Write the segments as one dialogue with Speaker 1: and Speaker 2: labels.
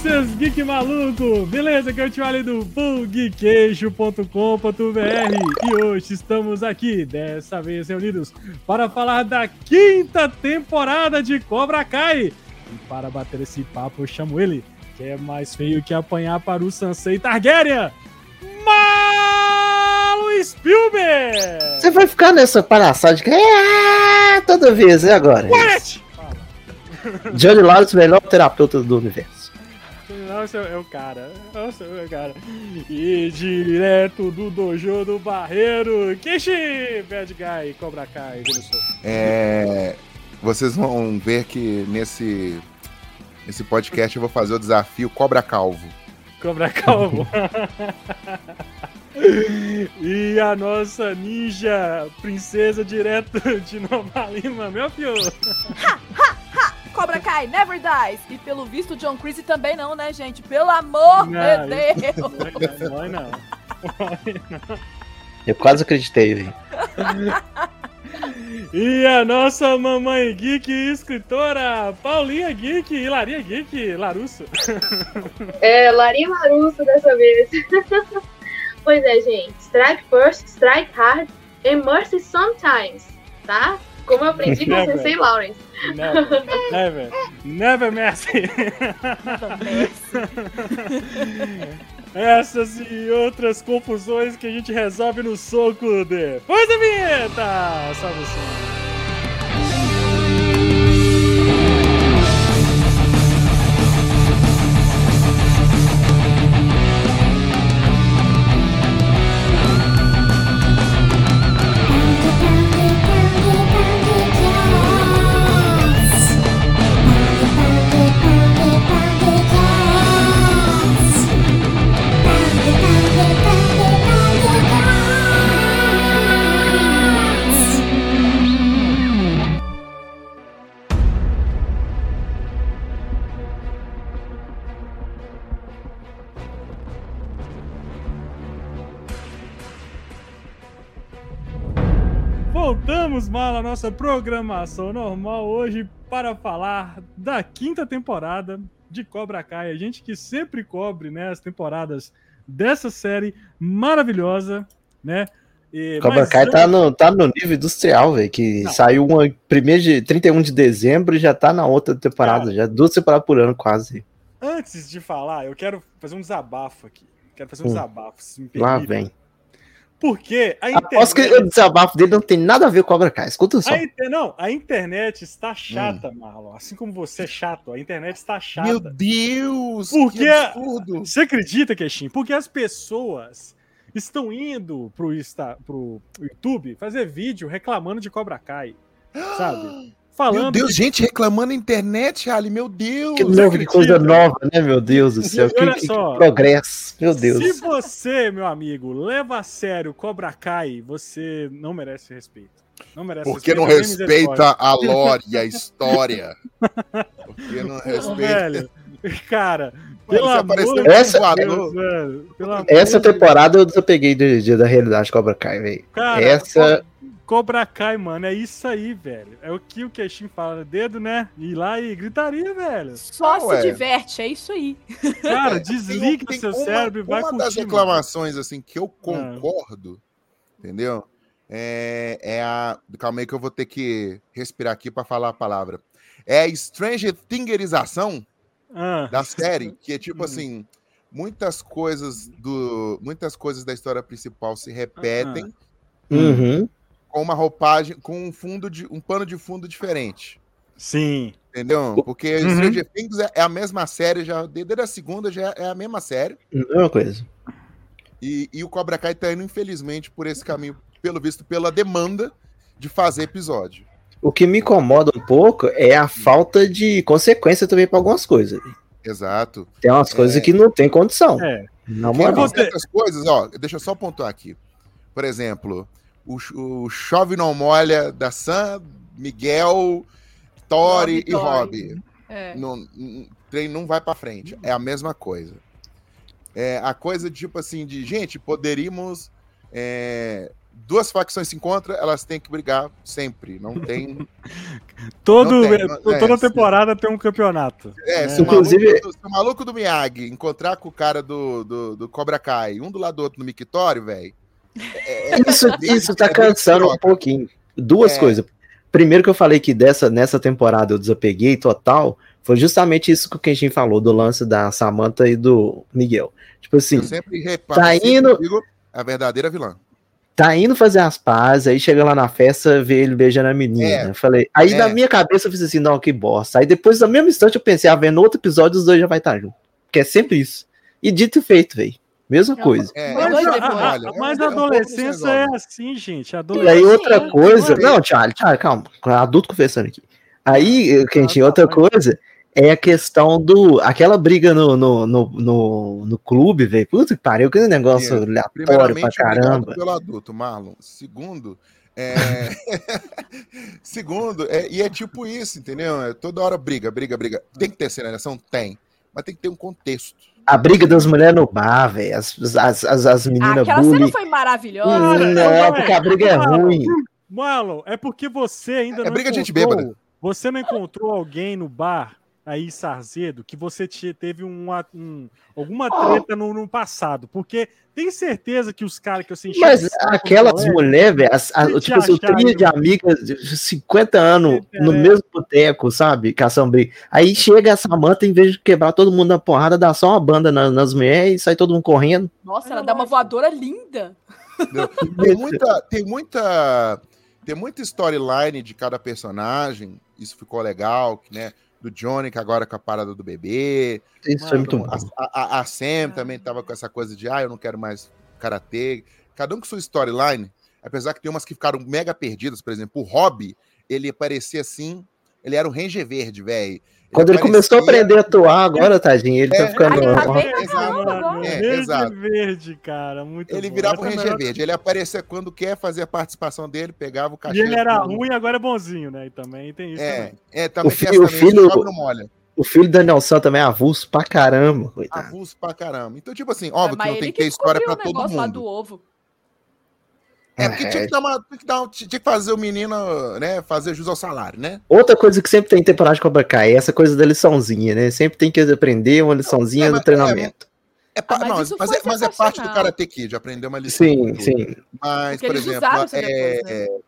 Speaker 1: seus geek maluco! Beleza? Que é eu te falei do bugqueixo.com.br e hoje estamos aqui, dessa vez reunidos, para falar da quinta temporada de Cobra Kai. E para bater esse papo, eu chamo ele, que é mais feio que apanhar para o Sansei Targaryen, Malo Spielberg!
Speaker 2: Você vai ficar nessa palhaçada de que é toda vez, é agora.
Speaker 1: What?
Speaker 2: Johnny Lawrence, melhor terapeuta do universo.
Speaker 1: Nossa, é o cara. Nossa, é o cara. E direto do dojo do Barreiro, Kishi, Bad Guy, Cobra Kai, Venusaur.
Speaker 3: É, vocês vão ver que nesse, nesse podcast eu vou fazer o desafio Cobra Calvo.
Speaker 1: Cobra Calvo. e a nossa ninja, princesa direto de Nova Lima, meu filho.
Speaker 4: Cobra Kai never dies. E pelo visto, John Creasy também não, né, gente? Pelo amor
Speaker 1: Não, é
Speaker 4: de Deus.
Speaker 1: Não, não, não.
Speaker 2: Eu quase acreditei, velho.
Speaker 1: E a nossa mamãe geek e escritora, Paulinha Geek, Hilaria Geek, Larusso.
Speaker 5: É, Larinha Marusso dessa vez. pois é, gente. Strike first, strike hard, and mercy sometimes, tá? Como eu aprendi com
Speaker 1: É,
Speaker 5: o Sensei Lawrence.
Speaker 1: Never, never, never mercy.
Speaker 3: é
Speaker 1: Essas e outras confusões que a gente resolve no soco depois da vinheta! Salve o som. Voltamos mal à nossa programação normal hoje para falar da quinta temporada de Cobra Kai. A gente que sempre cobre né, as temporadas dessa série maravilhosa, né? E-
Speaker 2: Cobra
Speaker 1: mas
Speaker 2: Kai tá
Speaker 1: antes-
Speaker 2: no, tá no nível industrial, velho. Que
Speaker 1: Não.
Speaker 2: saiu uma primeira de 31 de dezembro e já tá na outra temporada. Já duas temporadas por ano, quase.
Speaker 1: Antes de falar, eu quero fazer um desabafo aqui. Quero fazer um
Speaker 2: Hum.
Speaker 1: desabafo, se me
Speaker 2: Lá
Speaker 1: permitem.
Speaker 2: vem.
Speaker 1: Porque a internet.
Speaker 2: Aposto que o desabafo dele não tem nada a ver com Cobra Kai. Escuta só. Hum.
Speaker 1: a inter- Não, a internet está chata, Marlon. Assim como você é chato, a internet está chata.
Speaker 3: Meu Deus!
Speaker 1: Por
Speaker 3: que
Speaker 1: quê?
Speaker 3: absurdo!
Speaker 1: Você acredita, Keshin? Porque as pessoas estão indo pro, Insta, pro YouTube fazer vídeo reclamando de Cobra Kai, sabe?
Speaker 3: Meu
Speaker 1: Tá Falando
Speaker 3: Deus,
Speaker 1: que-
Speaker 3: gente reclamando na internet, Ali, meu Deus!
Speaker 2: Que, novo, que coisa
Speaker 1: acredita?
Speaker 2: nova, né, meu Deus do céu. Que,
Speaker 1: Olha
Speaker 2: que- que
Speaker 1: só.
Speaker 2: progresso, meu
Speaker 1: Se
Speaker 2: Deus.
Speaker 1: você, meu amigo, leva a sério Cobra Kai, você não merece respeito. Não merece
Speaker 3: Porque não
Speaker 1: nem misericórdia.
Speaker 3: respeita a lore e a história. Porque não
Speaker 1: Ô,
Speaker 3: respeita.
Speaker 1: velho, cara,
Speaker 3: Mano,
Speaker 1: pelo
Speaker 3: você
Speaker 1: amor
Speaker 3: apareceu
Speaker 1: de
Speaker 3: com um
Speaker 2: Essa-
Speaker 3: varão.
Speaker 1: Deus, velho, pelo amor
Speaker 2: Essa
Speaker 1: de
Speaker 2: temporada eu desapeguei do dia da realidade de Cobra Kai, velho.
Speaker 1: Cara,
Speaker 2: Essa-
Speaker 1: Co- Cobra Kai, mano, é isso aí, velho. É o que o Queixinho fala, dedo, né? Ir lá e gritaria, velho.
Speaker 4: Só se
Speaker 3: Ué.
Speaker 4: diverte, é isso aí.
Speaker 1: Cara,
Speaker 3: Tem- um-
Speaker 1: desliga
Speaker 3: tem
Speaker 1: seu
Speaker 3: uma-
Speaker 1: cérebro e vai
Speaker 3: Uma
Speaker 1: curtir.
Speaker 3: das
Speaker 1: mano. É.
Speaker 3: reclamações, assim, que eu concordo, entendeu? É, é a. Calma aí que eu vou ter que respirar aqui para falar a palavra. É a Stranger Thingerização
Speaker 1: Ah,
Speaker 3: da série, que é tipo
Speaker 1: Hum.
Speaker 3: assim. Muitas coisas do. Muitas coisas da história principal se repetem
Speaker 1: Hum.
Speaker 2: Uhum.
Speaker 3: com uma roupagem, com um fundo de. um pano de fundo diferente.
Speaker 1: sim.
Speaker 3: Entendeu? Porque
Speaker 1: Uhum.
Speaker 3: Stranger Things é, é a mesma série, já, desde a segunda já é a mesma série.
Speaker 2: Mesma coisa.
Speaker 3: E, e o Cobra Kai tá indo, infelizmente, por esse caminho, pelo visto, pela demanda de fazer episódio.
Speaker 2: O que me incomoda um pouco é a falta de consequência também para algumas coisas.
Speaker 3: Exato.
Speaker 2: Tem umas coisas que não tem condição.
Speaker 1: É.
Speaker 2: Na
Speaker 3: Tem
Speaker 2: moral.
Speaker 3: algumas
Speaker 1: você-
Speaker 3: certas coisas, ó, deixa eu só pontuar aqui. Por exemplo, o, cho- o Chove Não Molha da Sam, Miguel, Tori
Speaker 4: Rob,
Speaker 3: e
Speaker 4: Tori.
Speaker 3: Rob.
Speaker 4: É.
Speaker 3: Não- não- O trem não vai pra frente. É a mesma coisa. É a coisa, tipo assim, de, gente, poderíamos é, duas facções se encontram, elas têm que brigar sempre. Não tem.
Speaker 1: Todo,
Speaker 3: Não tem, não-
Speaker 1: to-
Speaker 3: é,
Speaker 1: toda
Speaker 3: sim.
Speaker 1: temporada tem um campeonato.
Speaker 3: É,
Speaker 1: né?
Speaker 3: se, o
Speaker 2: Inclusive-
Speaker 3: maluco do, se o maluco do Miyagi encontrar com o cara do, do, do Cobra Kai, um do lado do outro no mictório, é, velho.
Speaker 2: Isso, isso tá
Speaker 3: é bem
Speaker 2: cansando um
Speaker 3: piroca.
Speaker 2: pouquinho. Duas
Speaker 3: É.
Speaker 2: coisas. Primeiro que eu falei que dessa, nessa temporada eu desapeguei total, foi justamente isso que o Kenshin falou, do lance da Samantha e do Miguel. Tipo assim,
Speaker 3: Eu sempre reparo.
Speaker 2: Tá
Speaker 3: sempre
Speaker 2: indo-
Speaker 3: digo, a verdadeira vilã.
Speaker 2: tá indo fazer as pazes, aí chega lá na festa, vê ele beijando a menina.
Speaker 3: É.
Speaker 2: Eu falei, aí
Speaker 3: É.
Speaker 2: na minha cabeça eu fiz assim, não, que bosta. Aí depois, no mesmo instante, eu pensei, ah, vendo outro episódio, os dois já vai estar juntos. Porque é sempre isso. E dito e feito, velho. Mesma
Speaker 4: É uma-
Speaker 2: coisa.
Speaker 3: É,
Speaker 4: Mas
Speaker 3: é um
Speaker 4: dois
Speaker 3: pouco-
Speaker 4: depois.
Speaker 1: a- a-
Speaker 3: olha, é um-
Speaker 1: mas
Speaker 3: é
Speaker 1: a
Speaker 3: um pouco
Speaker 1: adolescência
Speaker 3: desse
Speaker 1: é
Speaker 3: negócio.
Speaker 1: assim, gente.
Speaker 2: E aí
Speaker 1: Adolescência.
Speaker 2: outra
Speaker 4: Sim,
Speaker 2: coisa.
Speaker 4: claro.
Speaker 2: Não, Charlie, Charlie, calma. Adulto conversando aqui.
Speaker 4: É,
Speaker 2: Aí, Kentinho,
Speaker 1: tá,
Speaker 2: outra
Speaker 1: vai.
Speaker 2: coisa é a questão do. Aquela briga no, no, no, no, no clube, velho. Puta que pariu, que negócio aleatório pra
Speaker 3: É, Primeiramente, obrigado
Speaker 2: caramba.
Speaker 3: pelo adulto, Marlon. Segundo, é... Segundo, é- e é tipo isso, entendeu? É toda hora briga, briga, briga. Tem que ter celebração? Tem. Mas tem que ter um contexto.
Speaker 2: A briga das mulheres no bar, velho. As, as, as, as meninas
Speaker 4: Aquela
Speaker 2: bully.
Speaker 4: cena foi
Speaker 3: é
Speaker 4: maravilhosa.
Speaker 1: Cara,
Speaker 2: Hum,
Speaker 1: não,
Speaker 2: Não, porque a briga é
Speaker 1: Cara,
Speaker 2: ruim.
Speaker 1: Marlon, é porque você ainda
Speaker 3: É
Speaker 1: não
Speaker 3: briga de gente bêbada.
Speaker 1: Você não encontrou alguém no bar aí em Sarzedo que você te- teve um, a- um- alguma
Speaker 3: Ah.
Speaker 1: treta no, no passado. Porque tem certeza que os caras que você encheu
Speaker 2: Mas
Speaker 1: o
Speaker 3: né,
Speaker 1: saco no
Speaker 2: aquelas
Speaker 1: colégio,
Speaker 2: mulheres, velho, as- as-
Speaker 1: Tem que
Speaker 2: tipo assim, o
Speaker 1: achar
Speaker 2: trio de
Speaker 1: aí,
Speaker 2: amigas de 50 anos no
Speaker 1: É.
Speaker 2: mesmo boteco, sabe? Caçam briga. Aí chega essa manta, em vez de quebrar todo mundo na porrada, dá só uma banda na- nas mulheres e sai todo mundo correndo.
Speaker 4: Nossa, ela dá uma voadora linda.
Speaker 3: Entendeu? tem muita, tem muita, tem muita storyline de cada personagem. Isso ficou legal, que, né? Do Johnny que agora com a parada do bebê.
Speaker 2: Isso
Speaker 1: Mano,
Speaker 2: é muito bom.
Speaker 3: A, a, a Sam também tava com essa coisa de ah, eu não quero mais karatê. Cada um com sua storyline, apesar que tem umas que ficaram mega perdidas, por exemplo, o Rob, ele parecia assim, ele era um Ranger Verde, velho.
Speaker 2: Quando ele começou a
Speaker 3: aparecia-
Speaker 2: aprender a atuar agora, tadinho, ele
Speaker 3: É.
Speaker 2: tá ficando.
Speaker 4: Ele tá
Speaker 2: ó,
Speaker 4: bem pra
Speaker 3: Exato.
Speaker 4: caramba
Speaker 1: Mano,
Speaker 4: agora.
Speaker 3: É,
Speaker 1: verde,
Speaker 3: exato.
Speaker 1: verde, cara. Muito
Speaker 3: Ele
Speaker 1: bom.
Speaker 3: virava
Speaker 1: Essa
Speaker 3: um
Speaker 1: é a
Speaker 3: Ranger
Speaker 1: melhor-
Speaker 3: Verde. Ele aparecia quando quer fazer a participação dele, pegava o
Speaker 1: E
Speaker 3: cachê.
Speaker 1: ele era
Speaker 3: do-
Speaker 1: ruim, agora é bonzinho, né? E também tem isso.
Speaker 3: É,
Speaker 1: também.
Speaker 3: é, também
Speaker 2: O
Speaker 3: tem
Speaker 2: fi- o
Speaker 3: essa também,
Speaker 2: filho-
Speaker 3: sobe no molho.
Speaker 2: o filho do Daniel San também é avulso pra caramba, coitado.
Speaker 3: Avulso pra caramba. Então, tipo assim, óbvio que
Speaker 4: Ah. É, Mas
Speaker 3: não
Speaker 4: ele
Speaker 3: tem que ter história pra
Speaker 4: descobriu o
Speaker 3: todo
Speaker 4: um negócio lá
Speaker 3: mundo.
Speaker 4: do ovo.
Speaker 3: É, porque tinha
Speaker 2: É.
Speaker 3: que, dar uma, tinha, que dar um- tinha que fazer o menino, né, fazer jus ao salário, né?
Speaker 2: Outra coisa que sempre tem em temporada de Cobra Kai é essa coisa da liçãozinha, né? Sempre tem que aprender uma liçãozinha
Speaker 3: Não,
Speaker 2: do
Speaker 3: mas-
Speaker 2: treinamento.
Speaker 3: É pa-
Speaker 4: Ah, mas
Speaker 3: não,
Speaker 4: isso
Speaker 3: mas,
Speaker 4: foi
Speaker 3: é, mas é parte do
Speaker 4: sensacional.
Speaker 3: Karate Kid, aprender uma lição.
Speaker 2: Sim,
Speaker 3: tudo.
Speaker 2: sim.
Speaker 3: Mas,
Speaker 4: Porque
Speaker 3: por
Speaker 4: eles
Speaker 3: exemplo,
Speaker 4: usaram isso
Speaker 3: é,
Speaker 4: depois, né?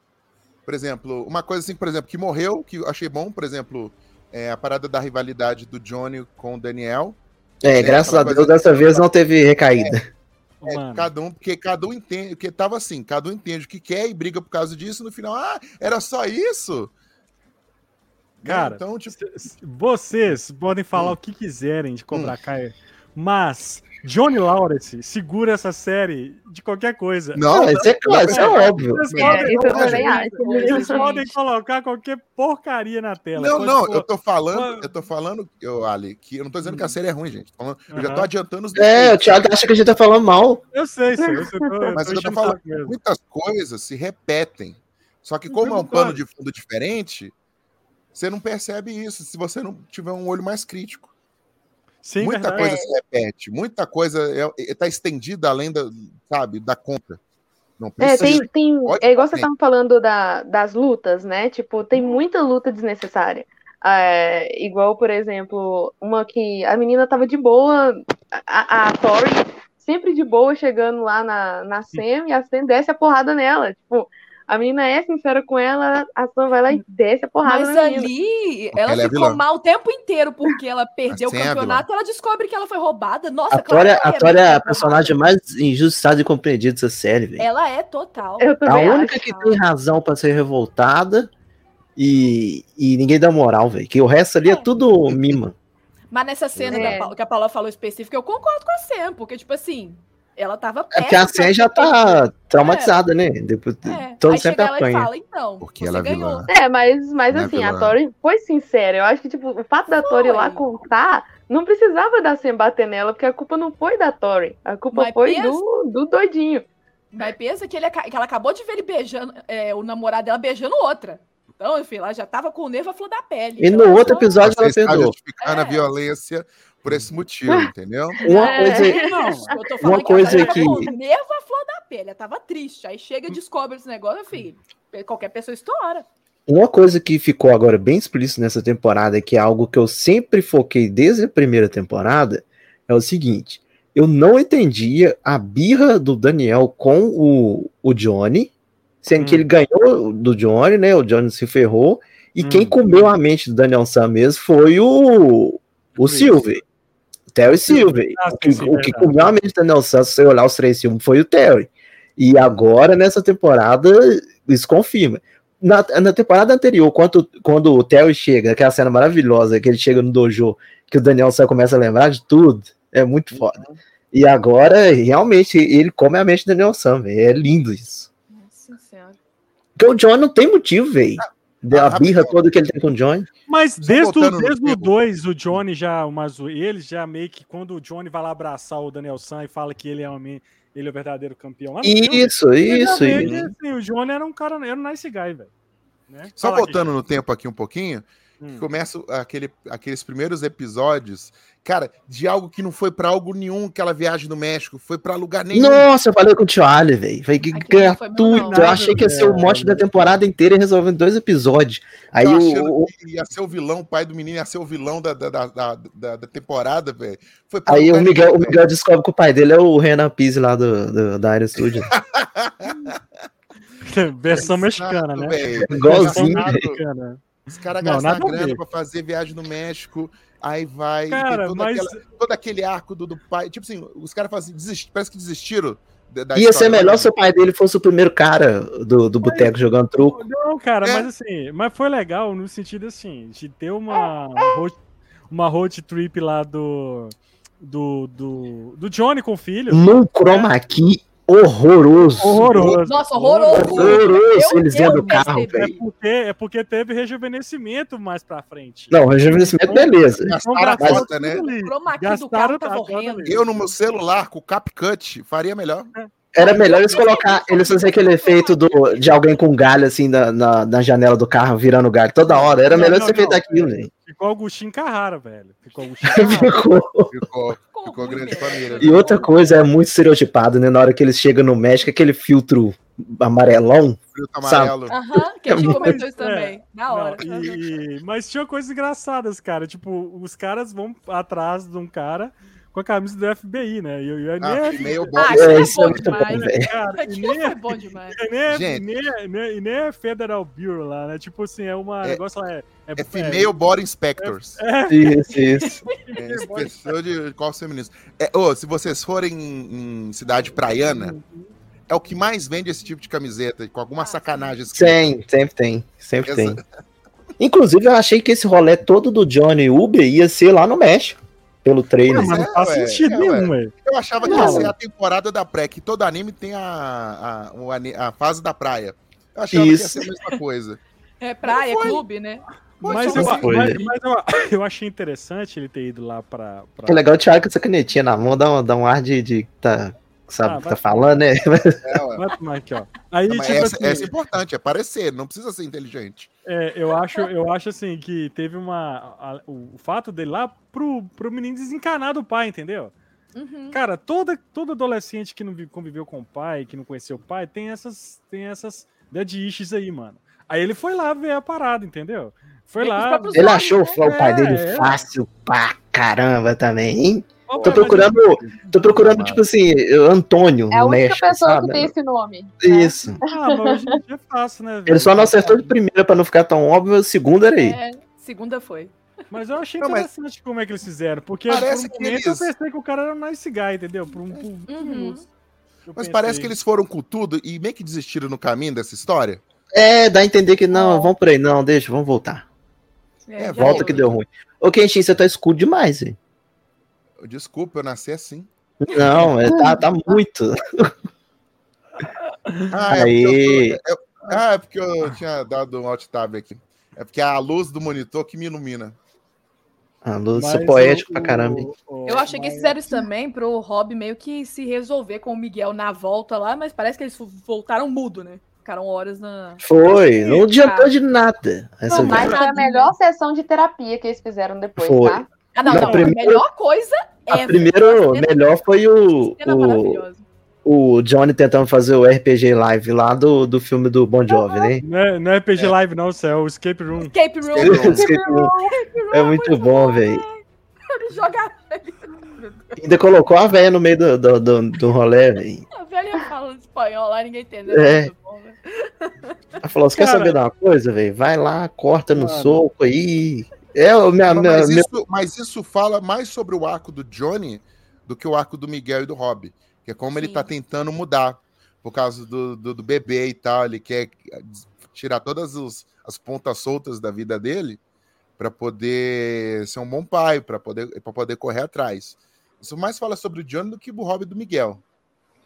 Speaker 3: por exemplo, uma coisa assim, por exemplo, que morreu, que eu achei bom, por exemplo, é a parada da rivalidade do Johnny com o Daniel.
Speaker 2: É,
Speaker 3: É,
Speaker 2: graças
Speaker 3: aquela
Speaker 2: a Deus
Speaker 3: coisa- né?
Speaker 2: dessa vez não teve recaída.
Speaker 1: Ô,
Speaker 3: É,
Speaker 1: mano,
Speaker 3: cada um, porque cada um entende, porque tava assim, cada um entende o que quer e briga por causa disso, no final, ah, era só isso? Né?
Speaker 1: Cara,
Speaker 3: então, tipo,
Speaker 1: c- c- vocês podem falar
Speaker 3: Hum.
Speaker 1: o que quiserem de Cobra Kai, mas Johnny Lawrence segura essa série de qualquer coisa.
Speaker 2: Não,
Speaker 3: não,
Speaker 2: isso é claro, isso é óbvio.
Speaker 1: Vocês
Speaker 3: É,
Speaker 1: podem,
Speaker 5: isso eu
Speaker 1: colocar-
Speaker 5: também acho,
Speaker 1: vocês
Speaker 5: exatamente.
Speaker 1: podem colocar qualquer porcaria na tela.
Speaker 3: Não,
Speaker 1: Pode
Speaker 3: não,
Speaker 1: pôr-
Speaker 3: eu tô falando,
Speaker 1: Uma-
Speaker 3: eu tô falando, eu, Ali, que eu não tô dizendo que a série é ruim, gente. Tô falando- Eu já tô
Speaker 1: Uhum. Aham.
Speaker 3: adiantando os
Speaker 2: É, o
Speaker 3: defeitos.
Speaker 2: Thiago acha que a gente tá falando mal.
Speaker 1: Eu sei, senhor. Eu tô, eu
Speaker 3: Mas
Speaker 1: tô
Speaker 3: eu tô
Speaker 1: enchendo o
Speaker 3: falando-
Speaker 1: saco mesmo.
Speaker 3: Muitas coisas se repetem. Só que
Speaker 1: Eu
Speaker 3: como é um
Speaker 1: concordo.
Speaker 3: pano de fundo diferente, você não percebe isso se você não tiver um olho mais crítico.
Speaker 1: Sim,
Speaker 3: muita
Speaker 1: verdade.
Speaker 2: É.
Speaker 3: coisa se repete, muita coisa é, é- tá estendida além da, sabe, da conta. Não
Speaker 5: É,
Speaker 3: precisa.
Speaker 5: tem, tem,
Speaker 3: Pode
Speaker 5: é igual vocês
Speaker 3: fazer.
Speaker 5: estavam falando da, das lutas, né? Tipo, tem muita luta desnecessária. É, igual, por exemplo, uma que a menina tava de boa, a, a a Tori, sempre de boa chegando lá na, na Sam e a Sam desce a porrada nela. Tipo, a menina é sincera com ela, a Sam vai lá e desce a porrada
Speaker 4: Mas
Speaker 5: na menina.
Speaker 4: ali, ela,
Speaker 3: Ela é
Speaker 4: ficou
Speaker 3: vilã.
Speaker 4: mal o tempo inteiro porque ela perdeu o
Speaker 3: Sam é a
Speaker 4: campeonato. ela descobre que ela foi roubada. Nossa,
Speaker 2: A
Speaker 4: claro
Speaker 2: Tória,
Speaker 4: que
Speaker 2: a
Speaker 4: ela
Speaker 2: Tória é
Speaker 4: era
Speaker 2: a personagem mais injustiçada e compreendida dessa série, velho.
Speaker 4: Ela é total.
Speaker 5: Eu
Speaker 2: A
Speaker 5: também
Speaker 2: única
Speaker 5: acho,
Speaker 2: que
Speaker 5: cara.
Speaker 2: tem razão pra ser revoltada e, e ninguém dá moral, velho. Que o resto ali é tudo mima.
Speaker 4: Mas nessa cena
Speaker 5: É.
Speaker 4: da Pau- que a Paula falou específica, eu concordo com a Sam, porque, tipo assim, ela tava
Speaker 2: É porque a Sam já tá traumatizada, né? Depois,
Speaker 4: É.
Speaker 2: Todo
Speaker 4: Aí
Speaker 2: sempre
Speaker 4: chega ela e
Speaker 2: apanha.
Speaker 4: fala, então,
Speaker 3: Porque
Speaker 4: você
Speaker 3: ela é
Speaker 4: ganhou.
Speaker 3: vilã.
Speaker 5: É, mas, mas
Speaker 3: Né,
Speaker 5: assim, a
Speaker 3: pela-
Speaker 5: Tori foi sincera. Eu acho que, tipo, o fato da Tori
Speaker 4: Foi.
Speaker 5: lá contar, não precisava dar sem bater nela, porque a culpa não foi da Tori. A culpa
Speaker 4: Mas
Speaker 5: foi
Speaker 4: pensa-
Speaker 5: do, do doidinho.
Speaker 4: Mas pensa que, ele, aca- que ela acabou de ver ele beijando, é, o namorado dela beijando outra. Então, enfim, ela já tava com o nervo à flor da pele.
Speaker 2: E
Speaker 4: Então,
Speaker 2: no
Speaker 4: ela
Speaker 2: outro
Speaker 4: só-
Speaker 2: episódio
Speaker 3: Você
Speaker 2: ela
Speaker 3: está
Speaker 2: perdoou.
Speaker 3: justificando a
Speaker 4: É.
Speaker 3: violência por esse motivo, entendeu?
Speaker 2: Uma
Speaker 5: É.
Speaker 2: coisa
Speaker 4: Não, eu tô falando
Speaker 2: coisa
Speaker 4: que ela tava
Speaker 2: que-
Speaker 4: com o nervo à flor da pele, ela tava triste. Aí chega e descobre esse negócio, filho. Qualquer pessoa estoura.
Speaker 2: Uma coisa que ficou agora bem explícito nessa temporada, que é algo que eu sempre foquei desde a primeira temporada, é o seguinte: eu não entendia a birra do Daniel com o, o Johnny, sendo
Speaker 1: Hum.
Speaker 2: que ele ganhou do Johnny, né? O Johnny se ferrou, e
Speaker 1: Hum.
Speaker 2: quem comeu a mente do Daniel Sam mesmo foi o, o
Speaker 1: Sim.
Speaker 2: Silver. O Terry Silver.
Speaker 1: Ah,
Speaker 2: O que,
Speaker 1: sim, sim,
Speaker 2: o que
Speaker 1: verdade.
Speaker 2: comeu a mente do Daniel Sam, se você olhar os três filmes, foi o Terry. E agora, nessa temporada, isso confirma. Na, na temporada anterior, quando, quando o Terry chega, aquela cena maravilhosa que ele chega no dojo, que o Daniel Sam começa a lembrar de tudo, é muito
Speaker 1: Uhum.
Speaker 2: foda. E agora, realmente, ele come a mente do Daniel Sam, velho. É lindo isso.
Speaker 5: Nossa senhora.
Speaker 2: Porque o John não tem motivo, velho.
Speaker 3: ah,
Speaker 2: Da
Speaker 3: rapidão.
Speaker 2: birra toda que ele tem com o John.
Speaker 1: Mas
Speaker 3: Só
Speaker 1: desde
Speaker 3: voltando
Speaker 1: o,
Speaker 3: tá no
Speaker 1: desde o
Speaker 3: tempo.
Speaker 1: 2, o Johnny já, uma zo- ele já meio que quando o Johnny vai lá abraçar o Daniel San e fala que ele é, um, ele é o verdadeiro campeão. lá no filme,
Speaker 2: Isso,
Speaker 1: ele já
Speaker 2: isso.
Speaker 1: meio
Speaker 2: isso.
Speaker 1: que, assim, o Johnny era um cara, era um nice guy, velho. Né?
Speaker 3: Só
Speaker 1: Fala,
Speaker 3: voltando no tempo aqui um pouquinho,
Speaker 1: Gui.
Speaker 3: que
Speaker 1: Hum.
Speaker 3: começa aquele, aqueles primeiros episódios, cara, de algo que não foi pra algo nenhum, aquela viagem no México, foi pra lugar nenhum.
Speaker 2: Nossa, eu falei com o Tio Ali, velho. Foi que
Speaker 4: Aquilo não foi meu,
Speaker 2: gratuito.
Speaker 4: não.
Speaker 2: Eu achei que ia ser
Speaker 3: É.
Speaker 2: o mote da temporada inteira e resolvendo dois episódios. Aí
Speaker 3: Eu achando
Speaker 2: o, o-
Speaker 3: que ia ser o vilão, o pai do menino ia ser o vilão da, da, da, da, da- da temporada, velho. Foi pra
Speaker 2: aí
Speaker 3: lugar
Speaker 2: o Miguel, o
Speaker 3: nenhum,
Speaker 2: Miguel descobre que o pai dele é o Renan Pizzi lá do, do- da Área Studio.
Speaker 1: Versão
Speaker 3: velho.
Speaker 1: mexicana,
Speaker 3: Exato,
Speaker 1: né?
Speaker 3: velho.
Speaker 2: Igualzinho.
Speaker 1: Versão
Speaker 3: velho.
Speaker 1: mexicana.
Speaker 3: Os caras
Speaker 1: Não,
Speaker 3: gastaram
Speaker 1: nada a
Speaker 3: grana
Speaker 1: ver.
Speaker 3: pra fazer viagem no México, aí vai. e tem
Speaker 1: Cara,
Speaker 3: toda
Speaker 1: mas
Speaker 3: aquela- todo aquele arco do, do pai. Tipo assim, os caras fazem, desist- parece que desistiram da, da
Speaker 2: Ia ser
Speaker 3: história. né?
Speaker 2: melhor se o pai dele fosse o primeiro cara do, do boteco jogando truco.
Speaker 1: Não, cara,
Speaker 3: É.
Speaker 1: mas assim, mas foi legal no sentido assim, de ter uma road, uma road trip lá do do, do do Johnny com o filho.
Speaker 2: Num chroma key horroroso.
Speaker 1: Horroroso.
Speaker 4: Nossa, horroroso.
Speaker 2: Horroroso,
Speaker 4: Eu-
Speaker 2: eles
Speaker 4: eu
Speaker 2: dentro do carro,
Speaker 4: percebi.
Speaker 1: É
Speaker 2: velho.
Speaker 1: porque, é porque teve rejuvenescimento mais pra frente.
Speaker 2: Não, rejuvenescimento, beleza.
Speaker 3: Gastaram a
Speaker 1: Então,
Speaker 3: cota, né?
Speaker 1: tudo ali.
Speaker 4: Chroma key do
Speaker 1: Gastaram
Speaker 4: carro tava
Speaker 1: a cota
Speaker 4: horrendo.
Speaker 1: ali.
Speaker 3: Eu no meu celular com o CapCut faria melhor.
Speaker 2: Era melhor eles colocar, eles faziam aquele efeito do, de alguém com galho assim na, na, na janela do carro virando galho toda hora. Era
Speaker 1: Não,
Speaker 2: melhor
Speaker 1: não,
Speaker 2: você feito
Speaker 1: não.
Speaker 2: aquilo, velho.
Speaker 1: Ficou Agostinho Carrara, velho. Ficou Agostinho Carrara.
Speaker 2: Ficou.
Speaker 3: Ficou, ficou
Speaker 4: ruim,
Speaker 3: grande
Speaker 4: velho.
Speaker 3: família.
Speaker 2: E outra coisa é muito estereotipado, né? Na hora que eles chegam no México, aquele filtro amarelão.
Speaker 3: Fruto amarelo.
Speaker 1: Ah,
Speaker 4: Aham, que a gente
Speaker 2: É
Speaker 4: comentou
Speaker 1: muito-
Speaker 4: isso também. Na
Speaker 1: Não,
Speaker 4: hora.
Speaker 1: e- mas tinha coisas engraçadas, cara. Tipo, os caras vão atrás de um cara com a camisa do FBI, né? E, e, e nem
Speaker 3: Ah,
Speaker 1: é-
Speaker 3: meio bom.
Speaker 4: Ah,
Speaker 2: É,
Speaker 4: isso
Speaker 2: isso
Speaker 4: é
Speaker 2: é
Speaker 4: bom
Speaker 2: muito
Speaker 4: demais.
Speaker 2: bom, velho.
Speaker 1: cara, e
Speaker 4: Aquilo
Speaker 1: nem é
Speaker 4: foi bom demais.
Speaker 1: E nem é,
Speaker 3: Gente.
Speaker 1: nem é- nem- e nem é Federal Bureau lá, né? Tipo assim, é uma
Speaker 3: É-
Speaker 1: negócio lá. É, é,
Speaker 3: É female body inspectors.
Speaker 2: Isso, isso.
Speaker 3: É, inspetor de qual feminismo. É, ô, se vocês forem em, em cidade praiana,
Speaker 1: Uhum.
Speaker 3: é o que mais vende esse tipo de camiseta, com
Speaker 1: Ah,
Speaker 3: alguma sacanagem. escrita.
Speaker 2: Tem, sempre tem. Sempre
Speaker 3: Essa-
Speaker 2: tem. Inclusive, eu achei que esse rolê todo do Johnny Uber ia ser lá no México. Pelo trailer.
Speaker 1: mas não
Speaker 3: é,
Speaker 1: faz
Speaker 3: ué,
Speaker 1: sentido
Speaker 3: é,
Speaker 1: nenhum, velho.
Speaker 3: Eu achava que
Speaker 2: Não.
Speaker 3: ia ser a temporada da pré, que todo anime tem a, a, o ani- a fase da praia. Eu achava
Speaker 2: Isso.
Speaker 3: que ia ser a mesma coisa.
Speaker 4: É praia,
Speaker 3: Foi.
Speaker 4: clube, né?
Speaker 3: Pô,
Speaker 1: Mas,
Speaker 3: só
Speaker 1: eu,
Speaker 3: você-
Speaker 2: foi.
Speaker 1: mas- mas eu- eu achei interessante ele ter ido lá pra. pra-
Speaker 2: É legal o Thiago com essa canetinha na mão, dá um, dá um ar de, de tá,
Speaker 1: Ah,
Speaker 2: sabe o que
Speaker 1: vai-
Speaker 2: tá falando, né?
Speaker 3: É, ué.
Speaker 1: Vai tomar aqui, ó. Aí,
Speaker 3: Mas
Speaker 1: tipo
Speaker 3: essa,
Speaker 1: assim,
Speaker 3: essa é importante, é parecer, não precisa ser inteligente.
Speaker 1: é, eu, acho, eu acho assim que teve uma. a- o, o fato dele lá pro, pro menino desencanar do pai, entendeu?
Speaker 4: Uhum.
Speaker 1: Cara, toda, todo adolescente que não vi- conviveu com o pai, que não conheceu o pai, tem essas, tem essas dead issues aí, mano. Aí ele foi lá ver a parada, entendeu? Foi
Speaker 4: Vem com os
Speaker 1: lá.
Speaker 4: próprios
Speaker 2: Ele
Speaker 4: olhos,
Speaker 2: achou o flow, o pai dele
Speaker 1: É, é.
Speaker 2: fácil pra caramba também, hein?
Speaker 1: Ó,
Speaker 2: Tô
Speaker 1: pai, mas-
Speaker 2: procurando, tô procurando
Speaker 1: Ah,
Speaker 2: tipo assim, Antônio
Speaker 5: É a
Speaker 2: no
Speaker 5: única
Speaker 2: México,
Speaker 5: pessoa
Speaker 2: sabe?
Speaker 5: que tem esse nome.
Speaker 2: Isso.
Speaker 1: Ah, mas hoje em dia é fácil, né?
Speaker 2: Ele
Speaker 1: velho?
Speaker 2: só não acertou de primeira pra não ficar tão óbvio, a segunda era aí.
Speaker 4: É, segunda foi.
Speaker 1: Mas eu achei
Speaker 3: Não, mas-
Speaker 1: interessante como é que eles fizeram, porque
Speaker 3: Parece
Speaker 1: por um
Speaker 3: que
Speaker 1: momento
Speaker 3: eles-
Speaker 1: eu pensei que o cara era um nice guy, entendeu? Por um, por um
Speaker 4: Uhum.
Speaker 1: minuto. Eu
Speaker 3: Mas
Speaker 1: pensei,
Speaker 3: parece que eles foram com tudo e meio que desistiram no caminho dessa história.
Speaker 2: É, dá a entender que não, vamos por aí, não, deixa, vamos voltar.
Speaker 3: É,
Speaker 4: já
Speaker 2: Volta
Speaker 4: foi.
Speaker 2: que deu ruim. Ô, Kenshin, você tá escuro demais, hein?
Speaker 3: Desculpa, eu nasci assim.
Speaker 2: Não, é, tá, tá muito.
Speaker 3: Ah, é
Speaker 2: Aí.
Speaker 3: porque eu, tô- é- ah, é porque eu tinha dado um alt tab aqui. É porque é a luz do monitor que me ilumina.
Speaker 2: A luz, isso é
Speaker 1: Mas
Speaker 2: poético
Speaker 1: o-
Speaker 2: pra caramba, hein?
Speaker 1: o-
Speaker 4: Eu achei que
Speaker 1: mas-
Speaker 4: eles fizeram isso também pro Rob meio que se resolver com o Miguel na volta lá, mas parece que eles voltaram mudo, né? Ficaram horas na.
Speaker 2: Foi, não
Speaker 1: Sim,
Speaker 2: adiantou de nada. Essa
Speaker 4: Não,
Speaker 5: Mas
Speaker 2: viagem.
Speaker 5: foi a melhor sessão de terapia que eles fizeram depois,
Speaker 2: Foi.
Speaker 5: tá?
Speaker 4: Ah, não,
Speaker 2: Na
Speaker 4: não.
Speaker 2: primeira-
Speaker 4: A melhor coisa é.
Speaker 2: A primeira,
Speaker 4: Cena-
Speaker 2: melhor foi o,
Speaker 4: cena
Speaker 2: o,
Speaker 4: maravilhosa.
Speaker 2: o Johnny tentando fazer o RPG Live lá do, do filme do Bon Jovi, né?
Speaker 1: Não é, não é RPG Live, não, isso é o Escape Room.
Speaker 4: Escape room.
Speaker 3: Escape room.
Speaker 2: Escape room.
Speaker 4: Escape room
Speaker 2: É muito bom, velho.
Speaker 4: Ele joga
Speaker 2: Ainda colocou a velha no meio do, do, do, do rolê, velho.
Speaker 4: a velha falando espanhol lá, ninguém entendeu.
Speaker 2: É.
Speaker 4: Muito bom, né?
Speaker 2: Ela falou: você quer
Speaker 1: Cara.
Speaker 2: saber de uma coisa, velho? Vai lá, corta no
Speaker 1: Mano.
Speaker 2: soco aí. É, o minha, minha,
Speaker 3: Mas
Speaker 2: meu-
Speaker 3: isso, mas isso fala mais sobre o arco do Johnny do que o arco do Miguel e do Rob. Que é como ele
Speaker 4: Sim.
Speaker 3: tá tentando mudar. Por causa do, do, do bebê e tal. Ele quer eh, tirar todas os- as pontas soltas da vida dele para poder ser um bom pai, para poder, pra poder correr atrás. Isso mais fala sobre o Johnny do que o Rob e do Miguel.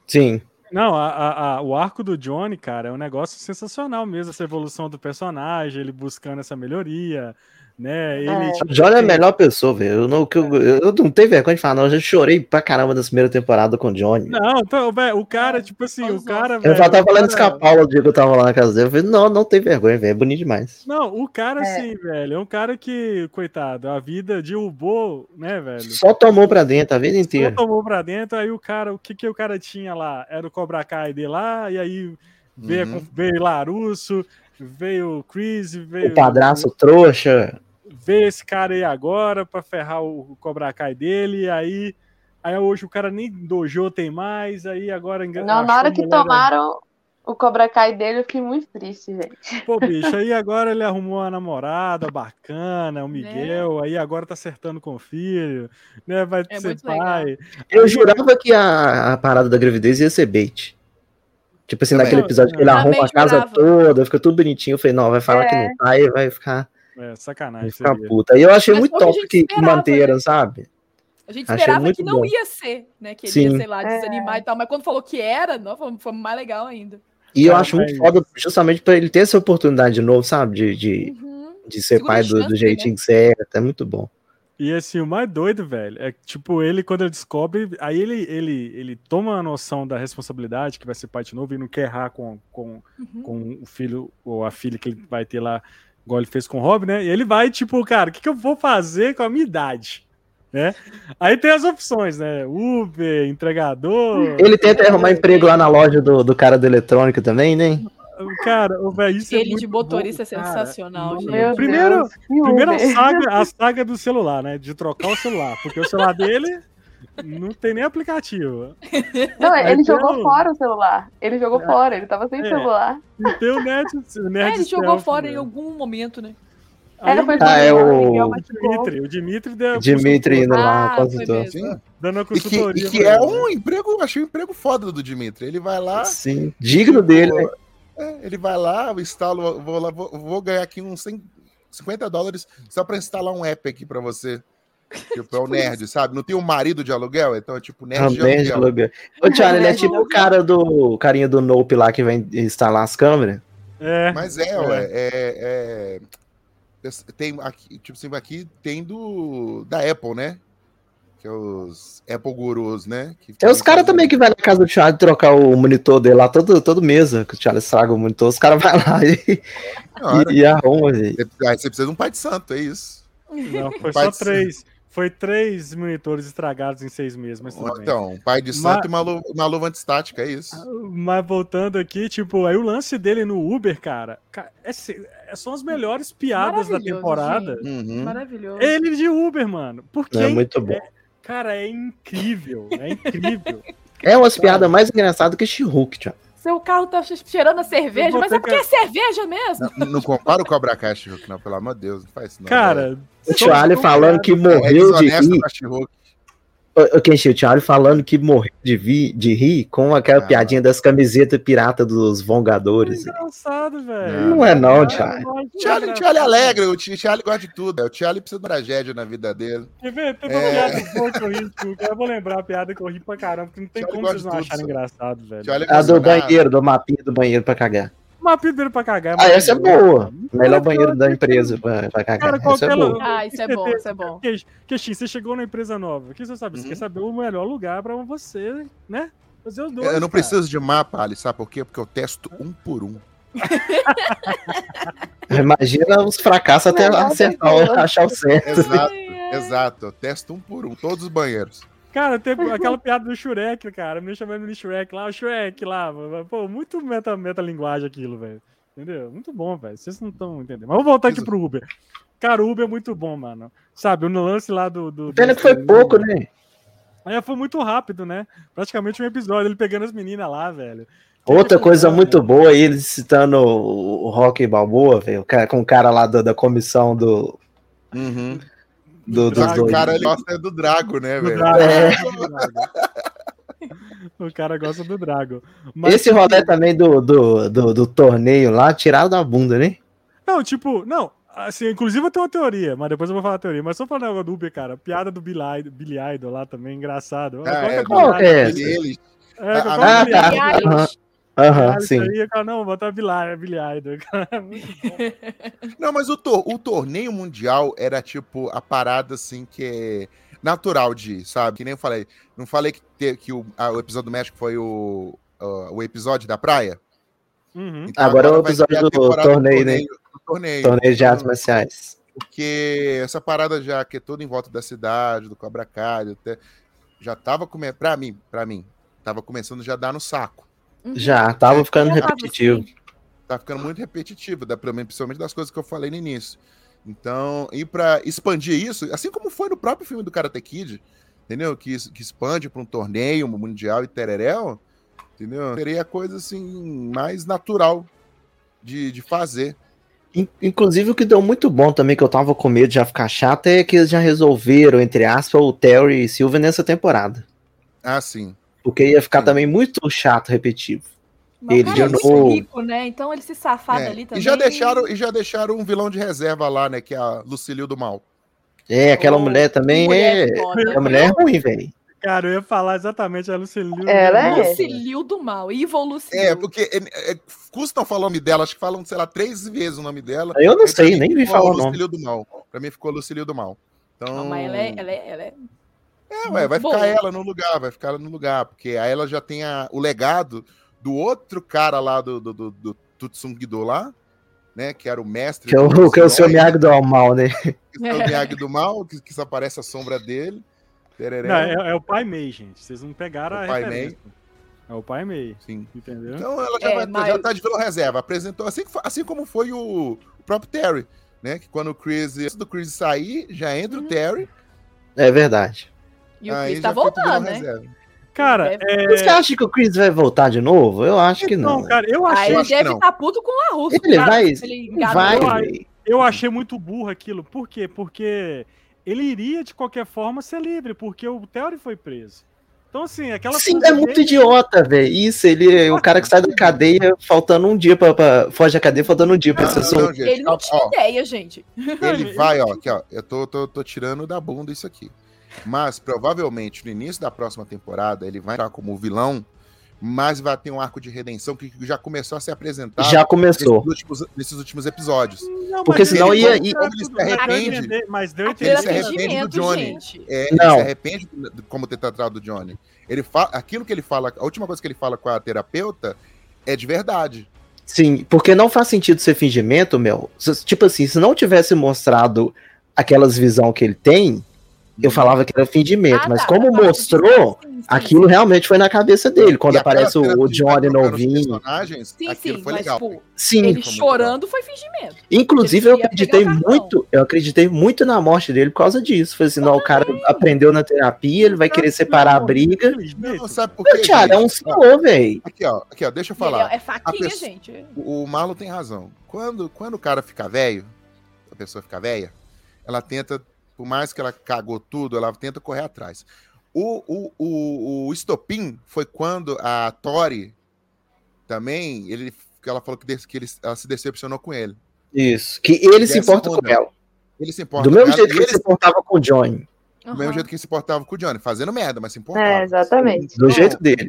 Speaker 2: Sim.
Speaker 1: Não, a- a- a- o arco do Johnny, cara, é um negócio sensacional mesmo, essa evolução do personagem, ele buscando essa melhoria, né? Ele,
Speaker 5: É.
Speaker 2: O
Speaker 1: tipo,
Speaker 2: Johnny é a melhor pessoa, velho. Eu não, que eu, eu não tenho vergonha de falar, não. Eu já chorei pra caramba nessa primeira temporada com o Johnny.
Speaker 1: Não, então, velho, o cara, tipo assim, o
Speaker 4: Vamos lá.
Speaker 1: cara,
Speaker 2: Eu
Speaker 1: velho,
Speaker 2: já
Speaker 1: o
Speaker 2: tava falando
Speaker 1: cara-
Speaker 2: isso com a Paula o dia que eu tava lá na casa dele. Eu falei, não, não tem vergonha, velho. É bonito demais.
Speaker 1: Não, o cara,
Speaker 5: É.
Speaker 1: assim, velho, é um cara que, coitado, a vida derrubou, né, velho?
Speaker 2: Só tomou pra dentro tá a vida
Speaker 1: Só
Speaker 2: inteira.
Speaker 1: tomou pra dentro, aí o cara, o que que o cara tinha lá? Era o Cobra Kai dele lá, e aí veio,
Speaker 3: Uhum.
Speaker 1: veio Larusso, veio o Chris, veio...
Speaker 2: O padraço trouxa.
Speaker 1: ver esse cara aí agora pra ferrar o Cobra Kai dele, aí aí hoje o cara nem dojo tem mais, aí agora engan-
Speaker 5: Não,
Speaker 1: achou
Speaker 5: na hora
Speaker 1: a
Speaker 5: que
Speaker 1: mulher da-
Speaker 5: tomaram o Cobra Kai dele, eu fiquei muito triste, gente.
Speaker 1: Pô, bicho, aí agora ele arrumou uma namorada bacana, o
Speaker 5: É.
Speaker 1: Miguel, aí agora tá acertando com o filho, né, vai
Speaker 4: É
Speaker 1: ser
Speaker 4: muito
Speaker 1: pai.
Speaker 2: Eu jurava que a, a parada da gravidez ia ser bait. Tipo assim,
Speaker 3: Também.
Speaker 2: naquele episódio que ele
Speaker 4: Eu
Speaker 2: arruma a
Speaker 4: também
Speaker 2: casa
Speaker 4: jurava. É.
Speaker 2: toda, fica tudo bonitinho. Eu falei, não, vai falar que não tá e vai ficar,
Speaker 1: É,
Speaker 2: vai
Speaker 1: sacanagem
Speaker 2: ficar
Speaker 1: seria.
Speaker 2: puta. E eu achei
Speaker 4: Mas
Speaker 2: muito
Speaker 4: foi o que a
Speaker 2: top
Speaker 4: gente
Speaker 2: que, que
Speaker 4: esperava, né?
Speaker 2: manteram, sabe?
Speaker 4: A gente
Speaker 2: Achei
Speaker 4: esperava
Speaker 2: muito
Speaker 4: que não
Speaker 2: bom.
Speaker 4: ia ser, né? Que ele
Speaker 2: Sim.
Speaker 4: ia, sei lá, desanimar e tal. Mas quando falou que era, não, foi, foi mais legal ainda.
Speaker 2: E eu
Speaker 1: Cara,
Speaker 2: acho muito
Speaker 1: mas-
Speaker 2: foda justamente pra ele ter essa oportunidade de novo, sabe? De, de,
Speaker 4: Uhum.
Speaker 2: de ser
Speaker 4: Segunda
Speaker 2: pai do, do
Speaker 4: chance, né?
Speaker 2: jeitinho certo. É muito bom.
Speaker 1: E assim, o mais doido, velho, é que, tipo, ele, quando ele descobre, aí ele, ele, ele toma a noção da responsabilidade que vai ser pai de novo e não quer errar com, com,
Speaker 4: uhum.
Speaker 1: com o filho ou a filha que ele vai ter lá, igual ele fez com o Rob, né? E ele vai, tipo, cara, o que, que eu vou fazer com a minha idade? Né? Aí tem as opções, né? Uber, entregador.
Speaker 2: Ele tenta arrumar emprego lá na loja do, do cara do eletrônico também, né?
Speaker 1: Cara, o velho, isso é
Speaker 4: Ele de
Speaker 1: muito bom,
Speaker 4: motorista é
Speaker 1: cara.
Speaker 4: sensacional,
Speaker 1: Nossa,
Speaker 4: gente.
Speaker 5: Meu
Speaker 1: Primeiro-
Speaker 5: Deus, que
Speaker 1: Primeiro a
Speaker 5: Uber.
Speaker 1: saga, a saga do celular, né? De trocar o celular. Porque o celular dele não tem nem aplicativo.
Speaker 5: Não, ele
Speaker 1: Aí
Speaker 5: jogou
Speaker 1: tem o-
Speaker 5: fora o celular. Ele jogou fora, ele tava sem
Speaker 1: É.
Speaker 5: celular.
Speaker 1: Não tem o Nerd, o
Speaker 4: É,
Speaker 1: nerd
Speaker 4: ele jogou
Speaker 1: Stealth,
Speaker 4: fora
Speaker 1: né?
Speaker 4: em algum momento, né?
Speaker 1: Aí
Speaker 5: Era pra ele
Speaker 2: Ah, é
Speaker 5: jogar,
Speaker 2: o-
Speaker 5: Miguel
Speaker 2: o
Speaker 5: machucou.
Speaker 1: Dimitri, o Dimitri deu
Speaker 2: Dimitri indo lá,
Speaker 4: Ah, foi
Speaker 2: consultor.
Speaker 4: mesmo.
Speaker 3: Sim.
Speaker 1: dando a
Speaker 3: né? E que,
Speaker 1: consultoria.
Speaker 3: e que
Speaker 1: pra
Speaker 3: é
Speaker 1: ele, né?
Speaker 3: um emprego, eu achei um emprego foda do Dimitri. Ele vai lá.
Speaker 2: Sim, digno dele, né?
Speaker 3: É, ele vai lá, eu instalo, eu vou, lá, vou, vou ganhar aqui uns 100, 50 dólares só pra instalar um app aqui pra você. Tipo, é o nerd, sabe? Não tem um marido de aluguel, então é tipo nerd de
Speaker 2: Também de
Speaker 3: aluguel.
Speaker 2: aluguel. Ah, Ô, Thiago, ele é
Speaker 5: Nerd de
Speaker 2: tipo o cara do o carinha do Nope lá que vai instalar as câmeras.
Speaker 1: É.
Speaker 3: Mas é, ué, é, é- tem aqui, tipo assim, aqui tem do da Apple, né? Que é os Apple Gurus, né? Que
Speaker 2: Tem É os caras também que vai na casa do Thiago trocar o monitor dele lá todo, todo mês, ó, que o Thiago estraga o monitor, os caras vão lá e,
Speaker 3: Cara,
Speaker 2: e, e arruma, velho.
Speaker 3: Aí você precisa de um pai de santo, é isso.
Speaker 1: Não, foi
Speaker 3: Pode
Speaker 1: só
Speaker 3: ser.
Speaker 1: três. Foi três monitores estragados em seis meses, mas Ah, tudo bem.
Speaker 3: Então, um pai de santo e uma, lu- uma luva antistática, é isso.
Speaker 1: Mas voltando aqui, tipo, aí o lance dele no Uber, cara, ca- é, se- é- são as melhores piadas da
Speaker 4: Maravilhoso,
Speaker 1: temporada.
Speaker 4: gente.
Speaker 2: Hum.
Speaker 3: Uhum.
Speaker 4: Maravilhoso.
Speaker 1: Ele de Uber, mano. Porque,
Speaker 2: É muito bom.
Speaker 1: cara, é incrível. É incrível.
Speaker 2: É umas piadas mais engraçadas que She-Hulk, Thiago.
Speaker 4: Seu carro tá cheirando a cerveja,
Speaker 1: Eu
Speaker 4: mas
Speaker 1: vou
Speaker 4: é porque é cerveja mesmo.
Speaker 3: Não, não compara o Cobra Kai, Chihuk, não, pelo amor de Deus, não faz isso. Não, é
Speaker 1: cara, são-
Speaker 2: O Thiago
Speaker 1: são piadas-
Speaker 2: falando que
Speaker 3: velho. é
Speaker 2: morreu de
Speaker 3: desonesto
Speaker 2: rir.
Speaker 3: pra Chihuk.
Speaker 2: Ô, ô, Kenshi, o Thiago falando que morreu de, vi, de rir com aquela
Speaker 3: Ah,
Speaker 2: piadinha das camisetas pirata dos Vongadores.
Speaker 1: É engraçado, velho.
Speaker 2: Não é não, Thiago.
Speaker 1: Charlie.
Speaker 3: Charlie, Charlie é alegre, o Ti- Charlie gosta de tudo. é, O Charlie precisa de uma tragédia na vida dele.
Speaker 1: Quer ver? Teve uma
Speaker 3: É.
Speaker 1: piada boa que eu ri, tipo, eu vou lembrar a piada que eu ri pra caramba, que não tem
Speaker 3: Charlie
Speaker 1: como
Speaker 3: gosta
Speaker 1: vocês
Speaker 3: de
Speaker 1: não
Speaker 3: tudo,
Speaker 1: acharem
Speaker 3: só.
Speaker 1: engraçado, velho.
Speaker 3: Charlie é
Speaker 2: A do
Speaker 3: emocionado.
Speaker 2: banheiro, do mapinha do banheiro pra cagar.
Speaker 1: Mapinha banheiro pra cagar.
Speaker 2: Ah, essa é boa.
Speaker 1: maravilhoso.
Speaker 2: Melhor banheiro da
Speaker 1: Maravilhoso.
Speaker 2: empresa pra, pra cagar.
Speaker 1: Cara,
Speaker 2: Essa é
Speaker 1: qualquer
Speaker 2: boa.
Speaker 1: lugar.
Speaker 4: Ah, isso é bom, isso é bom.
Speaker 1: Que- Queixinho, você chegou na empresa nova. O que você sabe? Você
Speaker 3: Uhum.
Speaker 1: quer saber o melhor lugar pra você, né? Fazer os dois.
Speaker 3: Eu não
Speaker 1: cara.
Speaker 3: preciso de mapa, Ali, sabe por quê? Porque eu testo um por um.
Speaker 2: Imagina os fracassos até
Speaker 5: Melhor
Speaker 2: acertar,
Speaker 5: banheiro.
Speaker 2: achar o certo.
Speaker 3: Exato,
Speaker 4: Ai, ai.
Speaker 3: exato. Eu testo um por um, todos os banheiros.
Speaker 1: Cara, tem aquela piada do Shrek, cara. Me chamando de Shrek lá, o Shrek lá. Pô, muito meta, meta linguagem aquilo, velho. Entendeu? Muito bom, velho. Vocês não estão entendendo. Mas vamos voltar aqui
Speaker 3: Isso.
Speaker 1: pro Uber. Cara, o Uber é muito bom, mano. Sabe, no lance lá do. do
Speaker 2: Pena
Speaker 1: do-
Speaker 2: que foi pouco, né?
Speaker 1: Aí foi muito rápido, né? Praticamente um episódio, ele pegando as meninas lá, velho.
Speaker 2: Outra coisa muito boa, aí, ele citando o o Rock Balboa, velho, o cara- com o cara lá do- da comissão do,
Speaker 3: Uhum.
Speaker 2: do, dos
Speaker 1: Drago,
Speaker 3: O
Speaker 2: dois.
Speaker 3: cara ele gosta é do Drago, né,
Speaker 1: Do
Speaker 3: velho?
Speaker 1: Drago,
Speaker 2: É.
Speaker 1: do Drago. O cara gosta do Drago. Mas,
Speaker 2: Esse rolê é também do, do, do, do torneio lá, tiraram da bunda, né?
Speaker 1: Não, tipo, não. Assim, inclusive eu tenho uma teoria, mas depois eu vou falar a teoria. Mas só falando agora do Uber, cara, piada do Billy Idol, Billy Idol lá também, engraçado.
Speaker 3: Ah,
Speaker 1: Coloca Billie Idol.
Speaker 2: qual que é
Speaker 3: é,
Speaker 2: essa?
Speaker 3: Ele, ele-
Speaker 1: É, coloca
Speaker 2: Ah,
Speaker 5: tá.
Speaker 1: Billie Idol.
Speaker 4: Aliás,
Speaker 2: Aham. Aham,
Speaker 1: Caralho,
Speaker 2: sim.
Speaker 1: isso aí, cara, não, botar Billy, Billy Idol. cara.
Speaker 3: Não, mas o, tor- o torneio mundial era tipo a parada assim que é natural de, ir, sabe? Que nem eu falei. Não falei que, te- que o, ah, o episódio do México foi o, ah, o episódio da praia?
Speaker 1: Uhum.
Speaker 3: Então
Speaker 2: Agora é o
Speaker 3: vai ter a
Speaker 2: episódio do
Speaker 3: temporada
Speaker 2: torneio, né?
Speaker 3: do torneio.
Speaker 2: Torneio de artes marciais.
Speaker 3: Porque essa parada já que é toda em volta da cidade, do Cobra Kai, até já tava começando, para mim, para mim, tava começando já a dar no saco.
Speaker 4: Uhum.
Speaker 2: Já, tava ficando
Speaker 4: Eu tava
Speaker 2: repetitivo.
Speaker 4: assim,
Speaker 3: Tá ficando muito repetitivo, da, pra mim, principalmente das coisas que eu falei no início. Então, e para expandir isso, assim como foi no próprio filme do Karate Kid, entendeu? Que, es- que expande para um torneio mundial e tereréu, entendeu? Seria a coisa assim mais natural de, de fazer.
Speaker 2: In- Inclusive, o que deu muito bom também, que eu tava com medo de já ficar chato, é que eles já resolveram, entre aspas, o Terry e Silva nessa temporada.
Speaker 3: Assim.
Speaker 2: Porque ia ficar
Speaker 3: Sim.
Speaker 2: também muito chato, repetitivo.
Speaker 4: mas
Speaker 2: Ele
Speaker 4: o cara
Speaker 2: de
Speaker 4: é muito
Speaker 2: novo.
Speaker 4: rico, né? Então ele se safado
Speaker 3: é.
Speaker 4: ali também.
Speaker 3: E já deixaram e já deixaram um vilão de reserva lá, né, que é a Lucilio do Mal.
Speaker 2: É, aquela
Speaker 4: Ô,
Speaker 2: mulher também
Speaker 4: mulher
Speaker 2: é.
Speaker 4: foda.
Speaker 2: A mulher é ruim, velho.
Speaker 1: Cara, eu ia falar exatamente a Lucilio.
Speaker 5: Ela é.
Speaker 4: Lucilio um do mal. Evil Lucilio.
Speaker 3: É, porque é, é, custam falar o nome dela, acho que falam, sei lá, três vezes o nome dela.
Speaker 2: Eu não
Speaker 3: Mas pra
Speaker 2: sei,
Speaker 3: mim
Speaker 2: nem vi
Speaker 3: ficou
Speaker 2: falar o nome.
Speaker 3: Lucilio do Mal. Pra mim ficou Lucilio do Mal. Então,
Speaker 4: Não, mas ela é, ela é, ela é-
Speaker 3: é, ué, vai
Speaker 4: Bom.
Speaker 3: ficar ela no lugar, vai ficar ela no lugar, porque aí ela já tem a- o legado do outro cara lá do, do, do, do Tutsung Gido lá, né, que era o mestre.
Speaker 2: Que é o,
Speaker 3: do-
Speaker 2: que é o seu Miyagi do mal, né?
Speaker 3: Que é o Miyagi do Mal, que, que só aparece a sombra dele. Tereré,
Speaker 1: Não, é, é o Pai May, gente. Vocês não pegaram
Speaker 3: O
Speaker 1: a
Speaker 3: Pai
Speaker 1: referência. É o Pai May,
Speaker 3: sim.
Speaker 1: entendeu?
Speaker 3: Então ela já,
Speaker 4: É,
Speaker 3: vai,
Speaker 4: mas-
Speaker 3: já tá de vilão reserva. Apresentou assim, que fo- assim como foi o, o próprio Terry, né? Que quando o Chris, antes do Chris sair, já entra
Speaker 4: Uhum.
Speaker 3: o Terry.
Speaker 2: É verdade.
Speaker 4: E o
Speaker 3: aí
Speaker 4: Chris
Speaker 3: já
Speaker 4: tá
Speaker 3: fica pro vilão
Speaker 4: voltando, né?
Speaker 3: reserva.
Speaker 1: cara,
Speaker 4: Deve-
Speaker 1: é...
Speaker 2: Você acha que o Chris vai voltar de novo? Eu acho que
Speaker 1: Não,
Speaker 2: não.
Speaker 1: então, cara, eu
Speaker 4: Ah,
Speaker 1: achei,
Speaker 3: eu
Speaker 4: ele
Speaker 3: acho que
Speaker 4: deve
Speaker 3: não.
Speaker 4: estar puto com a Russo.
Speaker 2: Ele vai-
Speaker 4: Ele
Speaker 2: Não vai,
Speaker 1: eu acho.
Speaker 2: velho.
Speaker 1: eu achei muito burro aquilo. Por quê? Porque ele iria, de qualquer forma, ser livre, porque o Theory foi preso. Então, assim, aquela
Speaker 2: Sim,
Speaker 1: coisa
Speaker 2: é muito
Speaker 1: dele-
Speaker 2: idiota, velho. Isso, ele é o cara que sai da cadeia faltando um dia pra, pra- foge da cadeia faltando um dia pra ser solto.
Speaker 3: gente,
Speaker 4: Ele não
Speaker 3: ó,
Speaker 4: tinha
Speaker 3: ó,
Speaker 4: ideia, gente.
Speaker 3: Ele vai, ó, aqui, ó. Eu tô, tô, tô tirando da bunda isso aqui. Mas provavelmente no início da próxima temporada ele vai entrar como vilão, mas vai ter um arco de redenção que já começou a ser apresentado
Speaker 2: Já
Speaker 3: nesses
Speaker 2: começou.
Speaker 3: últimos, nesses últimos episódios.
Speaker 1: Não,
Speaker 2: Porque
Speaker 1: mas
Speaker 2: senão
Speaker 1: ele- um
Speaker 2: ia-
Speaker 1: ele-
Speaker 2: ia-
Speaker 1: ele se arrepende. Mas deu a
Speaker 4: Aquele
Speaker 1: entender.
Speaker 3: se arrepende do
Speaker 4: arrependimento,
Speaker 3: Johnny.
Speaker 4: gente.
Speaker 3: É,
Speaker 2: Não.
Speaker 3: Ele se arrepende do- do- como ter tratado o Johnny. Ele fala, aquilo que ele fala, a última coisa que ele fala com a terapeuta é de verdade.
Speaker 2: Sim, porque não faz sentido ser fingimento, meu. Se- Tipo assim, se não tivesse mostrado aquelas visão que ele tem, eu falava que era fingimento,
Speaker 4: Ah,
Speaker 2: mas
Speaker 4: tá,
Speaker 2: como
Speaker 4: tá falando
Speaker 2: mostrou,
Speaker 4: disso. Sim, sim,
Speaker 2: aquilo realmente foi na cabeça dele, quando
Speaker 3: E aquela
Speaker 2: aparece o,
Speaker 3: cena
Speaker 2: o
Speaker 3: que tá
Speaker 2: Johnny
Speaker 3: trocando os
Speaker 2: novinho.
Speaker 3: personagens,
Speaker 4: Sim,
Speaker 3: aquilo
Speaker 4: sim,
Speaker 3: foi
Speaker 4: mas, tipo,
Speaker 3: legal.
Speaker 4: pô,
Speaker 2: Sim,
Speaker 4: ele
Speaker 3: foi muito
Speaker 4: chorando foi fingimento.
Speaker 2: inclusive
Speaker 4: ele
Speaker 2: eu
Speaker 4: ia pegar
Speaker 2: acreditei
Speaker 4: o cartão.
Speaker 2: muito, eu acreditei muito na morte dele por causa disso. Foi assim, não, o cara aprendeu na terapia, ele vai querer separar a briga.
Speaker 3: Não, sabe por
Speaker 2: Meu,
Speaker 3: quê?
Speaker 2: Thiago, é um
Speaker 3: gente? Ó,
Speaker 2: senhor, velho.
Speaker 3: Aqui, ó, aqui, ó, deixa eu
Speaker 4: E ele
Speaker 3: falar.
Speaker 4: É faquinha,
Speaker 3: A pessoa-
Speaker 4: gente.
Speaker 3: O o Malo tem razão. Quando, quando o cara fica velho, a pessoa fica velha, ela tenta, por mais que ela cagou tudo, ela tenta correr atrás. O, o, o, o estopim foi quando a Tori também, ele, que ela falou que, des- que ele, ela se decepcionou com ele.
Speaker 2: Isso. Que ele se
Speaker 3: Jesse
Speaker 2: importa com
Speaker 3: Rhodes.
Speaker 2: ela.
Speaker 3: Ele se importa
Speaker 2: Do
Speaker 3: com
Speaker 2: mesmo
Speaker 3: ela
Speaker 2: jeito
Speaker 3: e
Speaker 2: que ele
Speaker 3: ele-
Speaker 2: se importava com o Johnny.
Speaker 3: do mesmo
Speaker 4: Aham.
Speaker 3: jeito que ele se importava com o Johnny, fazendo merda, mas se importava.
Speaker 5: É, exatamente.
Speaker 2: Do
Speaker 3: Não.
Speaker 2: jeito dele.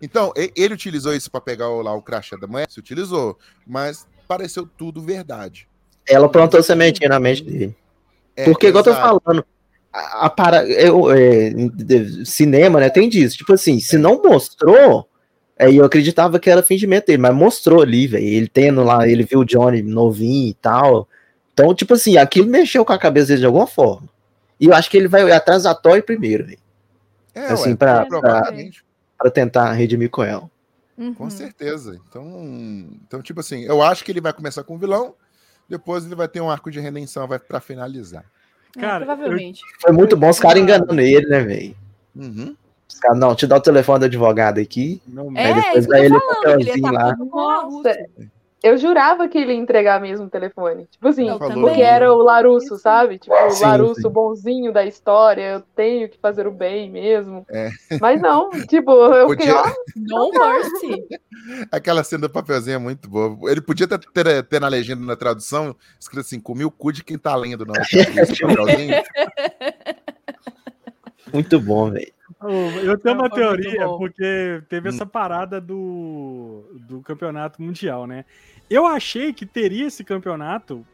Speaker 3: Então, e- ele utilizou isso pra pegar o- lá o crachá da mulher? Se utilizou, mas pareceu tudo verdade.
Speaker 2: Ela plantou sementinha na mente dele.
Speaker 3: É,
Speaker 2: Porque, igual eu tô
Speaker 3: exato.
Speaker 2: falando, a, a para, eu, é, de- cinema, né, tem disso. Tipo assim,
Speaker 3: É.
Speaker 2: se não mostrou, aí eu acreditava que era fingimento dele, mas mostrou ali, velho. Ele tendo lá, ele viu o Johnny novinho e tal. Então, tipo assim, aquilo mexeu com a cabeça dele de alguma forma. E eu acho que ele vai atrás da Toy primeiro, velho.
Speaker 3: É,
Speaker 2: Assim,
Speaker 3: ué,
Speaker 2: pra-
Speaker 3: provavelmente.
Speaker 2: pra tentar redimir com ela.
Speaker 4: Uhum. É.
Speaker 2: Hum.
Speaker 3: Com certeza. Então, então, tipo assim, eu acho que ele vai começar com o vilão, depois ele vai ter um arco de redenção, vai pra finalizar.
Speaker 1: Cara,
Speaker 4: É, provavelmente.
Speaker 2: Foi muito bom os caras enganando ele, né, velho?
Speaker 3: Uhum.
Speaker 2: Os caras, não, te dá o telefone do advogado aqui.
Speaker 1: Não,
Speaker 4: É,
Speaker 2: Aí
Speaker 1: mas-
Speaker 2: depois
Speaker 4: isso que
Speaker 2: dá
Speaker 4: eu
Speaker 2: ele
Speaker 4: tô
Speaker 2: um
Speaker 4: falando, que ele
Speaker 2: papelzinho
Speaker 4: ia
Speaker 2: lá.
Speaker 4: tá com a Russa.
Speaker 5: Eu jurava que ele ia entregar mesmo o telefone. Tipo assim,
Speaker 3: Não, falou.
Speaker 5: porque era o Larusso, sabe? Tipo, o
Speaker 2: Sim,
Speaker 5: Larusso
Speaker 2: sim.
Speaker 5: bonzinho da história, eu tenho que fazer o bem mesmo.
Speaker 3: É.
Speaker 5: Mas não, tipo, eu fiquei,
Speaker 3: Podia-
Speaker 5: ó,
Speaker 4: No mercy.
Speaker 3: Aquela cena do papelzinho é muito boa. Ele podia ter, ter, ter na legenda, na tradução, escrito assim: comi o cu de quem tá lendo na hora que abriu esse
Speaker 2: Uhum.
Speaker 3: papelzinho.
Speaker 2: Muito bom, velho.
Speaker 1: Eu tenho uma
Speaker 4: Não, foi muito
Speaker 1: teoria,
Speaker 4: bom.
Speaker 1: porque teve
Speaker 2: Hum.
Speaker 1: essa parada do, do campeonato mundial, né? Eu achei que teria esse campeonato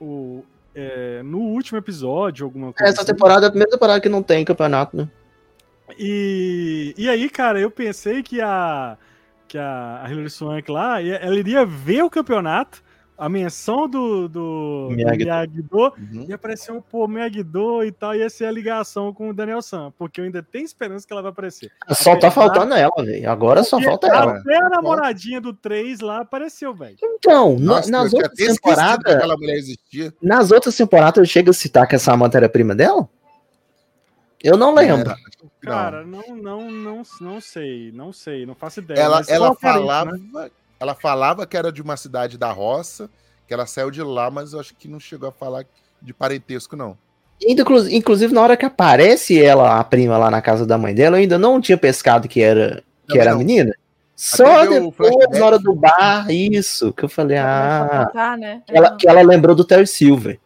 Speaker 1: o, é, no último episódio, alguma coisa.
Speaker 2: Essa
Speaker 1: assim.
Speaker 2: temporada é a primeira temporada que não tem campeonato, né?
Speaker 1: E, e aí, cara, eu pensei que a, que a a Hilary Swank lá, ia- ela iria ver o campeonato, a menção do, do, do
Speaker 2: Miyagi-Do.
Speaker 1: Miyagi-Do,
Speaker 3: Uhum.
Speaker 1: e apareceu, pô, Miyagi-Do e tal, ia ser a ligação com o Daniel Sam, porque eu ainda tenho esperança que ela vai aparecer.
Speaker 2: Só tá faltando ela, velho. Agora só falta
Speaker 1: Porque
Speaker 2: ela.
Speaker 1: Até a namoradinha do 3 lá apareceu, velho.
Speaker 2: Então, na-
Speaker 3: Nossa, eu
Speaker 2: nas
Speaker 3: tinha
Speaker 2: outras
Speaker 3: até esquecido que
Speaker 2: temporadas.
Speaker 3: aquela mulher existia.
Speaker 2: Nas outras temporadas eu chego a citar que essa Samantha era prima dela? Eu não lembro.
Speaker 3: Era- não.
Speaker 1: Cara, não, não, não, não sei, não sei, não faço ideia.
Speaker 3: ela,
Speaker 1: É, mas
Speaker 3: ela
Speaker 1: só aparece,
Speaker 3: falava,
Speaker 1: né?
Speaker 3: ela falava que era de uma cidade da roça, que ela saiu de lá, mas eu acho que não chegou a falar de parentesco, não.
Speaker 2: Ainda, inclu- inclusive, na hora que aparece ela, a prima lá na casa da mãe dela, eu ainda não tinha pescado que era, que
Speaker 3: Também
Speaker 2: era a
Speaker 3: não.
Speaker 2: menina. Só
Speaker 3: ver o
Speaker 2: depois,
Speaker 3: flashback.
Speaker 2: na hora do bar, isso, que eu falei,
Speaker 4: Pra
Speaker 2: ah,
Speaker 4: contar, né?
Speaker 2: que ela,
Speaker 4: É.
Speaker 2: que ela lembrou do Terry Silver.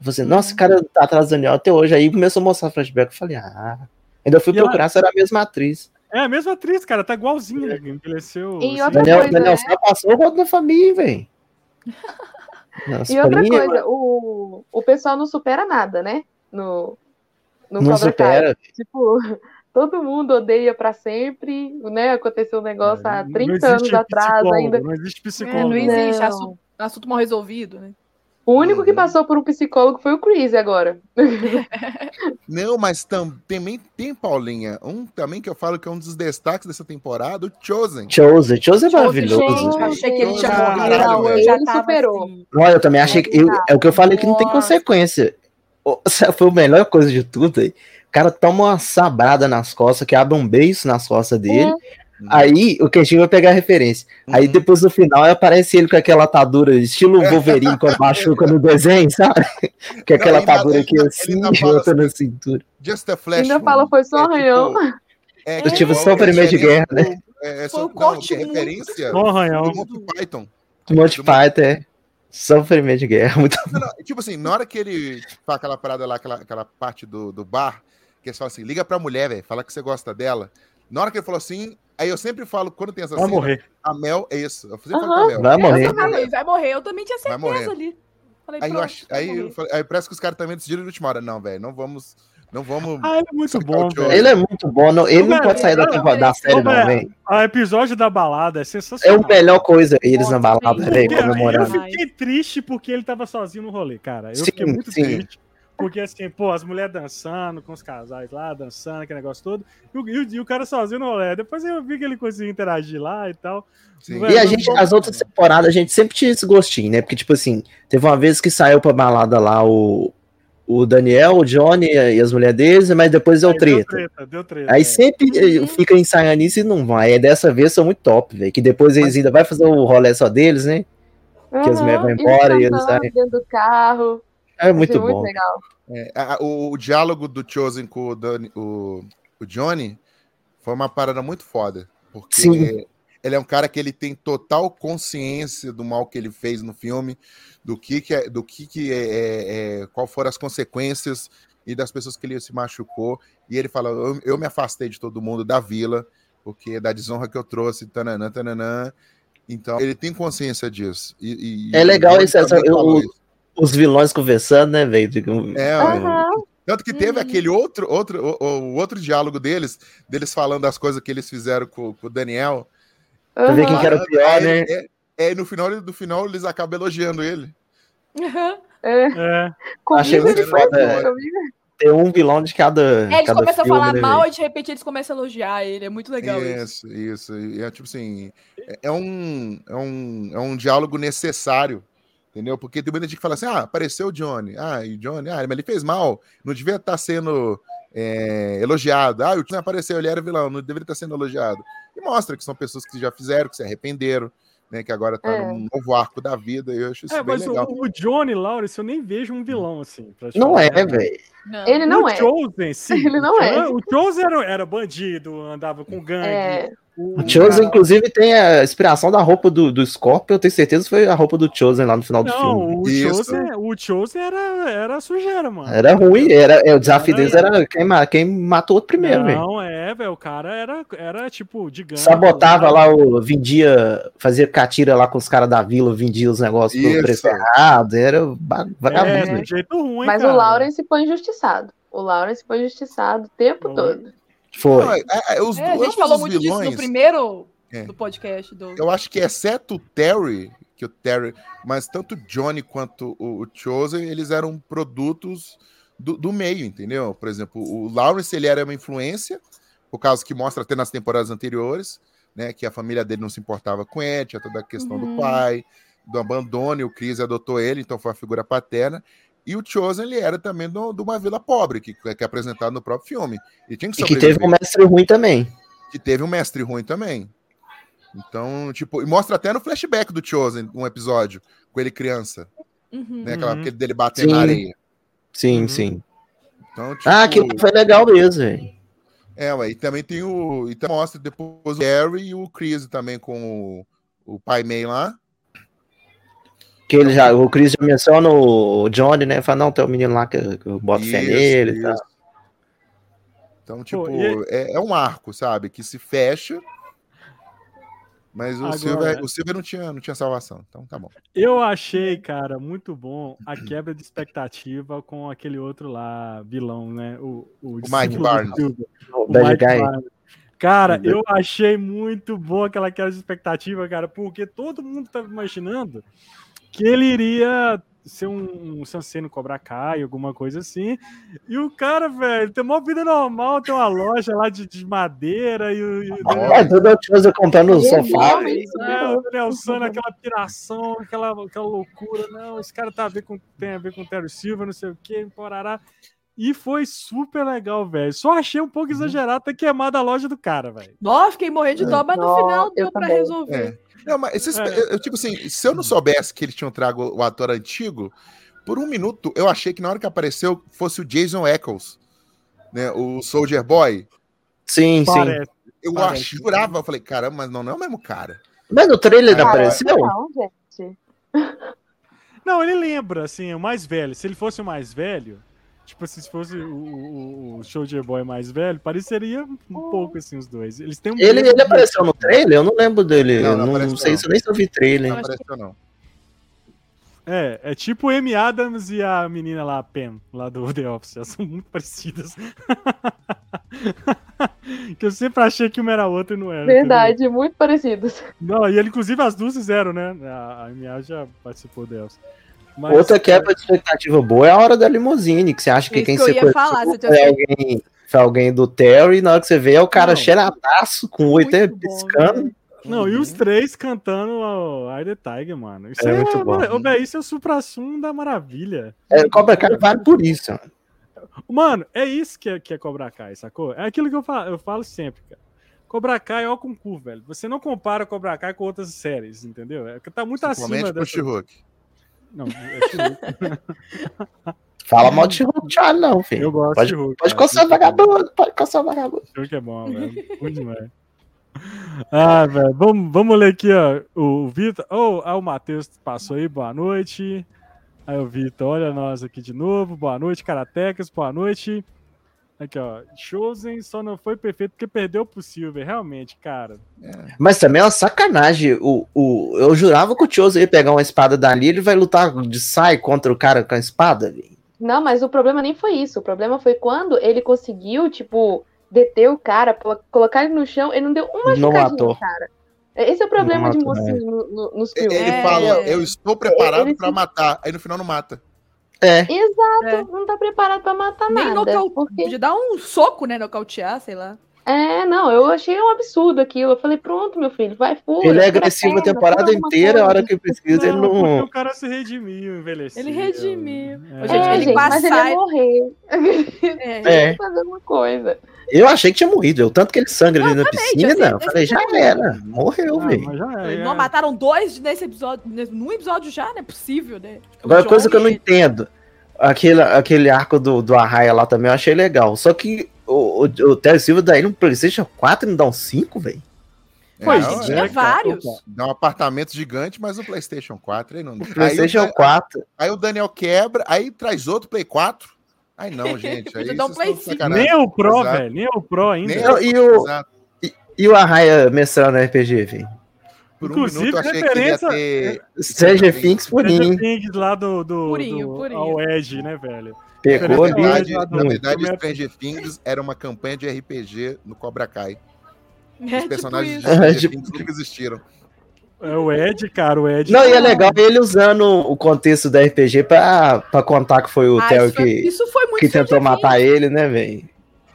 Speaker 2: Você, nossa,
Speaker 3: Uhum.
Speaker 2: o cara tá atrás do Daniel até hoje. Aí começou a mostrar flashback, eu falei, ah. Ainda fui
Speaker 1: E
Speaker 2: procurar se era a mesma atriz.
Speaker 1: É a mesma atriz, cara, tá igualzinha, né? envelheceu.
Speaker 5: E
Speaker 1: assim,
Speaker 5: outra
Speaker 2: Daniel,
Speaker 5: coisa,
Speaker 2: Daniel
Speaker 5: né?
Speaker 2: só passou o rodo da família, velho. Nossa,
Speaker 5: E outra
Speaker 2: pra mim, né?
Speaker 5: coisa, o, o pessoal não supera nada, né? No, no
Speaker 2: não
Speaker 5: Cobra Kai.
Speaker 2: supera.
Speaker 5: Tipo, todo mundo odeia pra sempre, né? Aconteceu um negócio há
Speaker 1: É, Não
Speaker 5: 30
Speaker 1: existe
Speaker 5: anos atrás
Speaker 1: psicólogo,
Speaker 5: ainda.
Speaker 1: Não existe psicólogo.
Speaker 4: É, não existe.
Speaker 5: Não.
Speaker 4: assu- Assunto mal resolvido, né?
Speaker 5: O único que
Speaker 3: Uhum.
Speaker 5: passou por um psicólogo foi o Chris agora.
Speaker 3: Não, mas tam, também tem, Paulinha, um também que eu falo que é um dos destaques dessa temporada, o Chosen.
Speaker 2: Chose, Chose é maravilhoso.
Speaker 4: Gente, Tipo, eu achei que ele tinha
Speaker 3: Caralho,
Speaker 4: morrido. Não, eu
Speaker 3: velho.
Speaker 4: já
Speaker 5: Ele
Speaker 4: tava
Speaker 5: superou.
Speaker 4: assim.
Speaker 2: Olha, eu também achei que. eu- é o que eu falei que não tem
Speaker 4: Nossa.
Speaker 2: consequência. O- essa Foi a melhor coisa de tudo. aí. O cara toma uma sabrada nas costas, que abre um beijo nas costas dele.
Speaker 5: Uhum.
Speaker 2: Aí o Kenjin vai pegar a referência.
Speaker 3: Um Uhum.
Speaker 2: Aí depois no final aparece ele com aquela atadura, estilo Wolverine com a machuca no desenho, sabe? Que é aquela
Speaker 3: Não, ainda-
Speaker 2: atadura aqui
Speaker 3: ainda-
Speaker 2: assim,
Speaker 3: ainda fala
Speaker 2: outra na cintura.
Speaker 3: Just a Flash.
Speaker 5: Ainda
Speaker 3: um-
Speaker 5: fala, foi só
Speaker 3: é
Speaker 5: arranhão.
Speaker 3: tipo- é,
Speaker 4: Eu
Speaker 2: tive
Speaker 3: tipo,
Speaker 2: só o primeiro de guerra,
Speaker 3: referência do- É, é
Speaker 4: Foi
Speaker 3: só, não,
Speaker 4: um corte
Speaker 3: que é
Speaker 4: muito-
Speaker 3: referência
Speaker 1: Só arranhão.
Speaker 3: do Monty Python.
Speaker 2: Do Monty Python, é. Sofrimento de guerra. Muito...
Speaker 3: Não, não, tipo assim, na hora que ele faz aquela parada lá, aquela, aquela parte do, do bar, que eles falam assim, liga pra mulher, velho, fala que você gosta dela. Na hora que ele falou assim, aí eu sempre falo, quando tem essa
Speaker 1: Vai
Speaker 3: cena,
Speaker 1: morrer.
Speaker 3: a Mel é isso. Eu sempre falo
Speaker 5: Aham.
Speaker 3: pra Mel.
Speaker 2: Vai morrer.
Speaker 4: Eu falei, vai morrer. Eu também tinha
Speaker 3: Vai
Speaker 4: certeza
Speaker 3: morrer.
Speaker 4: ali. Falei,
Speaker 3: Aí, eu
Speaker 4: pronto,
Speaker 3: ach-
Speaker 4: vai
Speaker 3: aí, eu
Speaker 4: morrer.
Speaker 3: falei- aí parece que os caras também decidiram de última hora. Não, velho, não vamos. Não vamos.
Speaker 1: Ah, ele é muito
Speaker 3: Sacar
Speaker 1: bom,
Speaker 3: o Chosen.
Speaker 1: velho.
Speaker 2: Ele é muito bom. não- ele não
Speaker 1: Ô,
Speaker 2: pode sair da,
Speaker 1: velho,
Speaker 2: temporada- da série, não,
Speaker 1: velho.
Speaker 2: velho.
Speaker 1: O episódio da balada é
Speaker 2: É
Speaker 1: sensacional.
Speaker 2: a melhor coisa eles na balada,
Speaker 4: Nossa,
Speaker 2: velho,
Speaker 4: velho.
Speaker 1: Cara, eu
Speaker 2: comemorando.
Speaker 1: fiquei triste porque ele tava sozinho no rolê, cara. Eu
Speaker 2: Sim,
Speaker 1: fiquei muito
Speaker 2: sim.
Speaker 1: triste. Porque assim, pô, as mulheres dançando, com os casais lá, dançando, aquele negócio todo. E o, e o- e o cara sozinho no rolê. Depois eu vi que ele conseguia interagir lá e tal.
Speaker 3: Sim.
Speaker 1: Velho,
Speaker 2: E a
Speaker 1: eu
Speaker 2: gente,
Speaker 1: tô-
Speaker 2: as outras temporadas, a gente sempre tinha esse gostinho, né? Porque, tipo assim, teve uma vez que saiu pra balada lá o, o Daniel, o Johnny e as mulheres deles, mas depois é
Speaker 1: Aí
Speaker 2: o
Speaker 1: Deu
Speaker 2: treta.
Speaker 1: treta, deu treta.
Speaker 2: Aí
Speaker 1: é.
Speaker 2: sempre eh, fica ensaiando isso e não vai. Aí dessa vez são muito top, velho. Que depois eles ainda vai fazer o rolê só deles, né? Que as mulheres vão
Speaker 5: Aham,
Speaker 2: embora e eles
Speaker 5: cantando
Speaker 2: saem.
Speaker 5: dentro do carro.
Speaker 2: É
Speaker 5: Achei
Speaker 2: muito bom.
Speaker 5: legal.
Speaker 3: É, a- a- o, o diálogo do Chosen com o, Dani- o- o Johnny foi uma parada muito foda. Porque
Speaker 2: Sim.
Speaker 3: ele é um cara que ele tem total consciência do mal que ele fez no filme, do que, que é, do que, que é, é- é- qual foram as consequências e das pessoas que ele se machucou. E ele fala: eu, eu me afastei de todo mundo da vila, porque é da desonra que eu trouxe, tananã, tananã. Então, ele tem consciência disso. E- e-
Speaker 2: É
Speaker 3: e o
Speaker 2: legal
Speaker 3: Johnny
Speaker 2: esse- essa-
Speaker 3: também
Speaker 2: eu-
Speaker 3: falou isso.
Speaker 2: Os vilões conversando, né, velho?
Speaker 3: É,
Speaker 5: Aham.
Speaker 3: Tanto que teve
Speaker 4: Uhum.
Speaker 3: aquele outro, outro, o, o outro diálogo deles, deles falando as coisas que eles fizeram com, com o Daniel.
Speaker 2: Pra ver quem
Speaker 5: aham.
Speaker 2: que era o pior, né?
Speaker 3: É, é, no final, ele- no final eles acabam elogiando ele.
Speaker 5: É,
Speaker 1: É.
Speaker 5: comigo
Speaker 2: Achei muito
Speaker 5: ele faz
Speaker 2: foda. né?
Speaker 5: isso, comigo.
Speaker 2: ter um vilão de cada.
Speaker 4: É, eles
Speaker 2: cada
Speaker 4: começam a
Speaker 2: filme,
Speaker 4: falar
Speaker 2: né,
Speaker 4: mal
Speaker 2: velho?
Speaker 4: e de repente eles começam a elogiar ele. É muito legal isso.
Speaker 3: Isso, isso. E É tipo assim, é- é um, é um, é um diálogo necessário, entendeu? Porque tem muita gente que fala assim, ah, apareceu o Johnny, ah, e o Johnny, ah, mas ele fez mal, não devia estar sendo é, elogiado, ah, o Johnny apareceu, ele era vilão, não deveria estar sendo elogiado. E mostra que são pessoas que já fizeram, que se arrependeram, né, que agora tá
Speaker 5: É.
Speaker 3: num novo arco da vida, e eu acho isso
Speaker 1: É,
Speaker 3: bem
Speaker 1: mas o,
Speaker 3: legal.
Speaker 4: um
Speaker 1: o Johnny Lawrence, eu nem vejo um vilão assim. pra te
Speaker 2: Não
Speaker 1: falar.
Speaker 2: é, velho.
Speaker 4: Não.
Speaker 5: Ele não
Speaker 1: o
Speaker 5: é.
Speaker 1: Chosen, sim.
Speaker 5: Ele não
Speaker 1: o
Speaker 5: é.
Speaker 1: Cho- O Chosen era, era bandido, andava com gangue.
Speaker 5: É,
Speaker 2: O Chosen,
Speaker 1: cara-
Speaker 2: inclusive, tem a inspiração da roupa do, do Scorpion. Eu tenho certeza que foi a roupa do Chosen lá no final do é filme.
Speaker 1: Não, o
Speaker 3: Isso.
Speaker 1: Chosen, o Chosen era, era sujeira, mano.
Speaker 2: Era ruim, era, é, o desafio
Speaker 1: Era-
Speaker 2: deles era quem, ma- quem matou o outro primeiro, velho.
Speaker 1: Não, é, velho. O cara era, era tipo de gangue.
Speaker 2: Sabotava lá, o, vendia, fazia catira lá com os caras da vila, vendia os negócios pelo
Speaker 3: Isso.
Speaker 2: preço errado, era ba-
Speaker 1: É,
Speaker 2: vagabundo.
Speaker 1: do jeito ruim,
Speaker 5: mas
Speaker 1: cara.
Speaker 5: o Lawrence foi injustiçado. O Lawrence foi injustiçado o tempo
Speaker 1: Não,
Speaker 5: todo.
Speaker 3: Não,
Speaker 2: Foi.
Speaker 3: é- é- é os-
Speaker 4: É, a gente
Speaker 3: ambos
Speaker 4: falou
Speaker 3: os
Speaker 4: muito disso no
Speaker 3: vilões-
Speaker 4: primeiro
Speaker 3: É.
Speaker 4: do podcast. Do...
Speaker 3: Eu acho que exceto o Terry, que o Terry, mas tanto o Johnny quanto o, o Chosen, eles eram produtos do, do meio, entendeu? Por exemplo, o Lawrence, ele era uma influência, por causa que mostra até nas temporadas anteriores, né, que a família dele não se importava com ele, tinha toda a questão
Speaker 4: Uhum.
Speaker 3: do pai, do abandono, e o Chris adotou ele, então foi a figura paterna. E o Chosen, ele era também do- de uma vila pobre, que, que é apresentado no próprio filme. E tinha
Speaker 2: E
Speaker 3: que
Speaker 2: que
Speaker 3: sobreviver
Speaker 2: teve um mestre ruim também.
Speaker 3: que teve um mestre ruim também. Então, tipo, e mostra até no flashback do Chosen um episódio com ele criança,
Speaker 4: Uhum.
Speaker 3: né? Aquela,
Speaker 1: Uhum.
Speaker 3: Aquele dele batendo
Speaker 2: Sim.
Speaker 3: na areia.
Speaker 2: Sim,
Speaker 1: Uhum.
Speaker 2: sim.
Speaker 3: Então, tipo,
Speaker 2: Ah, aquilo foi legal mesmo, velho.
Speaker 3: é, ué, e também tem o. E tam- mostra depois o Gary e o Chris também com o, o Pai Mei lá.
Speaker 2: Que ele já, o Chris já menciona o Johnny, né? Fala, não, tem um menino lá que eu, que eu boto fé
Speaker 3: Isso,
Speaker 2: nele tá? e tal.
Speaker 3: isso. Então, tipo,
Speaker 1: e-
Speaker 3: é, é um arco, sabe? Que se fecha. Mas o
Speaker 1: Agora- né?
Speaker 3: Silver, o Silver não, tinha, não tinha salvação. Então tá bom.
Speaker 1: Eu achei, cara, muito bom a quebra de expectativa com aquele outro lá, vilão, né? O, o, discípulo do
Speaker 3: Barnes.
Speaker 1: Silver.
Speaker 2: O
Speaker 1: O
Speaker 2: Bad
Speaker 1: Mike
Speaker 2: Guy.
Speaker 1: Barnes. Cara, eu achei muito boa aquela quebra de expectativa, cara, porque todo mundo tava imaginando que ele iria ser um, um Sanseno Cobra Kai, alguma coisa assim. E o cara, velho, tem uma vida normal, tem uma loja lá de, de madeira e o. e o
Speaker 2: É, toda a coisa comprando no
Speaker 5: Ele
Speaker 2: sofá.
Speaker 5: realmente
Speaker 1: é,
Speaker 5: superou.
Speaker 1: o Daniel San, aquela piração, aquela, aquela loucura. Não, esse cara tá a ver com, tem a ver com o Terry Silva, não sei o que, porará. E foi super legal, velho. Só achei um pouco exagerado ter queimado a loja do cara, velho.
Speaker 4: Nossa, fiquei morrendo de dó, mas no
Speaker 5: Nossa,
Speaker 4: final deu
Speaker 5: eu
Speaker 4: pra
Speaker 5: também.
Speaker 4: resolver.
Speaker 3: É. Não, mas esses-
Speaker 1: É.
Speaker 3: eu- eu, tipo assim, se eu não soubesse que eles tinham trago o ator antigo, por um minuto eu achei que na hora que apareceu fosse o Jason Eccles, né? O Soldier Boy.
Speaker 2: Sim, sim.
Speaker 1: Parece.
Speaker 3: Eu
Speaker 1: Parece.
Speaker 3: ach- jurava, eu falei, caramba, mas não, não é o mesmo cara.
Speaker 2: Mas no trailer ele
Speaker 3: Cara,
Speaker 2: apareceu?
Speaker 5: Não, gente.
Speaker 1: Não, ele lembra, assim, o mais velho. Se ele fosse o mais velho, tipo assim, se fosse o, o, o Soldier Boy mais velho, pareceria um pouco, assim, os dois. Eles têm um
Speaker 2: Ele, é
Speaker 1: mesmo-
Speaker 2: ele apareceu no trailer? Eu não lembro dele.
Speaker 3: Não,
Speaker 2: Não,
Speaker 3: não
Speaker 2: não,
Speaker 3: apareceu,
Speaker 2: sei
Speaker 3: não.
Speaker 2: se eu nem só vi trailer.
Speaker 3: Não
Speaker 4: acho
Speaker 3: apareceu, não.
Speaker 1: É, é tipo o Amy Adams e a menina lá, a Pam, lá do The Office. Elas são muito parecidas. que eu sempre achei que uma era a outra e não era. entendeu?
Speaker 5: Verdade, muito parecidos.
Speaker 1: Não, e ele, inclusive as duas fizeram, né? A a Amy Adams já participou do The Office. Mas,
Speaker 2: Outra é- quebra de expectativa boa é a hora da limusine, que você acha que
Speaker 4: Isso
Speaker 2: quem
Speaker 4: que eu ia
Speaker 2: sequestrou
Speaker 4: falar, você tem-
Speaker 2: foi, alguém, foi alguém do Terry, e na hora que você vê é o cara
Speaker 1: Não.
Speaker 2: cheiradaço, com oito
Speaker 4: Muito bom,
Speaker 2: piscando.
Speaker 4: né?
Speaker 1: Não, e os três cantando ó, Eye the Tiger, mano. Isso
Speaker 2: Uhum. É
Speaker 1: é,
Speaker 2: muito bom.
Speaker 1: ô, velho, isso é o supra-sumo da maravilha.
Speaker 2: É, Cobra Kai vale por isso. ó.
Speaker 1: Mano, é isso que é, que é Cobra Kai, sacou? É aquilo que eu falo, eu falo sempre, cara. Cobra Kai é o com cu, velho. Você não compara Cobra Kai com outras séries, entendeu? É porque tá muito acima
Speaker 3: Principalmente pro
Speaker 1: dessa...
Speaker 3: Chihuk.
Speaker 1: Não, é She-Hulk.
Speaker 2: Fala mal de Hulk Charlie, não, filho.
Speaker 1: eu gosto
Speaker 2: pode,
Speaker 1: de Hulk.
Speaker 2: pode
Speaker 1: cara.
Speaker 2: coçar vagabundo, pode coçar vagabundo.
Speaker 1: Hulk é bom, velho. Bom demais. Ah, velho, vamos, vamos ler aqui, ó. O Vitor. Oh, ah, o Matheus passou aí, boa noite. Aí o Vitor, olha nós aqui de novo. Boa noite, Karatecas, boa noite. Aqui, ó. Chosen só não foi perfeito porque perdeu pro Silver, realmente, cara.
Speaker 2: Mas também é uma sacanagem. O, o, eu jurava que o Chosen ia pegar uma espada dali, ele vai lutar de sai contra o cara com a espada. velho.
Speaker 5: Não, mas o problema nem foi isso. O problema foi quando ele conseguiu, tipo, deter o cara, pô- colocar ele no chão, ele não deu uma
Speaker 2: Não
Speaker 5: chutadinha
Speaker 2: matou.
Speaker 5: no cara. Esse é o problema de
Speaker 2: matou,
Speaker 5: mocinho no- no- nos
Speaker 3: Ele
Speaker 5: filmes.
Speaker 4: É.
Speaker 3: fala, eu estou preparado
Speaker 5: Ele-
Speaker 3: pra matar. Aí no final não mata.
Speaker 2: É.
Speaker 5: Exato,
Speaker 4: É.
Speaker 5: não tá preparado pra matar
Speaker 4: Nem
Speaker 5: nada.
Speaker 4: nocaute.
Speaker 5: porque-
Speaker 4: Podia dar um soco, né? Nocautear, sei lá.
Speaker 5: É, não, eu achei um absurdo aquilo. Eu falei, pronto, meu filho, vai fura.
Speaker 2: Ele é
Speaker 5: fura
Speaker 2: agressivo a
Speaker 5: perna,
Speaker 2: temporada
Speaker 5: fura alguma
Speaker 2: inteira, a
Speaker 5: coisa.
Speaker 2: hora que precisa, ele
Speaker 1: porque
Speaker 2: não.
Speaker 1: o cara se redimiu, envelheceu.
Speaker 4: Ele redimiu.
Speaker 1: É.
Speaker 4: Gente,
Speaker 5: é,
Speaker 4: ele
Speaker 5: gente, mas ele
Speaker 4: passar-
Speaker 5: ia morrer.
Speaker 4: É.
Speaker 2: É.
Speaker 5: Fazer alguma coisa.
Speaker 2: Eu achei que tinha morrido, eu tanto que ele sangra ali na
Speaker 4: eu
Speaker 2: piscina.
Speaker 4: sei,
Speaker 2: Eu
Speaker 4: mas
Speaker 2: falei, já
Speaker 4: não.
Speaker 2: era, morreu,
Speaker 1: Ah,
Speaker 2: velho.
Speaker 1: mas já
Speaker 4: Falei,
Speaker 1: é,
Speaker 4: Não,
Speaker 1: é.
Speaker 4: mataram dois nesse episódio, nesse- num episódio já, não é possível, né?
Speaker 2: Agora,
Speaker 4: Johnny,
Speaker 2: coisa que eu não entendo, aquele, aquele arco do, do Arraia lá também eu achei legal. Só que o, o, o Terry Silva dá ele um PlayStation 4 e não dá um 5, velho.
Speaker 1: Pois
Speaker 3: É,
Speaker 4: tinha
Speaker 1: é, cara.
Speaker 4: vários.
Speaker 1: Opa.
Speaker 3: Dá um apartamento gigante, mas o PlayStation 4 aí não.
Speaker 2: O PlaySation
Speaker 3: aí, o,
Speaker 2: 4.
Speaker 3: aí o Daniel quebra, aí traz outro Play 4. Aí não, gente. Aí
Speaker 4: Podia dar um
Speaker 3: vocês
Speaker 4: Play
Speaker 3: estão de
Speaker 4: cinco.
Speaker 3: sacanagem.
Speaker 1: Nem o Pro,
Speaker 3: é, Exato.
Speaker 1: velho. Nem o Pro ainda.
Speaker 3: Nem
Speaker 2: Não, e o,
Speaker 3: Exato.
Speaker 2: e o Arraia mestrando RPG, velho?
Speaker 3: Por um
Speaker 1: Inclusive,
Speaker 3: minuto eu achei que ele ia
Speaker 1: referência-
Speaker 3: ter.
Speaker 2: Stranger Things por
Speaker 1: Stranger
Speaker 2: mim.
Speaker 1: Things lá do, do,
Speaker 4: Purinho,
Speaker 1: do
Speaker 4: purinho.
Speaker 1: ao Edge, né, velho?
Speaker 2: Pegou
Speaker 3: Na
Speaker 1: Referência ao
Speaker 2: ali.
Speaker 3: verdade,
Speaker 1: Edge lá do-
Speaker 3: na verdade,
Speaker 1: do-
Speaker 3: Stranger Things era uma campanha de RPG no Cobra Kai.
Speaker 4: É,
Speaker 3: Os
Speaker 4: tipo
Speaker 3: personagens
Speaker 4: isso.
Speaker 3: de Stranger
Speaker 2: É, tipo-
Speaker 3: Things nunca existiram.
Speaker 1: É o Ed, cara, o Ed.
Speaker 2: Não, e é legal ele usando o contexto da RPG pra, pra contar que foi o
Speaker 4: Ah,
Speaker 2: Theo
Speaker 4: isso, foi-
Speaker 2: que,
Speaker 4: isso foi muito
Speaker 2: que tentou
Speaker 4: Stranger
Speaker 2: matar ele, né, velho?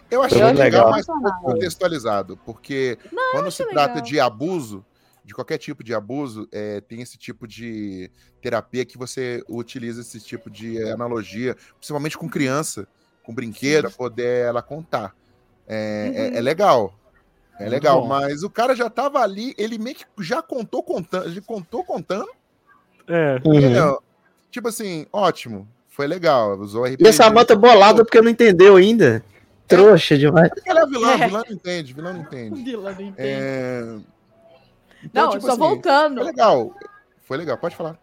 Speaker 3: Eu achei
Speaker 2: Foi
Speaker 3: legal,
Speaker 2: muito legal.
Speaker 3: mas pouco contextualizado, porque quando se
Speaker 4: achei
Speaker 3: trata
Speaker 4: legal.
Speaker 3: de abuso, de qualquer tipo de abuso, é, tem esse tipo de terapia que você utiliza esse tipo de analogia, principalmente com criança, com brinquedo, pra poder ela contar. É,
Speaker 4: Uhum.
Speaker 3: é- é legal. É
Speaker 1: Muito
Speaker 3: legal,
Speaker 1: bom.
Speaker 3: mas o cara já tava ali, ele meio que já contou contando, ele contou contando.
Speaker 1: É,
Speaker 2: Uhum.
Speaker 3: entendeu? Tipo assim, ótimo, foi legal, usou RPG.
Speaker 2: E a Samanta bolada porque não entendeu ainda. Trouxa demais.
Speaker 3: Ela é vilã,
Speaker 4: É.
Speaker 3: vilã não entende, vilã não entende.
Speaker 4: Things. Dylan, não entende.
Speaker 3: É, então,
Speaker 4: não,
Speaker 3: tipo
Speaker 4: só
Speaker 3: assim, Foi
Speaker 4: voltando.
Speaker 3: legal. Foi legal, pode falar.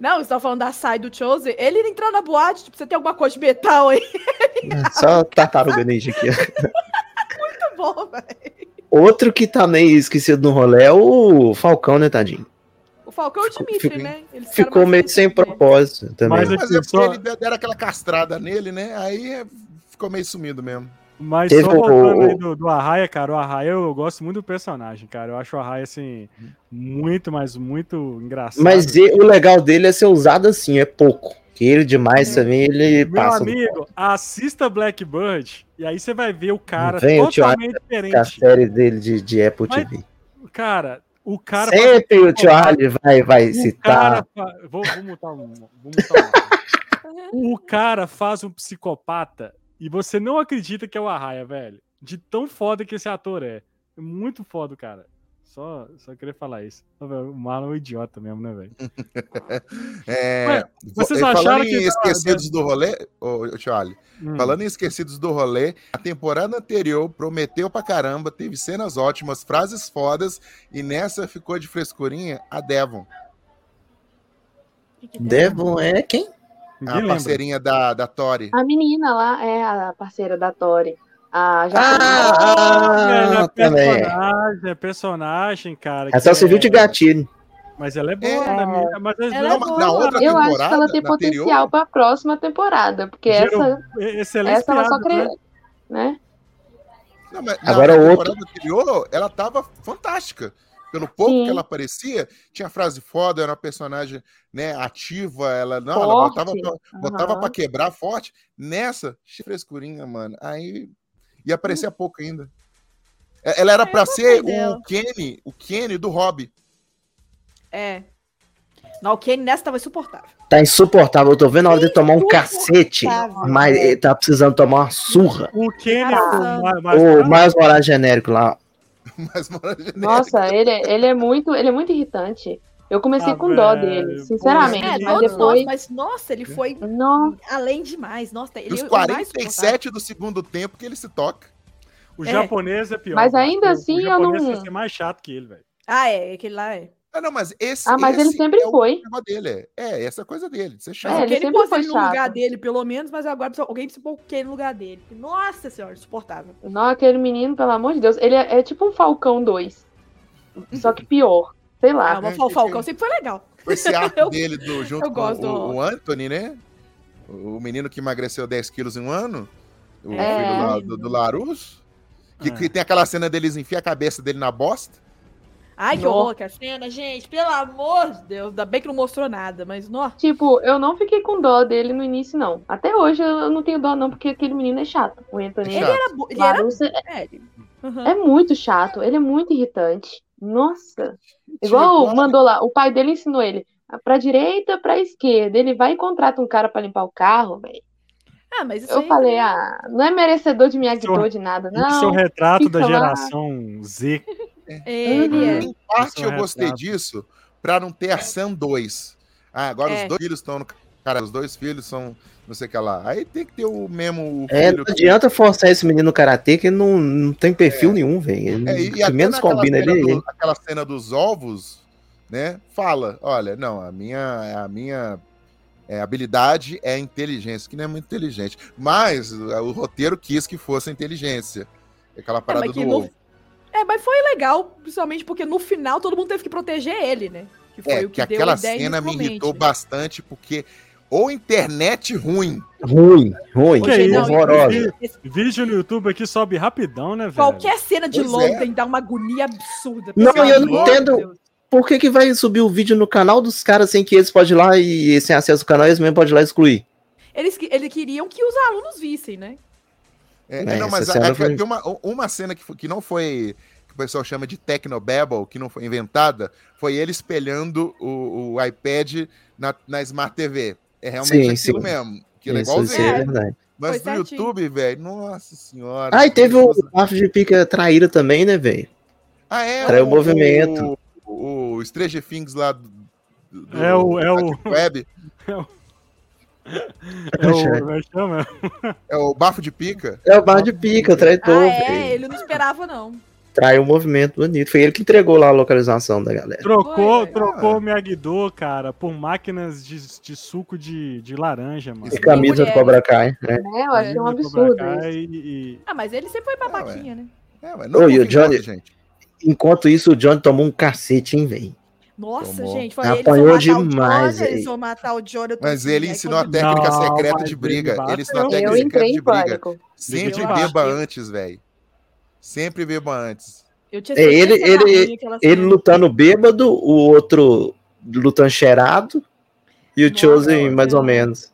Speaker 4: Não, você tava falando da Sai do Chose. Ele entrou na boate, tipo, você tem alguma coisa de metal aí?
Speaker 2: Só tartaruga ninja aqui.
Speaker 4: Muito bom, velho.
Speaker 2: Outro que tá meio esquecido no rolê é o Falcão, né, tadinho?
Speaker 4: O Falcão e o
Speaker 2: Ficou-
Speaker 4: Dimitri,
Speaker 2: fico-
Speaker 4: né? Eles ficaram
Speaker 2: Ficou
Speaker 4: mais
Speaker 2: meio
Speaker 4: felizes
Speaker 2: sem
Speaker 4: também.
Speaker 2: propósito também.
Speaker 1: Mas eu-
Speaker 3: Mas é porque
Speaker 1: só-
Speaker 3: ele de- deram aquela castrada nele, né? Aí é, ficou meio sumido mesmo.
Speaker 1: mas
Speaker 2: Teve
Speaker 1: só
Speaker 2: o-
Speaker 1: voltando aí do, do Arraia, cara, o Arraia eu gosto muito do personagem, cara. Eu acho o Arraia, assim, muito, mas muito engraçado.
Speaker 2: Mas e- o legal dele é ser usado assim, é pouco. Que ele
Speaker 4: Uhum.
Speaker 2: demais também, ele
Speaker 1: Meu
Speaker 2: passa. um
Speaker 1: amigo, assista Blackbird e aí você vai ver o cara
Speaker 2: Vem o Tio
Speaker 1: totalmente
Speaker 2: com a
Speaker 1: diferente.
Speaker 2: série dele de, de Apple
Speaker 1: Mas-
Speaker 2: TV.
Speaker 1: Cara, o cara.
Speaker 2: Sempre o Tio
Speaker 1: temporada.
Speaker 2: Ali vai, vai
Speaker 1: O
Speaker 2: citar.
Speaker 3: tá-
Speaker 1: cara. fa- Vou, vou mutar um. Vou mutar um. o cara faz um psicopata e você não acredita que é o Arraia, velho. De tão foda que esse ator é. É muito foda, cara. Só, só queria falar isso. Ô, velho, O Marlon é um idiota mesmo, né, velho?
Speaker 3: É,
Speaker 1: Ué, vocês
Speaker 3: vo-
Speaker 1: acharam
Speaker 3: falando em
Speaker 1: que dá-
Speaker 3: Esquecidos do Rolê, ô, ô, tio Ali,
Speaker 1: Hum.
Speaker 3: falando em Esquecidos do Rolê, a temporada anterior prometeu pra caramba, teve cenas ótimas, frases fodas, e nessa ficou de frescurinha a Devon,
Speaker 4: Que que tem?
Speaker 2: Devon é quem?
Speaker 1: Ninguém
Speaker 3: a
Speaker 1: lembra.
Speaker 3: parceirinha da, da Tori.
Speaker 5: A menina lá é a parceira da Tori. A Jaqueline.
Speaker 1: Ela
Speaker 2: Ah, ah,
Speaker 1: é
Speaker 2: também.
Speaker 1: personagem, é personagem, cara.
Speaker 2: Ela
Speaker 1: que
Speaker 2: só serviu
Speaker 1: é-
Speaker 2: de gatilho.
Speaker 1: Mas ela é boa,
Speaker 3: É.
Speaker 1: né, menina? Mas eles
Speaker 4: Ela
Speaker 1: não-
Speaker 4: é boa.
Speaker 3: na outra
Speaker 5: eu acho que ela
Speaker 3: temporada,
Speaker 5: tem
Speaker 3: na anterior?
Speaker 5: potencial pra próxima temporada, porque
Speaker 1: Gerou
Speaker 5: essa,
Speaker 1: e-
Speaker 4: um
Speaker 1: excelentes
Speaker 5: essa ela só
Speaker 1: piadas,
Speaker 5: cresceu,
Speaker 1: né?
Speaker 5: né?
Speaker 3: Não, mas
Speaker 5: é
Speaker 2: Agora
Speaker 3: na
Speaker 2: outro-
Speaker 3: temporada anterior, ela tava fantástica. Pelo pouco
Speaker 5: Sim.
Speaker 3: que ela aparecia, tinha frase foda, era uma personagem né, ativa, ela não, ela
Speaker 5: Forte.
Speaker 3: botava, pra, botava
Speaker 5: né? Aham.
Speaker 3: pra quebrar forte. Nessa, che- frescurinha, mano. Aí ia aparecer
Speaker 5: Hum.
Speaker 3: pouco ainda. É, Ela
Speaker 5: Ah,
Speaker 3: era pra ser
Speaker 4: dela.
Speaker 3: o Kenny, o Kenny do Hobby.
Speaker 4: É. Não, o Kane nessa tava insuportável.
Speaker 2: Tá insuportável. Eu tô vendo a hora de tomar um cacete.
Speaker 4: Insuportável,
Speaker 2: Mas
Speaker 4: velho.
Speaker 2: ele tá precisando tomar uma surra.
Speaker 1: O Kenny,
Speaker 4: Tá.
Speaker 1: o Ma- Ma-
Speaker 2: O mais Moraes genérico lá.
Speaker 3: Mas, mano,
Speaker 5: Nossa, ele, é- ele é muito, ele é muito irritante. Eu comecei
Speaker 1: Ah,
Speaker 5: com dó
Speaker 1: velho.
Speaker 5: dele,
Speaker 4: É,
Speaker 5: sinceramente,
Speaker 1: Poxa,
Speaker 5: mas
Speaker 4: todos nós,
Speaker 5: depois,
Speaker 4: mas nossa, ele foi
Speaker 5: não,
Speaker 4: além demais. Nossa, ele
Speaker 3: dos
Speaker 4: é o mais
Speaker 3: 47 do segundo tempo que ele se toca.
Speaker 1: o
Speaker 4: É.
Speaker 1: japonês é pior.
Speaker 5: Mas
Speaker 1: cara.
Speaker 5: ainda
Speaker 1: O-
Speaker 5: assim,
Speaker 1: o
Speaker 5: eu
Speaker 1: japonês
Speaker 5: não-
Speaker 1: vai ser mais chato que ele, velho.
Speaker 4: Ah, é, aquele lá é.
Speaker 3: Ah, não, mas esse,
Speaker 5: ah, mas ele
Speaker 3: esse
Speaker 5: sempre
Speaker 3: é o
Speaker 5: foi.
Speaker 3: problema dele. É, é essa coisa dele, de ser
Speaker 5: É,
Speaker 3: chato.
Speaker 4: Alguém
Speaker 5: ele sempre
Speaker 4: pôs
Speaker 5: foi
Speaker 4: ele no lugar
Speaker 5: chato.
Speaker 4: dele, pelo menos, mas agora precisa- alguém precisa pôr o Kane no lugar dele. Nossa senhora, insuportável.
Speaker 5: Não, aquele menino, pelo amor de Deus, ele é, é tipo um Falcão 2, só que pior, sei
Speaker 4: Ah,
Speaker 5: lá.
Speaker 4: mas
Speaker 3: é,
Speaker 4: o Falcão
Speaker 3: é.
Speaker 4: sempre foi legal.
Speaker 3: esse arco
Speaker 4: Eu-
Speaker 3: dele do, junto
Speaker 4: eu
Speaker 3: com
Speaker 4: gosto
Speaker 3: o,
Speaker 4: do-
Speaker 3: o Anthony, né? O o menino que emagreceu 10 quilos em um ano. O
Speaker 5: É.
Speaker 3: filho lá do, do Larus. Que,
Speaker 1: É.
Speaker 3: que tem aquela cena deles enfiar a cabeça dele na bosta.
Speaker 4: Ai, que
Speaker 5: Nó.
Speaker 4: horror que a cena, gente. Pelo amor de Deus. Ainda bem que não mostrou nada, mas nó.
Speaker 5: Tipo, eu não fiquei com dó dele no início, não. Até hoje eu não tenho dó, não, porque aquele menino é chato. O Anthony
Speaker 3: Chato.
Speaker 5: é,
Speaker 4: Era bo- Ele era
Speaker 5: Larusso é,
Speaker 4: velho. Uhum.
Speaker 5: é muito chato, ele é muito irritante. Nossa. Igual
Speaker 3: Igual-
Speaker 5: mandou lá, o pai dele ensinou ele. ah, Pra direita, pra esquerda. Ele vai e contrata um cara pra limpar o carro, velho.
Speaker 4: Ah, mas isso
Speaker 5: Eu
Speaker 4: aí
Speaker 5: falei, ah, não é merecedor de Miyagi-Do
Speaker 1: Seu-
Speaker 5: de nada,
Speaker 1: Esse é o
Speaker 5: não.
Speaker 1: retrato da
Speaker 5: fica lá.
Speaker 1: geração Z.
Speaker 4: Ele
Speaker 5: uhum.
Speaker 4: é.
Speaker 3: Em parte
Speaker 1: Isso é
Speaker 3: eu gostei
Speaker 1: retrato.
Speaker 3: disso pra não ter a Sam 2. Ah, agora
Speaker 4: É.
Speaker 3: os dois filhos estão no. Cara, os dois filhos são não sei o que lá. Aí tem que ter o mesmo
Speaker 2: É,
Speaker 3: filho.
Speaker 2: não adianta forçar esse menino no karatê que ele não, não tem perfil nenhum, velho.
Speaker 3: É,
Speaker 2: Ele-
Speaker 3: e
Speaker 2: O Hum, que
Speaker 3: até
Speaker 2: menos
Speaker 3: naquela
Speaker 2: combina
Speaker 3: cena
Speaker 2: ele. é
Speaker 3: do-
Speaker 2: ele.
Speaker 3: Aquela cena dos ovos, né? Fala, olha, não, a minha, a minha é, habilidade é inteligência, que não é muito inteligente. Mas é, o roteiro quis que fosse inteligência. É Aquela parada
Speaker 4: mas que
Speaker 3: do
Speaker 4: no-
Speaker 3: ovo.
Speaker 4: É, mas foi legal, principalmente porque no final todo mundo teve que proteger ele, né? Que foi
Speaker 3: É,
Speaker 4: o
Speaker 3: que,
Speaker 4: que, deu a
Speaker 3: aquela
Speaker 4: ideia
Speaker 3: cena me
Speaker 4: inicialmente.
Speaker 3: irritou bastante, porque ou internet ruim,
Speaker 2: Ruim, ruim,
Speaker 1: Que é isso?
Speaker 2: horrorosa.
Speaker 4: esse-
Speaker 1: Vídeo no YouTube aqui sobe rapidão, né, velho?
Speaker 4: Qualquer cena de
Speaker 3: Pois é.
Speaker 4: Londres dá uma agonia absurda.
Speaker 2: Não,
Speaker 4: pelo
Speaker 3: e eu
Speaker 4: amor
Speaker 3: não
Speaker 4: de
Speaker 2: entendo-
Speaker 4: Deus.
Speaker 2: Por que, que vai subir o vídeo no canal dos caras sem que eles podem ir lá e sem acesso ao canal, eles mesmo podem ir lá excluir?
Speaker 4: Eles, que- eles queriam que os alunos vissem, né?
Speaker 3: É,
Speaker 2: É,
Speaker 3: não,
Speaker 2: essa
Speaker 3: mas a-
Speaker 2: cena
Speaker 3: é que
Speaker 2: foi-
Speaker 3: tem uma, uma cena que, foi- que não foi. que o pessoal chama de Tecnobabble, que não foi inventada, foi ele espelhando o, o iPad na, na Smart TV. É realmente
Speaker 2: Sim,
Speaker 3: aquilo
Speaker 2: sim.
Speaker 3: mesmo. Que é
Speaker 2: isso, isso
Speaker 3: igualzinho.
Speaker 2: é
Speaker 4: É.
Speaker 2: verdade.
Speaker 3: Mas
Speaker 4: Foi
Speaker 3: no
Speaker 4: certinho.
Speaker 3: YouTube, velho, nossa senhora.
Speaker 2: Ah, e teve o bafo de pica traíra também, né, velho?
Speaker 3: Ah, é,
Speaker 2: Traiu o movimento.
Speaker 3: O, o Stranger Things lá do, do-
Speaker 1: É o- é
Speaker 3: da
Speaker 1: o-
Speaker 3: Deep Web.
Speaker 1: É o, como é que chama?
Speaker 3: É o bafo de pica.
Speaker 2: É o bar de pica, traitor,
Speaker 4: ah,
Speaker 2: velho.
Speaker 4: é, ele não esperava, não.
Speaker 2: Traiu o movimento bonito. Foi ele que entregou lá a localização da galera.
Speaker 1: Trocou,
Speaker 4: Foi, velho.
Speaker 1: trocou o Miyagi-Do, cara, por máquinas de, de suco de, de laranja, mano.
Speaker 2: E camisa do
Speaker 4: mulheres.
Speaker 2: Cobra Kai, né?
Speaker 5: Né?
Speaker 1: tá
Speaker 5: Eu achei
Speaker 1: Camisa
Speaker 5: um
Speaker 1: do
Speaker 5: absurdo
Speaker 1: Cobra
Speaker 5: isso.
Speaker 1: Kai E, e-
Speaker 4: Ah, mas ele sempre foi babaquinha, né?
Speaker 3: É, mas
Speaker 2: Ô, e o
Speaker 3: confia em
Speaker 2: Johnny-
Speaker 3: nada, gente.
Speaker 2: Enquanto isso, o Johnny tomou um cacete, hein, velho?
Speaker 4: Nossa,
Speaker 3: Tomou.
Speaker 4: gente, foi eles vão
Speaker 2: Apanhou
Speaker 4: matar
Speaker 2: demais,
Speaker 4: o Johnny, eles
Speaker 2: velho.
Speaker 4: vão matar o Johnny. eu tô
Speaker 3: Mas
Speaker 4: assim,
Speaker 3: ele
Speaker 4: aí
Speaker 3: ensinou a
Speaker 4: quando-
Speaker 3: técnica
Speaker 1: Não,
Speaker 3: secreta
Speaker 1: mas
Speaker 3: de
Speaker 1: ele
Speaker 3: briga.
Speaker 1: bateu.
Speaker 3: Ele ensinou a técnica
Speaker 5: Eu
Speaker 3: secreta
Speaker 5: entrei
Speaker 3: de
Speaker 5: em
Speaker 3: briga.
Speaker 5: pânico.
Speaker 3: Sempre
Speaker 1: Eu acho
Speaker 3: beba
Speaker 4: que-
Speaker 3: antes, velho. Sempre beba antes.
Speaker 4: Eu tinha
Speaker 2: É, ele-
Speaker 4: certeza que
Speaker 2: ele-
Speaker 4: era ruim aquela
Speaker 2: Ele
Speaker 4: cena.
Speaker 2: lutando bêbado, o outro lutando cheirado e o
Speaker 4: Nossa,
Speaker 2: Chosen
Speaker 4: não,
Speaker 2: mais
Speaker 4: não.
Speaker 2: ou menos.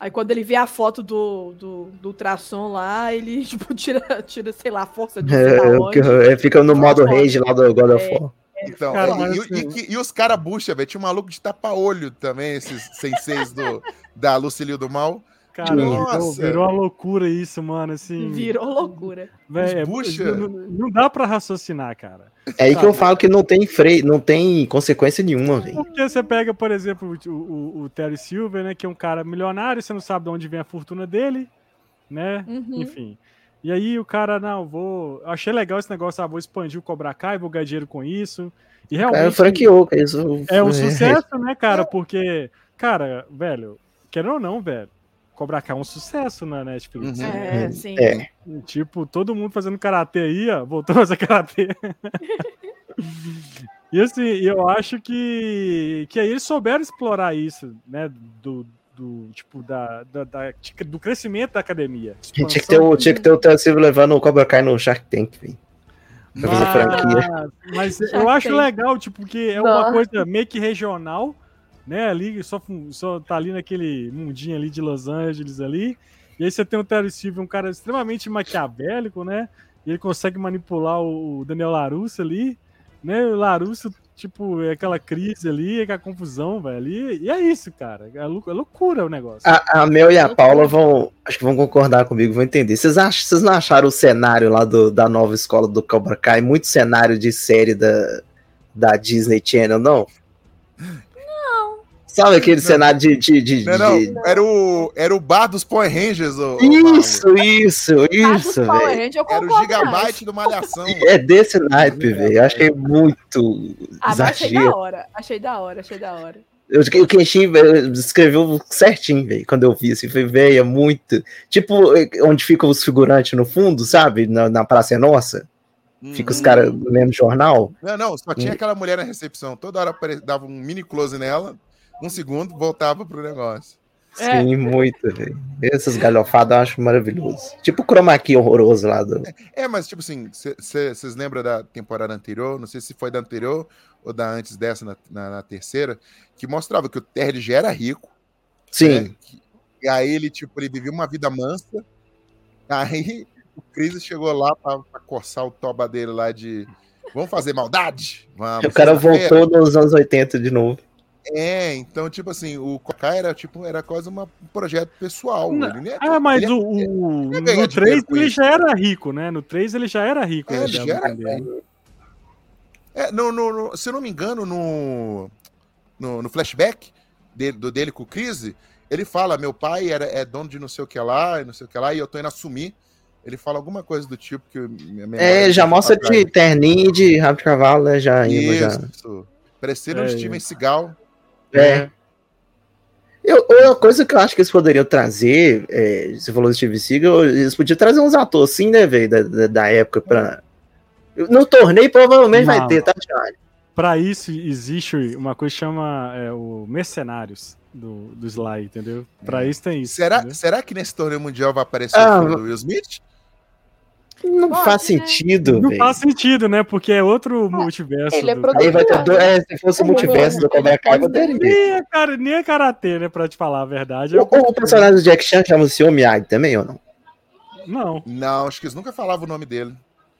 Speaker 4: Aí quando ele vê a foto do, do, do ultrassom lá, ele tipo, tira, tira, sei lá, a força de sei
Speaker 2: É,
Speaker 4: lá
Speaker 2: é,
Speaker 4: onde.
Speaker 2: é, fica no modo rage lá do God of
Speaker 4: Tá É.
Speaker 2: War.
Speaker 3: Então,
Speaker 1: Cara,
Speaker 3: e- e,
Speaker 1: assim-
Speaker 3: e que- e os caras bucha, velho. Tinha um maluco de tapa-olho também, esses senseis do, da Lucilio do Mal.
Speaker 1: Cara, virou,
Speaker 3: Nossa.
Speaker 1: virou uma loucura isso, mano, assim.
Speaker 4: Virou loucura.
Speaker 1: véi, é-
Speaker 3: Bucha.
Speaker 1: não, não dá pra raciocinar, cara.
Speaker 2: É aí que eu
Speaker 4: Tá.
Speaker 1: Sabe?
Speaker 2: falo que não tem freio, não tem consequência nenhuma, velho.
Speaker 1: Porque você pega, por exemplo, o, o, o Terry Silver, né, que é um cara milionário, você não sabe de onde vem a fortuna dele, né?
Speaker 4: Uhum.
Speaker 1: Enfim. E aí o cara, não, vou. eu Achei legal esse negócio, ah, vou expandir o Cobra Kai, vou ganhar dinheiro com isso. E
Speaker 2: O
Speaker 1: realmente.
Speaker 2: cara franqueou, cara, isso
Speaker 1: É um sucesso, né, cara? Porque, cara, velho, querendo ou não, velho, Cobra Kai é um sucesso na Netflix.
Speaker 3: Uhum.
Speaker 4: É, sim.
Speaker 2: É.
Speaker 1: Tipo, todo mundo fazendo karatê aí, ó, voltou a fazer karatê. e assim, eu acho que, que aí eles souberam explorar isso, né, do, do tipo, da, da- da- do crescimento da academia.
Speaker 2: Tinha que ter o, tinha que ter o Terry Silver levando o Cobra Kai no Shark Tank, velho. Pra fazer
Speaker 1: Mas-
Speaker 2: franquia.
Speaker 1: Mas
Speaker 4: Shark
Speaker 1: eu acho
Speaker 4: Tank.
Speaker 1: legal, tipo, porque é
Speaker 5: Nossa.
Speaker 1: uma coisa meio que regional, né? Ali, só, fun- só tá ali naquele mundinho ali de Los Angeles ali. E aí você tem o Terry Silver, um cara extremamente maquiavélico, né? E ele consegue manipular o o Daniel Larusso ali, né? O Larusso, tipo, é aquela crise ali, é aquela confusão, velho. E, e é isso, cara. É, lou- é loucura o
Speaker 3: Ah,
Speaker 1: negócio.
Speaker 2: A, a Mel e a Paula vão, acho que vão concordar comigo, vão entender. Vocês acham, vocês não acharam o cenário lá do- da nova escola do Cobra Kai muito cenário de série da, da Disney Channel, não? Não. Sabe aquele
Speaker 3: Não.
Speaker 2: cenário de, de, de-
Speaker 3: Não, é não,
Speaker 2: de-
Speaker 3: Era o, era o bar dos Power Rangers. O,
Speaker 2: Isso, isso,
Speaker 4: um Tá
Speaker 2: isso,
Speaker 4: Power
Speaker 2: velho.
Speaker 4: Rangers, eu
Speaker 3: Era
Speaker 4: concordo
Speaker 3: o
Speaker 4: mais.
Speaker 3: Gigabyte do Malhação.
Speaker 2: É desse naipe, velho. Eu achei muito
Speaker 4: Ah, mas achei
Speaker 2: exagero.
Speaker 4: da hora, achei da hora, achei da hora.
Speaker 2: Eu, o Kenshin velho, escreveu certinho, velho, quando eu vi, assim, foi, velho, é muito... Tipo, eh, onde ficam os figurantes no fundo, sabe? Na, na Praça é Nossa,
Speaker 3: Hum.
Speaker 2: fica os caras lendo jornal.
Speaker 3: Não, não, só tinha aquela mulher na recepção. Toda hora apare- dava um mini close nela, um segundo, voltava pro negócio.
Speaker 4: É.
Speaker 2: Sim, muito, velho. Essas galhofadas eu acho maravilhoso. Tipo o chroma key horroroso lá do.
Speaker 3: É, mas tipo assim, vocês lembram da temporada anterior? Não sei se foi da anterior ou da antes dessa, na, na- na terceira, que mostrava que o Terry já era rico.
Speaker 2: Sim.
Speaker 3: né? Que- E aí ele, tipo, ele vivia uma vida mansa. Aí o Cris chegou lá pra, pra coçar o toba dele lá de. Vamos fazer maldade? Vamos.
Speaker 2: o cara
Speaker 3: sexta-feira."
Speaker 2: voltou nos anos 80 de novo.
Speaker 3: É, então, tipo assim, o Cocá era, tipo, era quase uma- um projeto pessoal.
Speaker 1: Não.
Speaker 3: Ele, né?
Speaker 1: Ah, mas
Speaker 3: Ele-
Speaker 1: o, o-
Speaker 3: ia ganhar
Speaker 1: no
Speaker 3: dinheiro
Speaker 1: 3
Speaker 3: com
Speaker 1: ele
Speaker 3: isso.
Speaker 1: já era rico, né? No 3 ele já era rico.
Speaker 3: É,
Speaker 1: né?
Speaker 3: ele
Speaker 1: Dá
Speaker 3: já
Speaker 1: pra
Speaker 3: era,
Speaker 1: entender.
Speaker 3: É, no, no- no- se eu não me engano, no, no, no flashback dele, do dele com o Crise, ele fala: meu pai era, é dono de não sei o que lá, e não sei o que lá, e eu tô indo assumir. Ele fala alguma coisa do tipo que. minha memória
Speaker 2: É, já
Speaker 3: não
Speaker 2: mostra
Speaker 3: tá atrás.
Speaker 2: de terninho e de rabo de cavalo, né? Já indo, já.
Speaker 3: Isso. Parecendo
Speaker 1: É,
Speaker 3: um Steven Seagal.
Speaker 2: É. Eu, uma coisa que eu acho que eles poderiam trazer, é, você falou do Steve Seagal, eles podiam trazer uns atores assim, né, velho, da, da, da época pra. No torneio provavelmente vai
Speaker 1: Não.
Speaker 2: ter, tá, Thiago?
Speaker 1: Pra isso existe uma coisa que chama é, o Mercenários do, do Sly, entendeu? Pra
Speaker 3: É.
Speaker 1: isso tem isso. né?
Speaker 3: Será,
Speaker 1: entendeu?
Speaker 3: será que nesse torneio mundial vai aparecer
Speaker 2: Ah,
Speaker 3: o filho do Will Smith?
Speaker 2: Não
Speaker 5: Pode,
Speaker 2: faz
Speaker 5: né?
Speaker 2: sentido,
Speaker 1: Não
Speaker 2: velho.
Speaker 1: faz sentido, né? Porque é outro multiverso.
Speaker 5: ele é
Speaker 1: do-
Speaker 5: produtor.
Speaker 2: Aí vai ter dois. É, se fosse o multiverso do Cobra Kai, vai ter.
Speaker 1: Nem é, cara, nem é karatê, né? Pra te falar a verdade. É
Speaker 2: O, o personagem do Jack Chan chama-se Omiag também ou não?
Speaker 1: Não.
Speaker 3: Não, acho que eles nunca falavam o nome dele.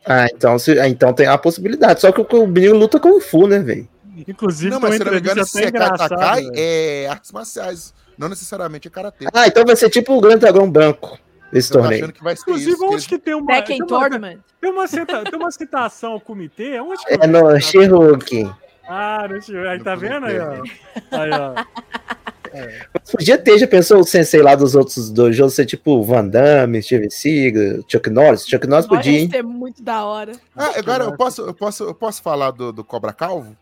Speaker 2: Ah, então, se, ah, então tem a possibilidade. Só que o, o menino luta com o Fu, né, velho?
Speaker 1: Inclusive,
Speaker 3: não,
Speaker 1: tem
Speaker 3: mas
Speaker 1: uma
Speaker 3: se eu não me engano,
Speaker 1: entrevista até
Speaker 3: se é
Speaker 1: engraçada.
Speaker 3: Katakai,
Speaker 1: velho.
Speaker 3: é artes marciais. Não necessariamente é karatê.
Speaker 2: Ah, então vai ser tipo o Grande Dragão Branco esse
Speaker 3: Eu tô
Speaker 2: torneio.
Speaker 3: achando que vai ser
Speaker 1: Inclusive,
Speaker 3: isso. que eles-
Speaker 1: onde que tem uma. tem
Speaker 4: Tekken
Speaker 1: uma-
Speaker 4: Tournament.
Speaker 1: Tem uma, cita- tem uma citação ao comitê? Onde que tá-
Speaker 2: É no Shihouken.
Speaker 1: Ah, não te... aí
Speaker 3: No
Speaker 1: tá vendo aí, ó. Aí, ó.
Speaker 2: Podia ter, já pensou o sensei lá dos outros dois jogos ser tipo Van Damme, Steven Seagal, Chuck Norris? Chuck Norris
Speaker 4: Olha,
Speaker 2: podia, hein?
Speaker 4: isso é muito da hora.
Speaker 3: Ah, agora
Speaker 2: né,
Speaker 3: eu posso, eu posso, eu posso falar do, do Cobra Calvo?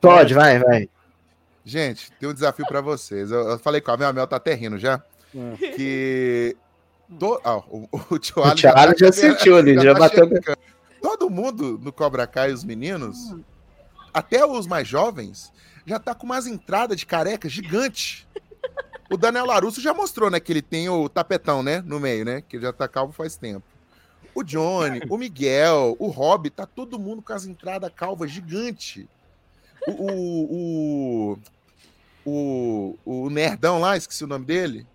Speaker 2: Pode, vai, vai.
Speaker 3: Gente, tem um desafio pra vocês. Eu, eu falei com a Mel, a Mel tá até rindo já. Que. to- ah, o, o tio
Speaker 2: É. O
Speaker 3: Allen
Speaker 2: Thiago já
Speaker 3: tá-
Speaker 2: sentiu ali, já
Speaker 3: tá
Speaker 2: bateu.
Speaker 3: chegando. Todo mundo no Cobra Kai, os meninos, até os mais jovens, já tá com umas entradas de careca gigante. O Daniel Larusso já mostrou, né, que ele tem o tapetão, né, no meio, né, que ele já tá calvo faz tempo. O Johnny, o Miguel, o Rob, tá todo mundo com as entradas calvas gigante. O, o, o, o, o nerdão lá, esqueci o nome dele,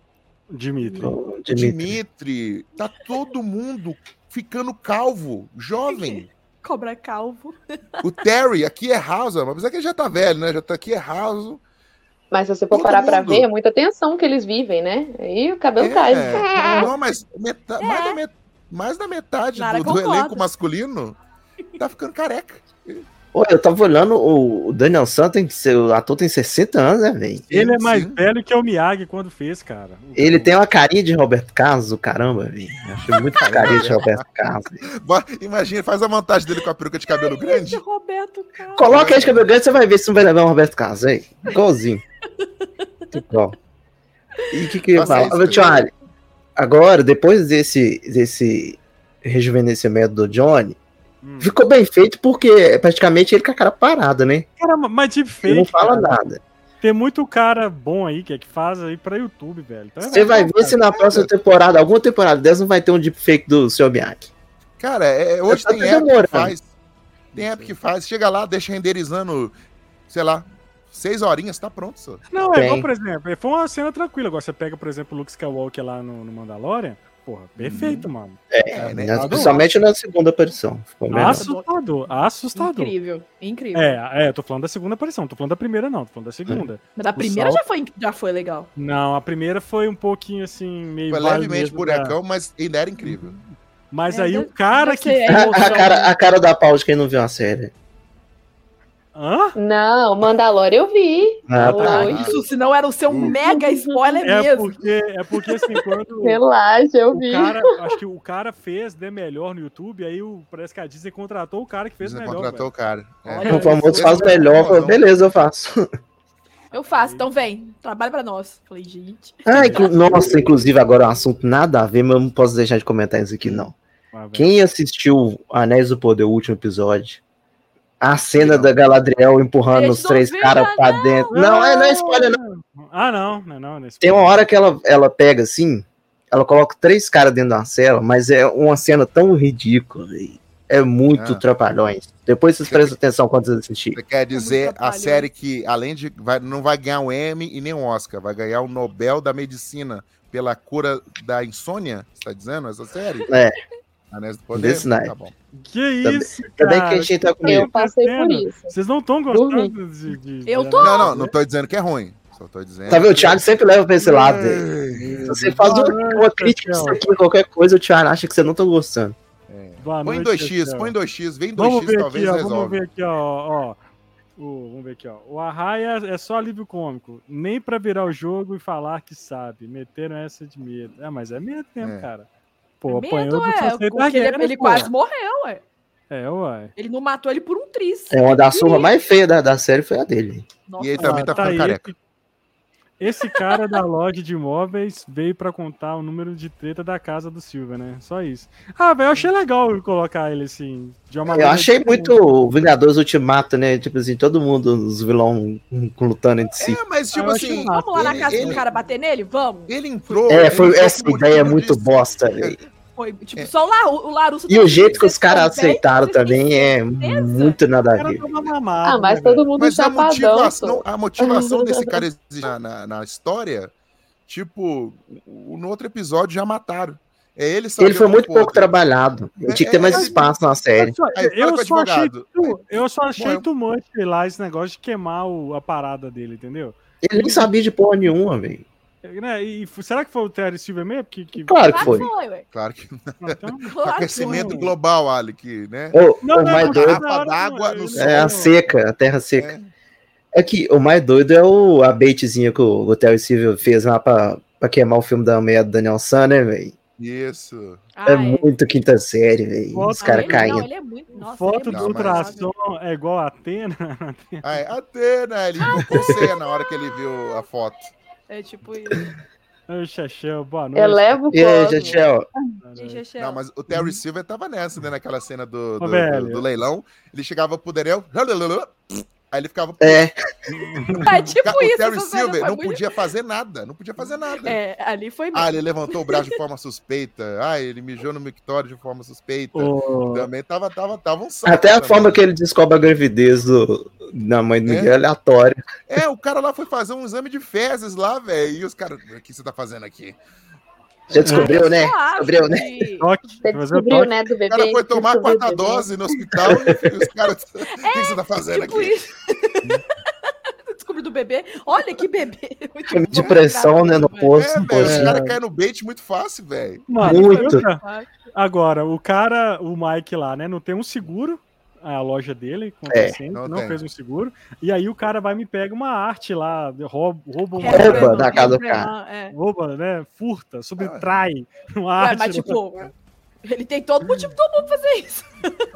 Speaker 1: Dimitri.
Speaker 2: o
Speaker 3: o
Speaker 2: Dimitri.
Speaker 3: Dimitri, tá todo mundo ficando calvo, jovem.
Speaker 4: Cobra calvo.
Speaker 3: O Terry aqui é raso, mas apesar que ele já tá velho, né? Já tá aqui é raso.
Speaker 5: Mas se você for
Speaker 3: Todo
Speaker 5: parar pra
Speaker 3: mundo.
Speaker 5: ver, é muita tensão que eles vivem, né? Aí o cabelo cai.
Speaker 3: É, não, mas meta- mais, da met- mais da metade
Speaker 4: Nara
Speaker 3: do, do
Speaker 4: concorda.
Speaker 3: elenco masculino tá ficando careca.
Speaker 2: Ô, eu tava olhando, o o Daniel San, tem, o ator tem 60 anos, né, velho?
Speaker 1: Ele é mais
Speaker 3: Sim.
Speaker 1: velho que o Miyagi quando fez, cara. é
Speaker 2: Ele tem uma carinha de Roberto Carlos, do caramba, velho. Achei muito carinha de Roberto Carlos.
Speaker 3: Bo- Imagina, faz a montagem dele com a peruca de cabelo grande.
Speaker 4: Esse é Roberto Calvo.
Speaker 2: Coloca aí de cabelo grande, você vai ver se não vai levar um Roberto Carlos, aí. Igualzinho. Igual. E o que, que eu ia
Speaker 3: Faça
Speaker 2: falar?
Speaker 3: isso,
Speaker 2: Ô, tio
Speaker 3: cara.
Speaker 2: Ali, agora, depois desse, desse rejuvenescimento do Johnny,
Speaker 1: Hum.
Speaker 2: ficou bem feito porque praticamente ele com a cara parada, né?
Speaker 1: Caramba, mas
Speaker 2: Ele
Speaker 1: deepfake.
Speaker 2: não fala
Speaker 1: cara.
Speaker 2: nada.
Speaker 1: Tem muito cara bom aí que, é que faz aí pra YouTube, velho. Então é
Speaker 2: Você vai
Speaker 1: bom,
Speaker 2: ver se na próxima temporada, alguma temporada dessa, não vai ter um deepfake do seu Miyake.
Speaker 3: Cara, é- é- hoje
Speaker 2: Eu tô
Speaker 3: tem app
Speaker 2: demorando.
Speaker 3: que faz. Tem app que faz. Chega lá, deixa renderizando, sei lá, seis horinhas, tá pronto, só.
Speaker 1: Não, é igual,
Speaker 2: Tem.
Speaker 1: por exemplo, foi uma cena tranquila. Agora você pega, por exemplo, o Luke Skywalker lá no, no Mandalorian.
Speaker 2: Uhum.
Speaker 1: Porra, perfeito, mano.
Speaker 3: É,
Speaker 2: Né?
Speaker 3: né?
Speaker 2: Principalmente na segunda aparição. Ficou melhor.
Speaker 1: Assustador, assustador.
Speaker 4: Incrível, incrível.
Speaker 1: É, é, eu tô falando da segunda aparição, não tô falando da primeira, não, tô falando da segunda.
Speaker 2: É.
Speaker 4: Mas a primeira
Speaker 1: sal-
Speaker 4: já foi, já foi legal.
Speaker 1: Não, a primeira foi um pouquinho assim, meio.
Speaker 3: Foi
Speaker 1: vale
Speaker 3: levemente
Speaker 1: mesmo, cara.
Speaker 3: buracão, mas ainda era incrível.
Speaker 1: Mas
Speaker 4: É,
Speaker 1: aí o
Speaker 4: deve-
Speaker 1: cara
Speaker 4: deve
Speaker 1: que.
Speaker 4: ser, é.
Speaker 1: fez-
Speaker 2: A, a
Speaker 3: né?
Speaker 2: cara, a cara da pau de quem não viu a série.
Speaker 1: Hã?
Speaker 5: Não, Mandalorian eu vi.
Speaker 2: Ah, tá.
Speaker 5: Oi.
Speaker 4: Isso, se não era o seu
Speaker 3: Hum.
Speaker 4: mega spoiler
Speaker 1: É
Speaker 4: mesmo. É
Speaker 1: porque, é porque assim, quando.
Speaker 5: Relaxa, eu
Speaker 1: O
Speaker 5: vi.
Speaker 1: cara, acho que o cara fez né, melhor no YouTube, aí o, parece que a Disney contratou o cara que fez
Speaker 3: Disney
Speaker 1: melhor.
Speaker 3: contratou
Speaker 1: velho.
Speaker 3: o cara.
Speaker 1: Olha,
Speaker 2: O famoso
Speaker 1: Esse
Speaker 2: faz
Speaker 3: é
Speaker 2: melhor.
Speaker 3: bom,
Speaker 2: falou,
Speaker 3: não.
Speaker 2: Beleza, eu faço.
Speaker 4: Eu faço, então vem, trabalha pra nós. Falei, gente.
Speaker 2: Ah, inclu- nossa, inclusive agora é um assunto nada a ver, mas eu não posso deixar de comentar isso aqui, não.
Speaker 1: Ah, velho.
Speaker 2: Quem assistiu Anéis do Poder, o último episódio, A cena da Galadriel empurrando os três caras pra dentro. Não, é, não é spoiler, não.
Speaker 1: Ah, não, não, não, não é
Speaker 2: Tem
Speaker 1: spoiler.
Speaker 2: uma hora que ela, ela pega assim, ela coloca três caras dentro da cela, mas é uma cena tão ridícula. velho. É muito
Speaker 3: Ah.
Speaker 2: trapalhões. Depois vocês prestam atenção quando vocês assistirem.
Speaker 3: Você quer dizer a
Speaker 4: atrapalhando.
Speaker 3: série que, além de. vai- não vai ganhar o Emmy e nem o Oscar, vai ganhar o Nobel da Medicina pela cura da insônia? Você tá dizendo essa série?
Speaker 2: É.
Speaker 3: Anéis do Poder?
Speaker 2: Desse naipe.
Speaker 3: Tá bom.
Speaker 1: Que
Speaker 2: Também-
Speaker 1: isso,
Speaker 2: Também
Speaker 1: cara.
Speaker 2: que a gente tá comigo.
Speaker 5: Eu passei por isso.
Speaker 1: Vocês não estão gostando de, de-
Speaker 4: Eu
Speaker 1: de-
Speaker 4: tô.
Speaker 3: Não, não, não tô dizendo que é ruim. Só tô dizendo.
Speaker 2: Tá vendo? O Thiago sempre leva pra esse lado. velho.
Speaker 3: Ei,
Speaker 2: Você faz um uma, uma crítica disso aqui, qualquer coisa, o Thiago acha que você não tá gostando.
Speaker 1: Boa
Speaker 3: Põe
Speaker 1: noite,
Speaker 3: 2x,
Speaker 1: Céu.
Speaker 3: põe 2x, vem
Speaker 1: Vamos
Speaker 3: 2x,
Speaker 1: ver
Speaker 3: talvez
Speaker 1: aqui, ó, vamos
Speaker 3: resolve.
Speaker 1: ver aqui, ó, ó. O, vamos ver aqui, ó. O Arraia é só alívio cômico. Nem pra virar o jogo e falar que sabe. Meteram essa de medo. Ah, mas é medo mesmo,
Speaker 3: É.
Speaker 1: cara. Pô,
Speaker 4: Medo,
Speaker 1: apanhou do
Speaker 4: é,
Speaker 1: Sansei da
Speaker 4: porque
Speaker 1: guerra,
Speaker 4: ele, ele
Speaker 1: pô.
Speaker 4: quase morreu, ué.
Speaker 1: É, uai.
Speaker 4: Ele não matou ele por um tris.
Speaker 2: É uma das surras mais feias da, da série foi a dele.
Speaker 4: Nossa,
Speaker 3: E ele também
Speaker 1: Ah,
Speaker 3: tá ficando
Speaker 1: aí
Speaker 3: careca.
Speaker 1: Esse, esse cara da loja de imóveis veio pra contar o número de treta da casa do Silva, né? Só isso. Ah, velho, eu achei legal colocar ele assim. De uma
Speaker 2: Eu
Speaker 1: maneira
Speaker 2: achei
Speaker 1: diferente.
Speaker 2: muito o Vingadores Ultimato, né? Tipo assim, todo mundo, os vilões hum, lutando entre si.
Speaker 3: É, mas tipo
Speaker 1: Eu acho
Speaker 3: assim,
Speaker 1: massa.
Speaker 4: Vamos lá na
Speaker 3: Ele-
Speaker 4: casa
Speaker 3: ele-
Speaker 4: do cara bater nele? Vamos.
Speaker 3: ele entrou.
Speaker 2: É,
Speaker 3: ele
Speaker 2: foi,
Speaker 3: entrou
Speaker 2: essa
Speaker 3: com o
Speaker 2: ideia é
Speaker 3: motivo
Speaker 2: muito
Speaker 3: de-
Speaker 2: bosta, velho.
Speaker 4: Foi, tipo,
Speaker 3: É.
Speaker 4: só o, Laru, o Larusso.
Speaker 2: E o jeito que os caras aceitaram também é muito nada a
Speaker 1: O cara
Speaker 2: ver.
Speaker 1: deu uma mamada.
Speaker 5: Ah, mas
Speaker 1: né, velho?
Speaker 5: todo mundo
Speaker 3: Mas a
Speaker 5: chapadão.
Speaker 3: motivação,
Speaker 5: pô.
Speaker 3: a motivação desse cara existir na, na, na história, tipo, o- no outro episódio já mataram. É ele
Speaker 2: Ele foi
Speaker 1: um
Speaker 3: sabendo,
Speaker 2: muito
Speaker 3: pô,
Speaker 2: pouco
Speaker 3: tem-
Speaker 2: trabalhado. Ele tinha que ter mais
Speaker 3: É, é,
Speaker 2: espaço na série.
Speaker 3: Aí fala
Speaker 1: Eu
Speaker 3: com o
Speaker 1: só achei
Speaker 3: advogado.
Speaker 1: Tu- Eu só achei
Speaker 3: Morreu.
Speaker 1: too much lá esse negócio de queimar o- a parada dele, entendeu?
Speaker 2: Ele nem sabia de porra nenhuma, velho.
Speaker 1: E, né, e f- será que foi o Terry Silver mesmo? Que, que...
Speaker 2: Claro é que
Speaker 4: Claro
Speaker 2: foi.
Speaker 4: que foi, ué.
Speaker 3: Claro que não.
Speaker 1: Então,
Speaker 4: Claro que foi.
Speaker 3: Aquecimento global, Ali, que, né?
Speaker 2: O,
Speaker 1: Não,
Speaker 2: o mais
Speaker 1: não,
Speaker 2: doido
Speaker 1: na hora não,
Speaker 3: d'água no
Speaker 1: eu-
Speaker 3: sol.
Speaker 2: é a seca, a terra seca.
Speaker 3: É,
Speaker 2: É que o mais doido é o, a baitzinha que o, o Terry Silver fez lá pra, pra queimar o filme da meia do Daniel San, né, velho?
Speaker 3: isso.
Speaker 4: Ah,
Speaker 2: É
Speaker 4: é.
Speaker 2: muito quinta série, velho. Os
Speaker 1: Nossa,
Speaker 4: Ah,
Speaker 2: caras
Speaker 4: ele-
Speaker 2: caindo.
Speaker 4: Não, ele é muito. Nossa,
Speaker 1: Foto
Speaker 4: ele é
Speaker 1: do
Speaker 3: Não,
Speaker 4: muito
Speaker 3: mas-
Speaker 1: ultrassom é igual a Atena.
Speaker 3: Aí, né, Atena, ele
Speaker 4: Ah,
Speaker 3: invocou ceia na hora que ele viu a foto.
Speaker 4: É tipo isso.
Speaker 1: Ô, Xaxão, boa noite.
Speaker 5: Eleva o
Speaker 2: E aí,
Speaker 5: cosmo.
Speaker 2: É, gente, ó,
Speaker 4: Gente, achei
Speaker 3: Não, mas o
Speaker 4: Uhum.
Speaker 3: Terry Silver tava nessa, né? Naquela cena do,
Speaker 1: Ô,
Speaker 3: do, do-
Speaker 1: velho.
Speaker 3: do leilão. Ele chegava pro Daniel. Aí ele ficava.
Speaker 2: é,
Speaker 4: É tipo
Speaker 3: o
Speaker 4: isso.
Speaker 3: Terry
Speaker 4: essas coisas
Speaker 3: Silver
Speaker 4: foi
Speaker 3: não
Speaker 4: muito-
Speaker 3: podia fazer nada. Não podia fazer nada.
Speaker 4: É, ali foi mesmo.
Speaker 3: Ah, ele levantou o braço de forma suspeita. Ah, ele mijou no mictório de forma suspeita.
Speaker 1: Ô,
Speaker 3: Também tava, tava, tava um saco
Speaker 2: até a
Speaker 3: também.
Speaker 2: forma que ele descobre a gravidez do, da mãe do
Speaker 3: É?
Speaker 2: Miguel é aleatória.
Speaker 3: É, o cara lá foi fazer um exame de fezes lá, velho. E os caras, o que você tá fazendo aqui?
Speaker 2: Já descobriu, né?
Speaker 4: Eu acho
Speaker 2: Descobriu, né?
Speaker 4: que-
Speaker 1: toque,
Speaker 5: Você
Speaker 1: fazer o
Speaker 5: descobriu,
Speaker 1: toque.
Speaker 5: né, do bebê?
Speaker 3: O cara foi tomar a quarta
Speaker 5: Descobriu o bebê.
Speaker 3: dose no hospital e os caras. O que você tá fazendo
Speaker 4: Tipo
Speaker 3: aqui?
Speaker 4: isso. Descobri do bebê. Olha que bebê.
Speaker 2: Filme de pressão, né, no posto.
Speaker 3: É,
Speaker 2: no
Speaker 3: velho,
Speaker 2: posto.
Speaker 3: os caras caem no bait muito fácil, velho.
Speaker 5: né?
Speaker 1: Mano,
Speaker 2: Muito.
Speaker 1: eu- Agora, o cara, o Mike lá, né, não tem um seguro, a loja dele, acontecendo,
Speaker 3: não
Speaker 1: não,
Speaker 3: tem.
Speaker 1: fez um seguro, e aí o cara vai e me pega uma arte lá, rouba, rouba uma
Speaker 2: Rouba
Speaker 1: arte,
Speaker 2: da casa do
Speaker 4: cara.
Speaker 1: rouba, né, furta, subtrai
Speaker 5: É.
Speaker 1: uma arte.
Speaker 4: é. mas tipo, ele tem todo motivo do mundo pra fazer isso.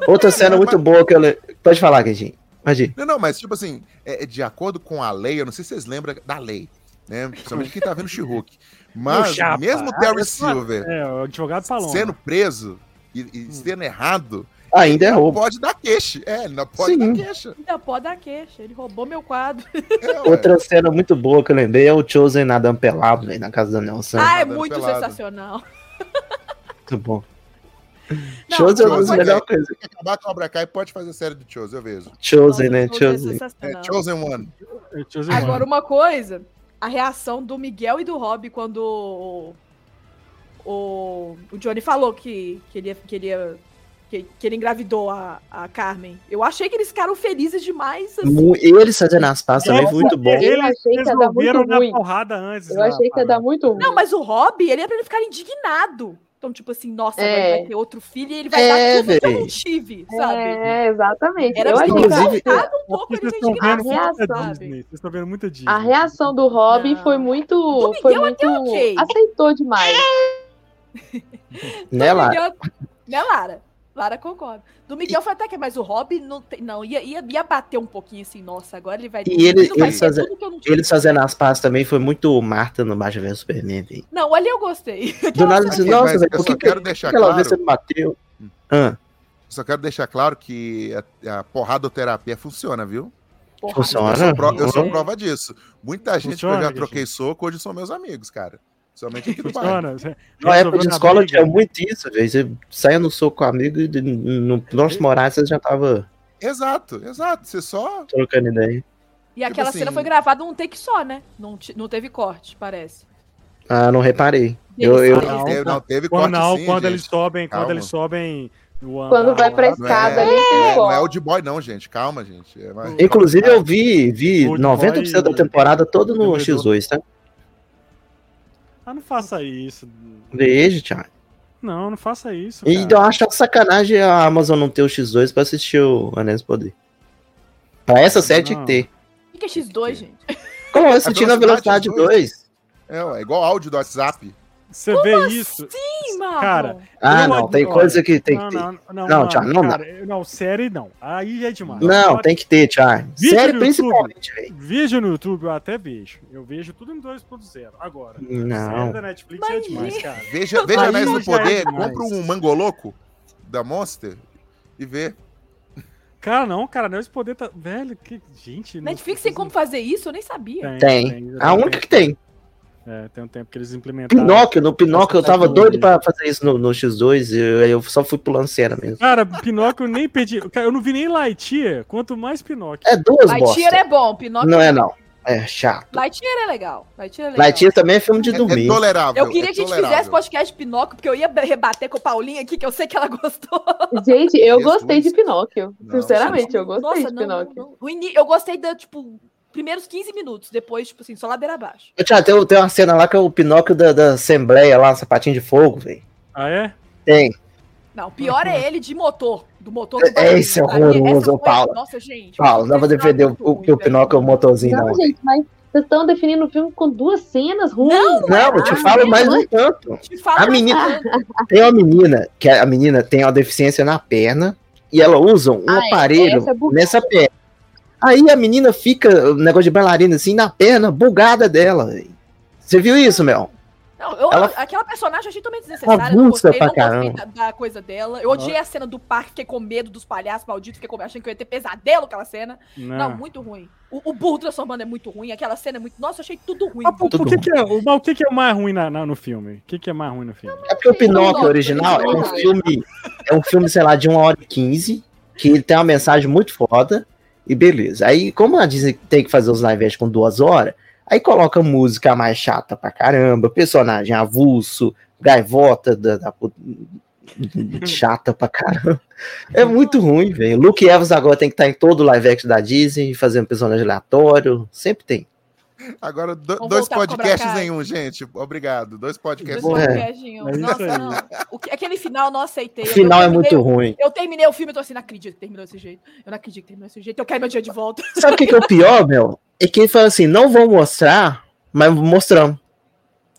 Speaker 2: Outra cena muito boa que eu. le- Pode falar, Guedinho. Pode ir.
Speaker 3: Não, não, mas tipo assim, é, é de acordo com a lei, eu não sei se vocês lembram da lei, né? Principalmente quem tá vendo She-Hulk. Mas
Speaker 1: O Chapa.
Speaker 3: mesmo o
Speaker 1: Ah,
Speaker 3: Terry
Speaker 1: eu sou-
Speaker 3: Silver
Speaker 1: É, o advogado falou.
Speaker 3: sendo preso
Speaker 1: Hum.
Speaker 3: e, e sendo errado,
Speaker 2: Ainda é roubo.
Speaker 3: pode dar queixa. É, ele não pode
Speaker 2: Sim.
Speaker 3: dar queixa.
Speaker 4: Ainda pode dar queixa. Ele roubou meu quadro.
Speaker 3: É, ué.
Speaker 2: Outra cena muito boa que eu lembrei é o Chosen nadando pelado, velho, na casa do Nelson.
Speaker 4: ah, é
Speaker 3: Nadando
Speaker 4: muito
Speaker 3: pelado.
Speaker 4: sensacional.
Speaker 2: Muito bom.
Speaker 4: Não,
Speaker 2: Chosen é uma das
Speaker 3: Chosen,
Speaker 2: melhores
Speaker 3: é.
Speaker 2: coisas.
Speaker 3: Tem que acabar com a Cobra Kai, pode fazer série do Chosen, eu vejo.
Speaker 2: Chosen, né?
Speaker 4: Nossa, é
Speaker 2: Chosen.
Speaker 3: É,
Speaker 4: sensacional.
Speaker 3: Chosen One.
Speaker 1: Eu te usei,
Speaker 4: Agora,
Speaker 1: mano.
Speaker 4: uma coisa, a reação do Miguel e do Rob quando o, o, o Johnny falou que, que, ele, ia- que, ele, ia- que, que ele engravidou a, a Carmen. Eu achei que eles ficaram felizes demais. assim.
Speaker 2: Mu- Eles fazendo as pastas
Speaker 4: é
Speaker 2: também foi muito bom.
Speaker 5: Eu
Speaker 1: Eles
Speaker 5: achei que ia dar
Speaker 1: resolveram
Speaker 5: muito
Speaker 3: né,
Speaker 1: na
Speaker 5: ruim.
Speaker 1: porrada antes.
Speaker 5: Eu
Speaker 1: lá,
Speaker 5: achei que ia dar
Speaker 1: cara.
Speaker 5: muito ruim.
Speaker 4: Não, mas o Rob, ele é pra ele ficar indignado. Então, tipo assim, nossa,
Speaker 5: É.
Speaker 4: vai- vai ter outro filho e ele vai
Speaker 2: É,
Speaker 4: dar tudo que eu
Speaker 2: véi.
Speaker 4: não tive, sabe?
Speaker 5: É, exatamente.
Speaker 4: Era
Speaker 5: eu
Speaker 4: pra
Speaker 5: achei
Speaker 4: ele
Speaker 2: inclusive-
Speaker 4: ficar
Speaker 5: é,
Speaker 4: um pouco, ele
Speaker 1: Vocês
Speaker 4: tá
Speaker 1: estão vendo
Speaker 4: indignado.
Speaker 1: muita
Speaker 5: Reação,
Speaker 1: Disney. Vocês estão vendo muita Disney.
Speaker 5: A reação do Robin
Speaker 4: Não.
Speaker 5: foi muito.
Speaker 4: Do
Speaker 5: foi
Speaker 4: Miguel
Speaker 5: muito.
Speaker 4: até ok. É.
Speaker 5: Aceitou demais.
Speaker 2: Né, Lara?
Speaker 4: Miguel- Né, Lara? Lara concorda. Do Miguel foi até que, mas o Rob não tem. Não, ia, ia, ia bater um pouquinho assim, nossa, agora ele vai.
Speaker 2: E ele-
Speaker 4: não vai
Speaker 2: eles
Speaker 4: ter
Speaker 2: fazer-
Speaker 4: tudo que eu não tive.
Speaker 2: Eles fazendo as pastas também foi muito Marta no Batman vs Superman, velho.
Speaker 4: Não, ali eu gostei.
Speaker 2: Do nada,
Speaker 3: Aqui,
Speaker 2: assim, nossa,
Speaker 3: mas
Speaker 2: velho,
Speaker 3: eu
Speaker 2: por
Speaker 3: só
Speaker 2: que, que
Speaker 3: quero deixar
Speaker 2: aquela vez
Speaker 3: claro
Speaker 2: você me bateu? Ah,
Speaker 3: Só quero deixar claro que a, a porradoterapia funciona, viu?
Speaker 5: Porra,
Speaker 2: Funciona. Uhum.
Speaker 3: Eu sou, pro- eu sou
Speaker 2: Funciona.
Speaker 3: prova disso. Muita gente que eu
Speaker 1: Funciona,
Speaker 3: já troquei soco, hoje são meus amigos, cara. Somente aqui no bairro.
Speaker 1: Funciona. Você
Speaker 2: Na época
Speaker 1: resolveu
Speaker 2: de
Speaker 1: na
Speaker 2: escola
Speaker 1: briga.
Speaker 2: tinha muito isso, velho. Você saia no soco com amigo e de- no próximo horário você já tava
Speaker 3: Exato, exato. Você só.
Speaker 2: trocando ideia.
Speaker 4: E aquela
Speaker 2: tipo
Speaker 3: assim-
Speaker 4: cena foi gravada num take só, né? Não, ti- não teve corte, parece.
Speaker 2: Ah, não reparei. Eu- eu-
Speaker 1: Não,
Speaker 3: Teve- não, teve
Speaker 1: Quando,
Speaker 3: corte
Speaker 1: não,
Speaker 3: sim,
Speaker 1: quando
Speaker 3: gente.
Speaker 1: eles sobem, quando
Speaker 3: Calma.
Speaker 1: eles sobem. no
Speaker 5: Quando
Speaker 1: andar
Speaker 5: vai pra
Speaker 1: lá,
Speaker 3: Não
Speaker 5: escada,
Speaker 3: é-
Speaker 5: ele
Speaker 3: não é-
Speaker 5: tem um
Speaker 3: não é o
Speaker 5: corte.
Speaker 3: de boy, não, gente. Calma, gente. É uma-
Speaker 2: Inclusive, eu vi, vi
Speaker 1: Old
Speaker 2: 90%
Speaker 1: Boy
Speaker 2: da temporada toda no
Speaker 1: Demolidor.
Speaker 2: X2, tá?
Speaker 1: Ah, não faça isso.
Speaker 2: Veja, Thiago.
Speaker 1: Não, não faça isso.
Speaker 2: E
Speaker 1: cara.
Speaker 2: Então, eu acho uma sacanagem a Amazon não ter o X2 pra assistir o Anéis do Poder. Pra essa série tinha que
Speaker 1: Não.
Speaker 2: ter.
Speaker 4: O que que é X2, gente?
Speaker 2: Como eu assisti na Velocidade
Speaker 3: Velocidade
Speaker 2: 2?
Speaker 3: É, ué, é igual áudio do WhatsApp.
Speaker 1: Você vê isso.
Speaker 4: Ih, mano.
Speaker 1: Cara,
Speaker 2: Ah,
Speaker 1: Eu
Speaker 2: não,
Speaker 1: adoro.
Speaker 2: tem coisa que assim, tem que
Speaker 1: não,
Speaker 2: ter.
Speaker 1: não, não,
Speaker 2: Não,
Speaker 1: mano,
Speaker 2: Thiago, não
Speaker 1: cara, eu- não, série não. Aí é demais.
Speaker 2: Não,
Speaker 1: Agora,
Speaker 2: tem que ter, Thiago.
Speaker 1: Vídeo
Speaker 2: Sério,
Speaker 1: no
Speaker 2: principalmente, velho.
Speaker 1: Vídeo no YouTube eu até vejo. Eu vejo tudo em 2.0. Agora. Série
Speaker 2: Não.
Speaker 1: da Netflix é
Speaker 4: Mas,
Speaker 1: demais, cara.
Speaker 3: Veja, veja Anéis do
Speaker 1: Aí já é
Speaker 3: Poder,
Speaker 1: demais.
Speaker 3: compra um mangoloco da Monster e vê.
Speaker 1: Cara, não, cara, não esse poder tá. Velho, que. Gente. não-
Speaker 4: Netflix tem como fazer isso? Eu nem sabia.
Speaker 2: Tem. A única que tem.
Speaker 1: É, tem um tempo que eles implementaram.
Speaker 2: Pinóquio, no Pinóquio eu
Speaker 1: Essa
Speaker 2: tava
Speaker 1: tecnologia.
Speaker 2: doido pra fazer isso no, no X2, eu, eu só fui pulando cena mesmo.
Speaker 1: Cara, Pinóquio eu nem perdi. Cara, eu não vi nem Lightyear, quanto mais Pinóquio.
Speaker 2: É duas
Speaker 4: Lightyear
Speaker 2: bosta.
Speaker 4: é bom, Pinóquio.
Speaker 2: Não é não, é chato.
Speaker 4: Lightyear é legal. Lightyear é legal.
Speaker 2: Lightyear também é filme de
Speaker 3: É, é
Speaker 2: dormir.
Speaker 3: tolerável.
Speaker 4: Eu queria
Speaker 3: é
Speaker 4: que a gente
Speaker 3: tolerável.
Speaker 4: fizesse podcast Pinóquio, porque eu ia rebater com a Paulinha aqui, que eu sei que ela gostou.
Speaker 5: Gente, eu
Speaker 3: Jesus.
Speaker 5: gostei de Pinóquio.
Speaker 3: Não,
Speaker 5: Sinceramente, eu gostei de
Speaker 4: não, não,
Speaker 5: Pinóquio.
Speaker 4: não. O ini- Eu gostei da, tipo, primeiros 15 minutos, depois, tipo assim, só ladeira abaixo.
Speaker 2: Ô, Thiago, tem, tem uma cena lá que é o Pinóquio da, da Assembleia lá, sapatinho de fogo, velho.
Speaker 1: Ah, é?
Speaker 2: Tem.
Speaker 4: Não, o pior é ele de motor, do motor.
Speaker 2: É, esse é horroroso,
Speaker 4: Essa foi-
Speaker 2: Paulo.
Speaker 4: Nossa, gente.
Speaker 5: Tipo,
Speaker 2: Paulo, não vou
Speaker 4: esse
Speaker 2: defender o,
Speaker 4: final é
Speaker 2: o,
Speaker 4: muito
Speaker 2: que o
Speaker 4: ruim,
Speaker 2: Pinóquio é o motorzinho,
Speaker 5: assim. Não,
Speaker 2: não.
Speaker 5: gente, mas vocês estão definindo o filme com duas cenas ruins. né?
Speaker 4: Não,
Speaker 5: é
Speaker 2: Não, eu te falo mais um tanto.
Speaker 4: velho. Te falo
Speaker 2: A menina-
Speaker 4: tanto.
Speaker 2: Tem uma menina, que a menina tem uma deficiência na perna, e ela usa um
Speaker 5: Ah, é,
Speaker 2: aparelho
Speaker 5: essa é bugada.
Speaker 2: nessa perna. Aí a menina fica, um negócio de bailarina assim, na perna bugada dela. véi. Você viu isso, Mel?
Speaker 4: Não, eu-
Speaker 2: Ela-
Speaker 4: aquela personagem eu achei totalmente desnecessária.
Speaker 2: Avulsa
Speaker 4: não gostei,
Speaker 2: pra
Speaker 4: não gostei
Speaker 2: caramba.
Speaker 4: da, da coisa dela. Eu odiei a cena do parque, fiquei com medo dos palhaços malditos, fiquei com... achando que eu ia ter pesadelo aquela cena. Não,
Speaker 1: Não.
Speaker 4: muito ruim. O, o burro transformando é muito ruim, aquela cena é muito. Nossa, eu achei tudo ruim.
Speaker 1: Ah, por,
Speaker 2: Tudo
Speaker 1: por que que é, o, mas o que, que é o mais ruim na, na- no filme? O que, que é mais ruim no filme?
Speaker 2: É porque o Pinóquio
Speaker 5: Pinóquio
Speaker 2: original é um
Speaker 5: original.
Speaker 2: filme, é um filme, sei lá, de 1 hora e 15, que ele tem uma mensagem muito foda, e beleza. Aí, como a Disney tem que fazer os live action com duas horas, aí coloca música mais chata pra caramba, personagem avulso, gaivota da, da pu- chata pra caramba. É muito ruim, velho. Luke Evans agora tem que estar em todo live action da Disney, fazendo personagem aleatório, sempre tem.
Speaker 3: Agora, do-
Speaker 4: Vamos
Speaker 3: dois
Speaker 4: voltar pro Cobra
Speaker 3: podcasts
Speaker 4: Kai.
Speaker 3: em um, gente. Obrigado. Dois podcasts.
Speaker 2: Dois
Speaker 3: em um.
Speaker 2: podcasts.
Speaker 1: É isso
Speaker 4: Nossa,
Speaker 1: aí.
Speaker 4: não. O que- aquele final eu não aceitei.
Speaker 2: O
Speaker 4: Eu-
Speaker 2: final
Speaker 4: eu
Speaker 2: é
Speaker 4: terminei-
Speaker 2: muito ruim.
Speaker 4: Eu terminei o filme e tô assim, não acredito que terminou desse jeito. Eu não acredito que terminou desse jeito. Eu quero meu dia de volta.
Speaker 2: Sabe o que, que é o pior, meu? É que ele fala assim: não vou mostrar, mas mostramos.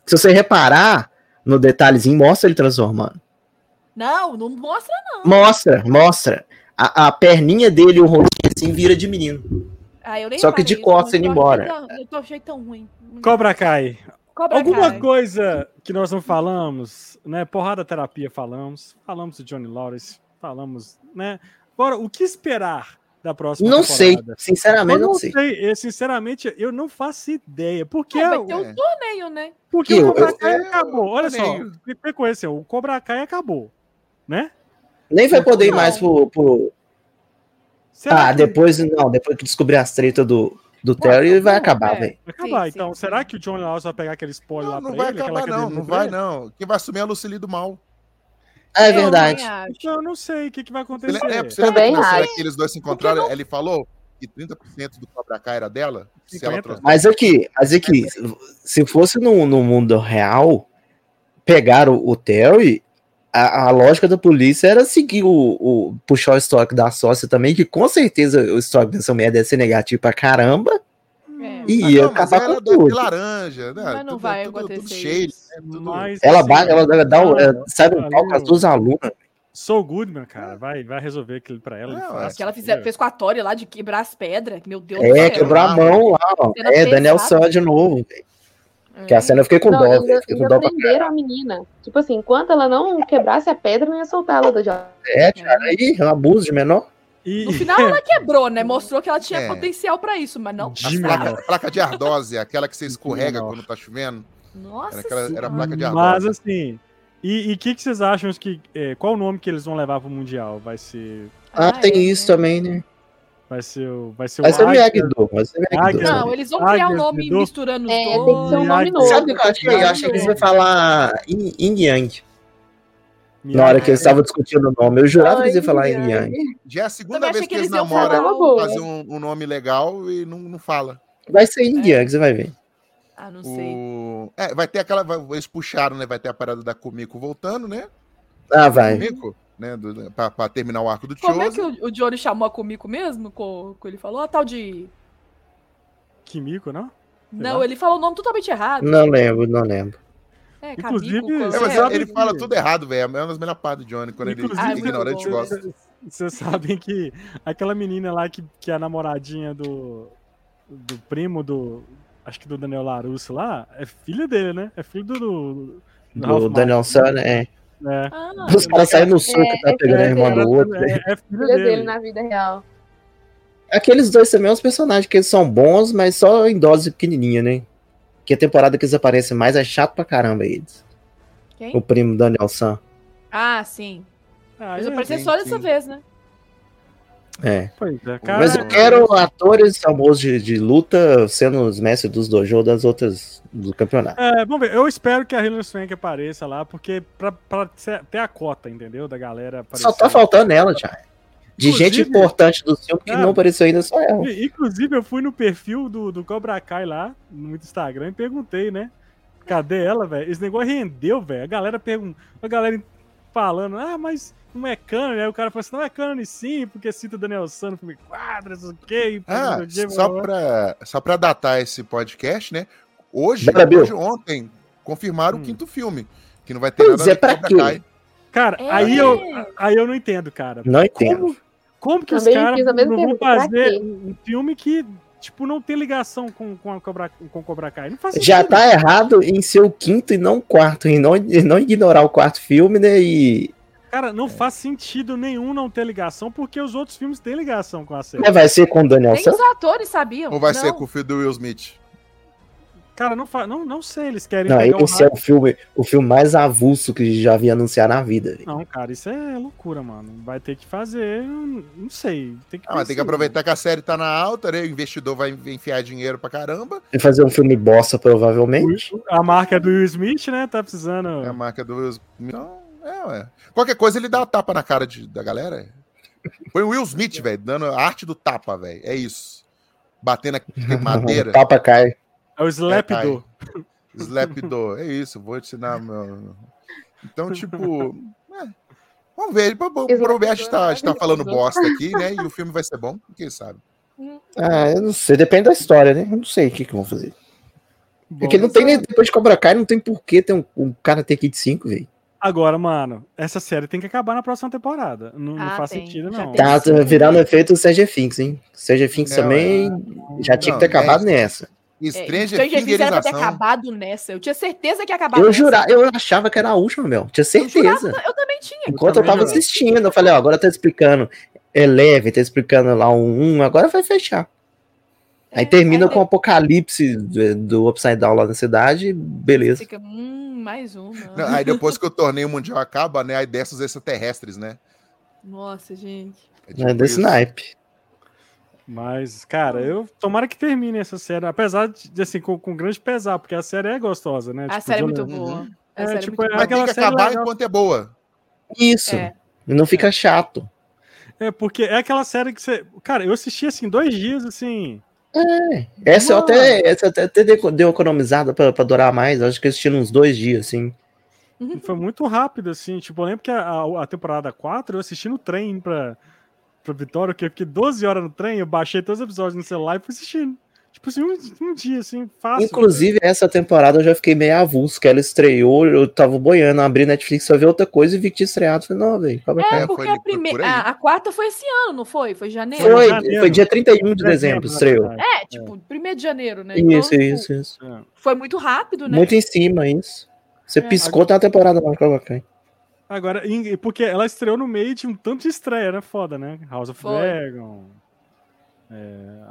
Speaker 2: Se você reparar no detalhezinho, mostra ele transformando.
Speaker 4: Não, não mostra.
Speaker 2: Mostra, mostra. A, a perninha dele, o rostinho assim, vira de menino.
Speaker 4: Ah, eu nem
Speaker 2: Só que de
Speaker 4: reparei,
Speaker 2: costas
Speaker 4: eu-
Speaker 2: indo
Speaker 4: eu-
Speaker 2: embora.
Speaker 4: Eu, eu, eu achei tão ruim.
Speaker 1: Cobra Kai.
Speaker 4: Cobra
Speaker 1: Alguma
Speaker 4: Kai.
Speaker 1: coisa que nós não falamos, né? Porrada terapia falamos, falamos do Johnny Lawrence, falamos, né? Agora, o que esperar da próxima
Speaker 2: Não sei,
Speaker 1: temporada?
Speaker 2: sinceramente,
Speaker 1: eu
Speaker 2: não sei.
Speaker 1: Eu, sinceramente, eu não faço ideia. Porque,
Speaker 4: É, vai ter
Speaker 3: É.
Speaker 4: um torneio, né?
Speaker 1: porque
Speaker 2: Eu-
Speaker 1: o Cobra
Speaker 3: eu-
Speaker 1: Kai
Speaker 3: eu-
Speaker 1: acabou. Olha só,
Speaker 3: torneio.
Speaker 1: me reconheceu, o Cobra Kai acabou, né?
Speaker 2: Nem vai poder ir
Speaker 4: Não.
Speaker 2: mais pro. pro...
Speaker 1: Será
Speaker 2: Ah,
Speaker 1: que-
Speaker 2: depois não, depois que descobrir as tretas do, do Terry, ele vai acabar,
Speaker 4: é.
Speaker 2: velho.
Speaker 1: Vai acabar,
Speaker 4: Sim, sim,
Speaker 1: então.
Speaker 4: sim.
Speaker 1: Será que o Johnny Lawrence vai pegar aquele spoiler
Speaker 3: Não,
Speaker 1: lá
Speaker 3: não
Speaker 1: pra
Speaker 3: vai
Speaker 1: ele? Aquela
Speaker 3: acabar,
Speaker 1: academia
Speaker 3: não. Não
Speaker 1: pra
Speaker 3: vai,
Speaker 1: ele?
Speaker 3: não. Quem vai assumir é a Lucili do Mal.
Speaker 2: Ah, é
Speaker 4: Eu também
Speaker 2: verdade.
Speaker 4: acho.
Speaker 1: Então, eu não sei o que, que vai
Speaker 3: Você
Speaker 1: acontecer.
Speaker 3: lembra, é, você
Speaker 5: Também
Speaker 3: lembra quando
Speaker 5: acho.
Speaker 3: que eles dois se encontraram? Ele falou que 30% do Cobra Kai era dela. Se ela
Speaker 1: 50.
Speaker 3: trouxe.
Speaker 2: Mas aqui, mas aqui, se fosse no, no mundo real, pegaram o Terry, a, a lógica da polícia era seguir o, o- puxar o estoque da sócia também, que com certeza o estoque dessa mulher deve ser negativo pra caramba,
Speaker 4: É.
Speaker 2: e
Speaker 3: Ah,
Speaker 2: ia
Speaker 3: não, mas
Speaker 2: acabar
Speaker 3: ela
Speaker 2: com
Speaker 3: doce
Speaker 2: tudo.
Speaker 3: laranja. Né?
Speaker 4: Mas não vai acontecer
Speaker 3: cheio.
Speaker 4: isso.
Speaker 3: né? Tudo-
Speaker 1: Mas,
Speaker 2: Ela
Speaker 1: assim,
Speaker 2: baga, ela dá- dá o-
Speaker 1: cara,
Speaker 2: é, sabe um pau com as
Speaker 1: valeu.
Speaker 2: duas alunas.
Speaker 1: Sou Goodman, cara. Vai, vai resolver aquilo pra ela.
Speaker 3: É. Não,
Speaker 1: ele
Speaker 3: é
Speaker 1: faz,
Speaker 4: Nossa, que ela
Speaker 1: entendeu?
Speaker 4: fizer- fez com a Tori lá de quebrar as pedras. Meu Deus
Speaker 2: É,
Speaker 3: quebrou
Speaker 2: quebrou a mão lá, ó.
Speaker 4: Ela
Speaker 2: É,
Speaker 4: fez,
Speaker 2: Daniel
Speaker 4: sabe?
Speaker 2: San de novo. velho.
Speaker 4: É.
Speaker 2: Que a cena eu fiquei com
Speaker 5: não,
Speaker 2: dó,
Speaker 5: ainda,
Speaker 2: velho. Fiquei com
Speaker 5: ainda
Speaker 2: dó pra
Speaker 5: prenderam a menina. Tipo assim, enquanto ela não quebrasse a pedra, não ia soltar ela da jaula.
Speaker 2: É, cara, aí é um abuso de menor.
Speaker 1: E,
Speaker 4: No final ela quebrou, né? Mostrou que ela tinha
Speaker 3: É.
Speaker 4: potencial pra isso, mas não.
Speaker 1: De
Speaker 3: A
Speaker 1: Jimmy,
Speaker 3: placa,
Speaker 1: não.
Speaker 3: a placa de ardose, aquela que você escorrega
Speaker 1: Não.
Speaker 3: quando tá chovendo.
Speaker 4: Nossa
Speaker 3: Era, aquela, era a
Speaker 4: senhora.
Speaker 3: placa de
Speaker 1: Mas
Speaker 3: ardose.
Speaker 1: assim. E o que, que vocês acham que. é, qual o nome que eles vão levar pro Mundial? Vai ser.
Speaker 2: Ah,
Speaker 4: Ah,
Speaker 2: tem
Speaker 4: é,
Speaker 2: isso
Speaker 4: né?
Speaker 2: também, né?
Speaker 1: Vai ser o. Vai ser o
Speaker 2: Vai ser o
Speaker 1: Agner.
Speaker 2: Miyagi-Do. Vai ser o Miyagi-Do.
Speaker 1: Águia.
Speaker 4: Não, eles vão criar um
Speaker 1: Águia,
Speaker 4: nome
Speaker 1: Dudu.
Speaker 4: misturando os
Speaker 5: É, tem que
Speaker 4: dois.
Speaker 5: ser um nome
Speaker 1: Miyagi.
Speaker 5: novo.
Speaker 2: Sabe o que eu achei? Eu achei que eles iam falar Yin Yin Yang. Na hora que
Speaker 1: é
Speaker 2: eles estavam discutindo o nome, eu jurava
Speaker 5: Ah,
Speaker 2: que eles iam falar Yin Yang.
Speaker 3: Já é a segunda
Speaker 4: Também achei
Speaker 3: vez que eles
Speaker 4: iam
Speaker 5: namoram,
Speaker 4: falar
Speaker 5: é uma
Speaker 4: o-
Speaker 5: boa.
Speaker 3: fazer um, um nome legal e não, não fala.
Speaker 2: Vai ser Yin Yang, você vai ver.
Speaker 4: Ah, não sei.
Speaker 3: O... É, vai ter aquela. vai- Eles puxaram, né? Vai ter a parada da Kumiko voltando, né?
Speaker 2: Ah, vai.
Speaker 3: Kumiko, né? Do, pra, pra terminar o arco do
Speaker 4: Como é
Speaker 3: Chosen.
Speaker 4: que o, o Johnny chamou a Kumiko mesmo? Co, co ele falou a tal de.
Speaker 1: Kimiko, não?
Speaker 4: Não,
Speaker 1: lá.
Speaker 4: ele falou o nome totalmente errado.
Speaker 2: Não lembro, não lembro.
Speaker 4: É,
Speaker 1: Inclusive-
Speaker 4: Kamiko, coisa-
Speaker 3: É, mas
Speaker 1: É,
Speaker 3: ele
Speaker 1: porque-
Speaker 3: fala tudo errado, velho. É uma das melhores partes do Johnny, quando ele
Speaker 1: Inclusive,
Speaker 3: é ignorante
Speaker 4: muito bom.
Speaker 3: gosta.
Speaker 1: Vocês sabem que aquela menina lá que, que é a namoradinha do, do primo do. Acho que do Daniel Larusso lá, é filha dele, né? É filho do. do, do Ralph Macchio,
Speaker 2: Do Daniel Sun, é.
Speaker 1: né?
Speaker 4: Ah,
Speaker 2: Os caras saem no soco,
Speaker 5: É,
Speaker 2: tá
Speaker 5: é
Speaker 2: pegando a
Speaker 5: verdade.
Speaker 2: irmã do outro.
Speaker 1: É, é filha
Speaker 5: Filha
Speaker 1: dele.
Speaker 5: dele
Speaker 4: né?
Speaker 5: na vida real.
Speaker 2: Aqueles dois também são os personagens que eles são bons, mas só em dose pequenininha, né? Que a temporada que eles aparecem mais é chato pra caramba eles.
Speaker 4: quem?
Speaker 2: O primo Daniel San.
Speaker 4: Ah, sim.
Speaker 1: Ah,
Speaker 4: Mas
Speaker 1: é,
Speaker 4: apareceu
Speaker 3: sim,
Speaker 4: só um. dessa
Speaker 3: sim.
Speaker 4: vez, né?
Speaker 2: É.
Speaker 1: pois é, cara,
Speaker 2: Mas eu quero atores famosos de, de luta sendo os mestres dos dojo das outras do campeonato.
Speaker 1: é, vamos ver, eu espero que a Hilary Swank apareça lá, porque pra, pra ser- ter a cota, entendeu? Da galera aparecer.
Speaker 2: Só tá faltando ela, já. De gente
Speaker 1: Inclusive-
Speaker 2: importante do filme que
Speaker 1: Cara,
Speaker 2: não apareceu ainda, só ela.
Speaker 1: I- Inclusive, eu fui no perfil do, do Cobra Kai lá, no Instagram, e perguntei, né? Cadê ela, velho? Esse negócio rendeu, velho. A galera pergunta, a galera falando, ah, mas não é cânone. Aí o cara falou assim, não é cânone sim, porque cita Daniel San no filme quadra, isso aqui.
Speaker 3: Ah,
Speaker 1: não sei o quê,
Speaker 3: só
Speaker 1: blá, blá.
Speaker 3: pra, só pra datar esse podcast, né? Hoje,
Speaker 2: Bora, Bill.
Speaker 3: hoje ontem, confirmaram
Speaker 1: Hum.
Speaker 3: o quinto filme. Que não vai ter
Speaker 2: Pois
Speaker 3: nada
Speaker 2: é, pra
Speaker 3: Cobra
Speaker 2: quê?
Speaker 3: Kai.
Speaker 1: Cara,
Speaker 4: É.
Speaker 1: aí, eu, aí eu não entendo, cara.
Speaker 2: Não entendo.
Speaker 1: Como, como que os
Speaker 5: Também
Speaker 1: caras
Speaker 5: fiz a mesma
Speaker 1: não vão
Speaker 5: pergunta, pra
Speaker 1: fazer
Speaker 5: quê?
Speaker 1: um filme que, tipo, não tem ligação com, com, a Cobra, com o Cobra Kai? Não faz
Speaker 2: Já
Speaker 1: sentido.
Speaker 2: tá errado em ser o quinto e não o quarto, e não, e não ignorar o quarto filme, né? E
Speaker 1: Cara, não faz sentido nenhum não ter ligação, porque os outros filmes têm ligação com a série.
Speaker 2: né, vai ser com o Daniel
Speaker 4: Nem
Speaker 2: San?
Speaker 4: os atores sabiam.
Speaker 3: Ou vai
Speaker 4: não.
Speaker 3: ser com o filho do Will Smith?
Speaker 1: Cara, não, fa... não, não sei, eles querem
Speaker 2: Não,
Speaker 1: pegar o
Speaker 2: esse é
Speaker 1: hype.
Speaker 2: o filme, o filme mais avulso que já vi anunciar na vida. velho.
Speaker 1: Não, cara, isso é loucura, mano. Vai ter que fazer, não não sei. Tem que
Speaker 3: Ah, mas tem que
Speaker 1: pensar.
Speaker 3: aproveitar que a série tá na alta, né? O investidor vai enfiar dinheiro pra caramba.
Speaker 2: Vai fazer um filme bossa, provavelmente.
Speaker 1: O- A marca do Will Smith, né? Tá precisando.
Speaker 4: Hum.
Speaker 3: É a marca do Will Smith. Não, é, ué. Qualquer coisa ele dá uma tapa na cara de- da galera. Foi o Will Smith, velho, dando a arte do tapa, velho. É isso. Batendo a madeira.
Speaker 2: Tapa cai.
Speaker 1: É o Slap
Speaker 3: É, tá aí.
Speaker 1: do.
Speaker 3: Slapdoor, é isso, vou te ensinar meu. Então, tipo. é, Vamos ver, o o- o Roberto está, está tá falando bosta aqui, né? E o filme vai ser bom, quem sabe?
Speaker 2: Ah, eu não sei, depende da história, né? Eu não sei o que, que vão fazer.
Speaker 1: Bom, é-
Speaker 2: Porque É não tem nem, depois de Cobra Kai, não tem porquê ter um, um cara ter Kid 5, velho.
Speaker 1: Agora, mano, essa série tem que acabar na próxima temporada. Não, não
Speaker 4: Ah,
Speaker 1: faz
Speaker 4: tem.
Speaker 1: sentido,
Speaker 4: Já
Speaker 1: não.
Speaker 4: tem.
Speaker 2: Tá virando efeito Sérgio Finks, hein? Sérgio Finks
Speaker 3: Não,
Speaker 2: também já tinha que ter
Speaker 3: Não, é
Speaker 2: acabado
Speaker 3: isso.
Speaker 2: nessa.
Speaker 4: É,
Speaker 3: Stranger então.
Speaker 4: Stranger Things era pra ter
Speaker 3: Fingerização.
Speaker 4: acabado nessa. Eu tinha certeza que ia acabar
Speaker 2: Eu
Speaker 4: nessa.
Speaker 2: jurava, eu achava que era a última, meu. Tinha
Speaker 4: Eu jurava,
Speaker 2: certeza.
Speaker 4: eu também tinha.
Speaker 2: Enquanto eu
Speaker 1: também
Speaker 2: tava
Speaker 1: jurava.
Speaker 2: assistindo, eu falei, ó, agora tá explicando Eleve, tá explicando lá um 1, agora vai fechar. Aí
Speaker 4: É,
Speaker 2: termina
Speaker 4: aí
Speaker 2: com o apocalipse do, do Upside Down lá na cidade, beleza.
Speaker 4: Fica, hum, mais uma.
Speaker 3: Não, aí depois que o torneio mundial acaba, né? Aí desce os extraterrestres, né?
Speaker 4: Nossa, gente.
Speaker 3: É
Speaker 2: É desse
Speaker 3: isso.
Speaker 2: naipe.
Speaker 1: Mas, cara, eu tomara que termine essa série. Apesar de, assim, com, com grande pesar, porque a série é gostosa, né?
Speaker 4: a série é
Speaker 1: John-
Speaker 4: muito
Speaker 3: Uhum.
Speaker 4: boa. A
Speaker 1: É,
Speaker 4: série
Speaker 1: tipo,
Speaker 4: é muito
Speaker 1: é
Speaker 3: Mas tem
Speaker 1: aquela
Speaker 3: que
Speaker 1: série
Speaker 3: acabar
Speaker 1: legal.
Speaker 3: enquanto é boa.
Speaker 2: Isso.
Speaker 4: É.
Speaker 2: Não fica chato.
Speaker 1: É, porque é aquela série que você. Cara, eu assisti assim dois dias, assim.
Speaker 2: Essa eu
Speaker 1: Mano.
Speaker 2: até, essa eu até, até dei- dei uma economizada pra, pra durar mais. Acho que eu assisti uns dois dias, assim.
Speaker 1: Foi
Speaker 4: Uhum.
Speaker 1: muito rápido, assim. Tipo, eu lembro que a, a- a temporada 4 eu assisti no trem pra, pra Vitória, que eu fiquei 12 horas no trem, eu baixei todos os episódios no celular e fui assistindo. Tipo assim, um, um dia, assim, fácil.
Speaker 2: Inclusive, essa temporada eu já fiquei meio avulso, que ela estreou, eu tava boiando, abri Netflix pra ver outra coisa e vi que tinha estreado. Falei, não, velho, calma
Speaker 4: É,
Speaker 2: aí.
Speaker 3: foi
Speaker 4: porque
Speaker 3: ali, foi por
Speaker 4: a primeira.
Speaker 3: aí.
Speaker 4: A, a quarta foi esse ano, é, não foi? Foi em janeiro?
Speaker 2: Foi,
Speaker 1: janeiro.
Speaker 2: foi dia 31 de
Speaker 1: Dezembro,
Speaker 2: dezembro,
Speaker 1: na
Speaker 2: estreou.
Speaker 1: verdade.
Speaker 4: É, tipo, 1 de janeiro, né? Então,
Speaker 2: Isso,
Speaker 4: tipo,
Speaker 2: isso, isso.
Speaker 4: Foi muito rápido, né?
Speaker 2: Muito em cima, isso. Você
Speaker 4: É,
Speaker 2: piscou, tem uma temporada lá no Cobra Kai.
Speaker 1: Agora, em- porque ela estreou no meio de um tanto de estreia, era foda, né? House of
Speaker 4: Foi.
Speaker 1: Dragon. É,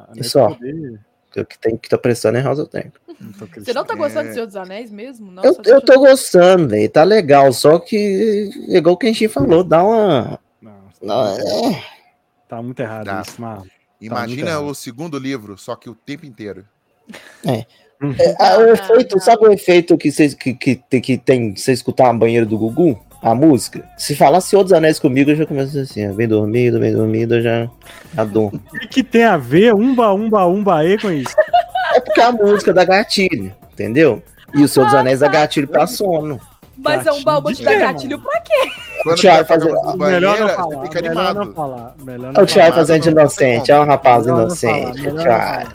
Speaker 1: Anéis do
Speaker 2: só?
Speaker 1: Poder,
Speaker 2: O que tem que tá prestando é House of Dragon.
Speaker 1: então,
Speaker 4: Você não tá
Speaker 1: Cristiano.
Speaker 4: gostando
Speaker 3: É.
Speaker 4: de Senhor dos Anéis mesmo? Nossa,
Speaker 2: Eu,
Speaker 4: acho
Speaker 2: eu
Speaker 4: que-
Speaker 2: tô gostando, velho. Tá legal, só que é igual o Kenshin falou, dá uma.
Speaker 1: Não,
Speaker 2: Não, é,
Speaker 1: tá muito errado
Speaker 3: Tá.
Speaker 1: isso, Marlon.
Speaker 3: Imagina
Speaker 1: errado.
Speaker 3: o segundo livro, só que o tempo inteiro.
Speaker 2: é, ah, o
Speaker 5: Não,
Speaker 2: efeito,
Speaker 5: não.
Speaker 2: sabe o efeito que, cês, que, que, tem- que tem você escutar a banheira do Gugu? A música? Se falar Senhor dos Anéis comigo, eu já começo assim, ó, bem dormido, bem dormido, eu já, já durmo.
Speaker 1: O que, que tem a ver umba, umba, umba aí com isso?
Speaker 2: É porque a música dá gatilho, entendeu? E o Senhor
Speaker 1: Ah,
Speaker 2: dos Anéis dá
Speaker 1: tá.
Speaker 2: gatilho pra sono.
Speaker 4: Mas é um baú de
Speaker 1: Gatilho de quê,
Speaker 4: gatilho pra quê?
Speaker 3: Quando
Speaker 2: Thiago,
Speaker 3: vai
Speaker 2: fazer-
Speaker 3: pra
Speaker 1: melhor não
Speaker 3: banheira,
Speaker 1: falar.
Speaker 3: você fica
Speaker 1: melhor não
Speaker 3: animado.
Speaker 1: falar. Melhor
Speaker 2: Olha
Speaker 1: não
Speaker 2: o Thiago
Speaker 1: falar.
Speaker 2: fazendo de inocente, é um rapaz
Speaker 1: Melhor não falar,
Speaker 2: inocente.
Speaker 1: melhor não
Speaker 2: Thiago.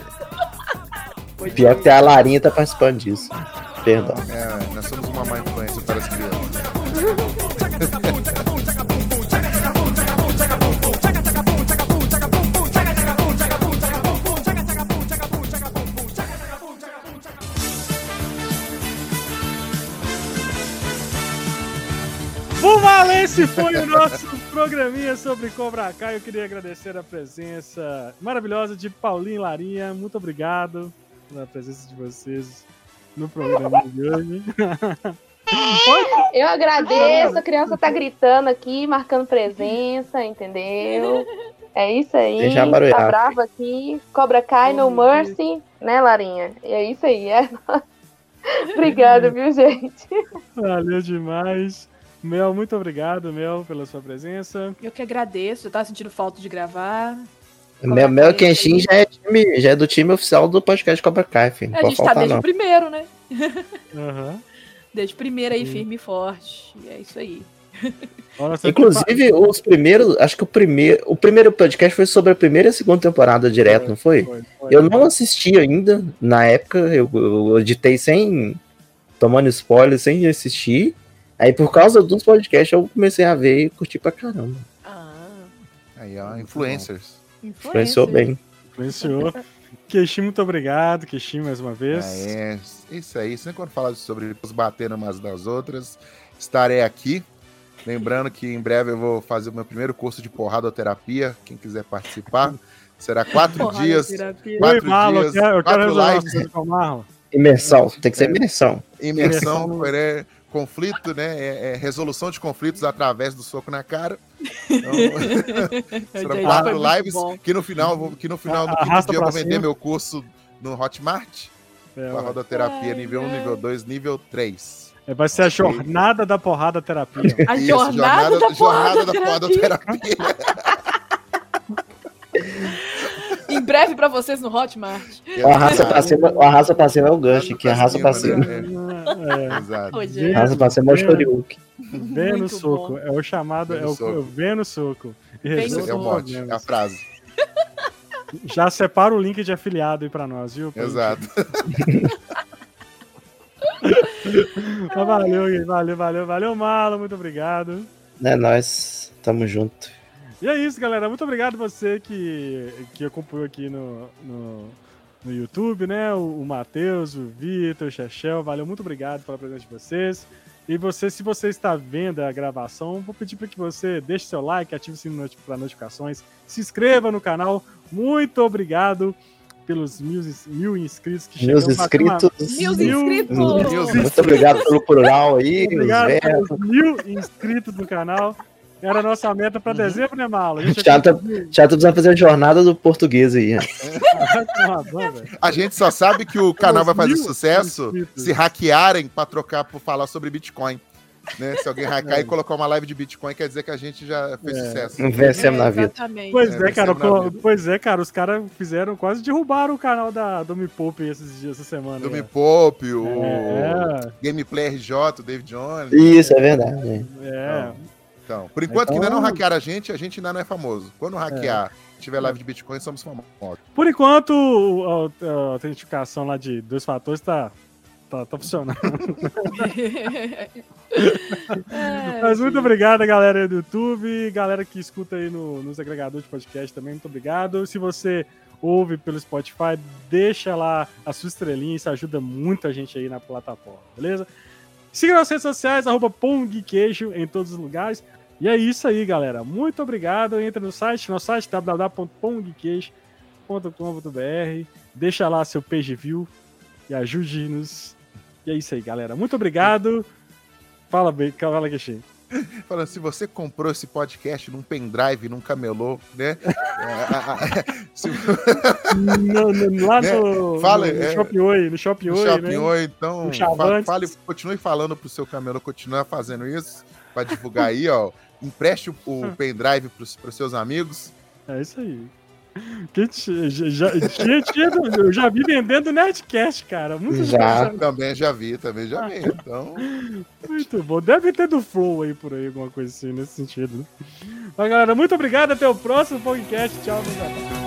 Speaker 1: falar.
Speaker 2: Pior que tem a Larinha tá participando disso. Perdão.
Speaker 3: É, nós somos uma má influência para as crianças.
Speaker 1: Bom, Valeu, esse foi o nosso programinha sobre Cobra Kai. Eu queria agradecer a presença maravilhosa de Paulinho e Larinha. Muito obrigado pela presença de vocês no programa de hoje.
Speaker 5: Eu agradeço, a criança tá gritando aqui, marcando presença, entendeu? É isso aí.
Speaker 2: Deixa a barulhada.
Speaker 5: Tá brava aqui. Cobra cai no Mercy, né, Larinha? E é isso aí, é. Obrigada, viu, gente?
Speaker 1: Valeu demais. Mel, muito obrigado, Mel, pela sua presença.
Speaker 4: Eu que agradeço, eu tava sentindo falta de gravar.
Speaker 2: Mel, Mel Kenshin já é, time- já é do time oficial do podcast Cobra Kai, filho. Não
Speaker 4: A
Speaker 2: pode
Speaker 4: gente tá
Speaker 2: faltar,
Speaker 4: desde
Speaker 2: não.
Speaker 4: o primeiro, né?
Speaker 1: Aham.
Speaker 4: Desde o primeiro aí,
Speaker 1: Sim.
Speaker 4: firme e forte. E é isso aí.
Speaker 1: Olha só que
Speaker 2: Inclusive, os primeiros. Acho que o primeiro. O primeiro podcast foi sobre a primeira e a segunda temporada direto, não foi?
Speaker 1: foi, foi.
Speaker 2: Eu não assisti ainda. Na época, eu, eu editei sem. tomando spoiler, sem assistir. Aí, por causa dos podcasts, eu comecei a ver e curti pra caramba.
Speaker 4: Ah,
Speaker 3: Aí, ó, influencers.
Speaker 2: Influenciou bem.
Speaker 1: Influenciou. Queixi, muito obrigado. Queixi, mais uma vez.
Speaker 3: Ah, é, isso aí. Sempre quando falar sobre os bater umas das outras, estarei aqui. Lembrando que em breve eu vou fazer o meu primeiro curso de porradoterapia. Quem quiser participar, será quatro
Speaker 4: Porrada,
Speaker 3: dias.
Speaker 4: terapia.
Speaker 1: Oi,
Speaker 3: Quatro
Speaker 1: Marlon, eu
Speaker 3: dias,
Speaker 1: quero, eu quero
Speaker 3: quatro
Speaker 1: resolver
Speaker 3: lives.
Speaker 1: umas coisas com o Marlon.
Speaker 2: Imersão, tem que ser imersão.
Speaker 3: Imersão,
Speaker 1: Imersão.
Speaker 3: né, conflito, né? É, é resolução de conflitos através do soco na cara. Então,
Speaker 4: Isso
Speaker 3: serão
Speaker 4: aí foi
Speaker 3: quatro
Speaker 4: muito
Speaker 3: lives.
Speaker 4: bom.
Speaker 3: Que no final, eu vou- que no final do quinto
Speaker 1: Arrasta
Speaker 3: dia eu
Speaker 1: pra
Speaker 3: vou vender
Speaker 1: cima.
Speaker 3: meu curso no Hotmart.
Speaker 1: É,
Speaker 3: Com a
Speaker 1: ué.
Speaker 3: rodoterapia
Speaker 4: Ai,
Speaker 3: nível 1,
Speaker 4: ai.
Speaker 3: nível 2, nível 3.
Speaker 1: É, vai ser a jornada da porrada terapia.
Speaker 4: A jornada, da
Speaker 3: jornada
Speaker 4: porrada,
Speaker 3: da
Speaker 4: terapia.
Speaker 3: porradoterapia.
Speaker 4: Em breve pra vocês no Hotmart.
Speaker 2: O arrasta pra cima, o arrasta pra cima é o gancho
Speaker 3: Arrasta
Speaker 2: aqui, arrasta
Speaker 3: pra
Speaker 2: pra
Speaker 3: cima,
Speaker 2: cima.
Speaker 1: É,
Speaker 3: Exato.
Speaker 4: Hoje.
Speaker 1: Gente,
Speaker 2: Arrasta pra cima é o Shoryuken.
Speaker 1: Vem no
Speaker 4: Muito
Speaker 1: soco.
Speaker 4: bom.
Speaker 1: É o chamado.
Speaker 3: Vem
Speaker 1: É
Speaker 3: no
Speaker 1: o,
Speaker 3: soco.
Speaker 1: vem no soco. E
Speaker 4: Vem no
Speaker 1: resolve
Speaker 3: Esse é o
Speaker 1: os
Speaker 3: mote, é a
Speaker 1: problemas.
Speaker 3: frase.
Speaker 1: Já separa o link de afiliado aí pra nós, viu?
Speaker 3: Exato.
Speaker 1: Mas Então, valeu, Gui, valeu, valeu, valeu, Marlon. Muito obrigado.
Speaker 2: É nóis, tamo junto.
Speaker 1: E é isso, galera. Muito obrigado você que, que acompanhou aqui no, no, no YouTube, né? O, o Matheus, o Vitor, o Chechel. Valeu, muito obrigado pela presença de vocês. E você, se você está vendo a gravação, vou pedir para que você deixe seu like, ative o sino para notificações, se inscreva no canal. Muito obrigado pelos mil, mil inscritos que chegaram.
Speaker 2: Meus
Speaker 1: Bateu uma-
Speaker 2: inscritos.
Speaker 4: Mil
Speaker 1: Mil-
Speaker 4: inscritos!
Speaker 2: Muito obrigado pelo plural aí, os
Speaker 1: Obrigado
Speaker 2: velhos.
Speaker 1: pelos mil inscritos no canal. Era a nossa meta
Speaker 2: Uhum.
Speaker 1: para dezembro, né, Marlon? A gente
Speaker 2: Já tá- Já tô precisando fazer a jornada do português aí. né?
Speaker 3: A gente só sabe que o canal vai fazer
Speaker 1: mil
Speaker 3: sucesso
Speaker 1: inscritos.
Speaker 3: se hackearem pra trocar por falar sobre Bitcoin. Né? Se alguém hackear e colocar uma live de Bitcoin, quer dizer que a gente já fez
Speaker 1: É.
Speaker 3: sucesso.
Speaker 2: Vencemos na vida.
Speaker 4: Exatamente.
Speaker 1: Pois
Speaker 3: É,
Speaker 1: é,
Speaker 3: vai
Speaker 1: cara,
Speaker 3: ser maravilha.
Speaker 1: co- pois é, cara, os caras fizeram, quase derrubaram o canal da do Me Poupe esses dias, essa semana.
Speaker 3: Do Me
Speaker 1: né?
Speaker 3: Poupe, o
Speaker 1: É,
Speaker 3: Gameplay RJ, o David Jones.
Speaker 2: Isso, é verdade. gente.
Speaker 1: é.
Speaker 3: Então, por enquanto que ainda
Speaker 1: Então- É.
Speaker 3: não hackearam a gente, a gente ainda não é famoso. Quando hackear, tiver live de Bitcoin, somos famosos.
Speaker 1: Por enquanto, o- a, a autenticação lá de dois fatores tá Tá, tá funcionando.
Speaker 4: é.
Speaker 1: Mas muito obrigado, galera aí do YouTube, galera que escuta aí no, nos agregadores de podcast também, muito obrigado. Se você ouve pelo Spotify, deixa lá a sua estrelinha, isso ajuda muito a gente aí na plataforma, beleza? Siga nas redes sociais, arroba pongqueijo em todos os lugares. E é isso aí, galera. Muito obrigado. Entra no site, nosso site www.pongqueijo.com.br. Deixa lá seu page view e ajude-nos. E é isso aí, galera. Muito obrigado. Fala, bem, fala, é Queixinho.
Speaker 3: Falando, se você comprou esse podcast num pendrive, num camelô, né? É, a- a- se-
Speaker 1: No, no, lá
Speaker 3: Né?
Speaker 1: no,
Speaker 3: Fala,
Speaker 1: no,
Speaker 3: é.
Speaker 1: Shopping Oi, no Shopping
Speaker 3: no
Speaker 1: Oi,
Speaker 3: Shopping
Speaker 1: né?
Speaker 3: Oi, então
Speaker 1: Um chavante.
Speaker 3: fa- fale, continue falando pro seu camelô, continue fazendo isso para divulgar aí, ó. Empreste o,
Speaker 1: Ah.
Speaker 3: o pendrive pros, pros seus amigos.
Speaker 1: É isso aí. Que ti- já, tinha- tinha- eu já vi vendendo Nerdcast, cara. Muito,
Speaker 2: Já.
Speaker 3: Também já vi, também já vi. Então,
Speaker 1: muito bom. Deve ter do Flow aí por aí, alguma coisa assim nesse sentido. Mas, galera, muito obrigado. Até o próximo podcast. Tchau, meus amigos.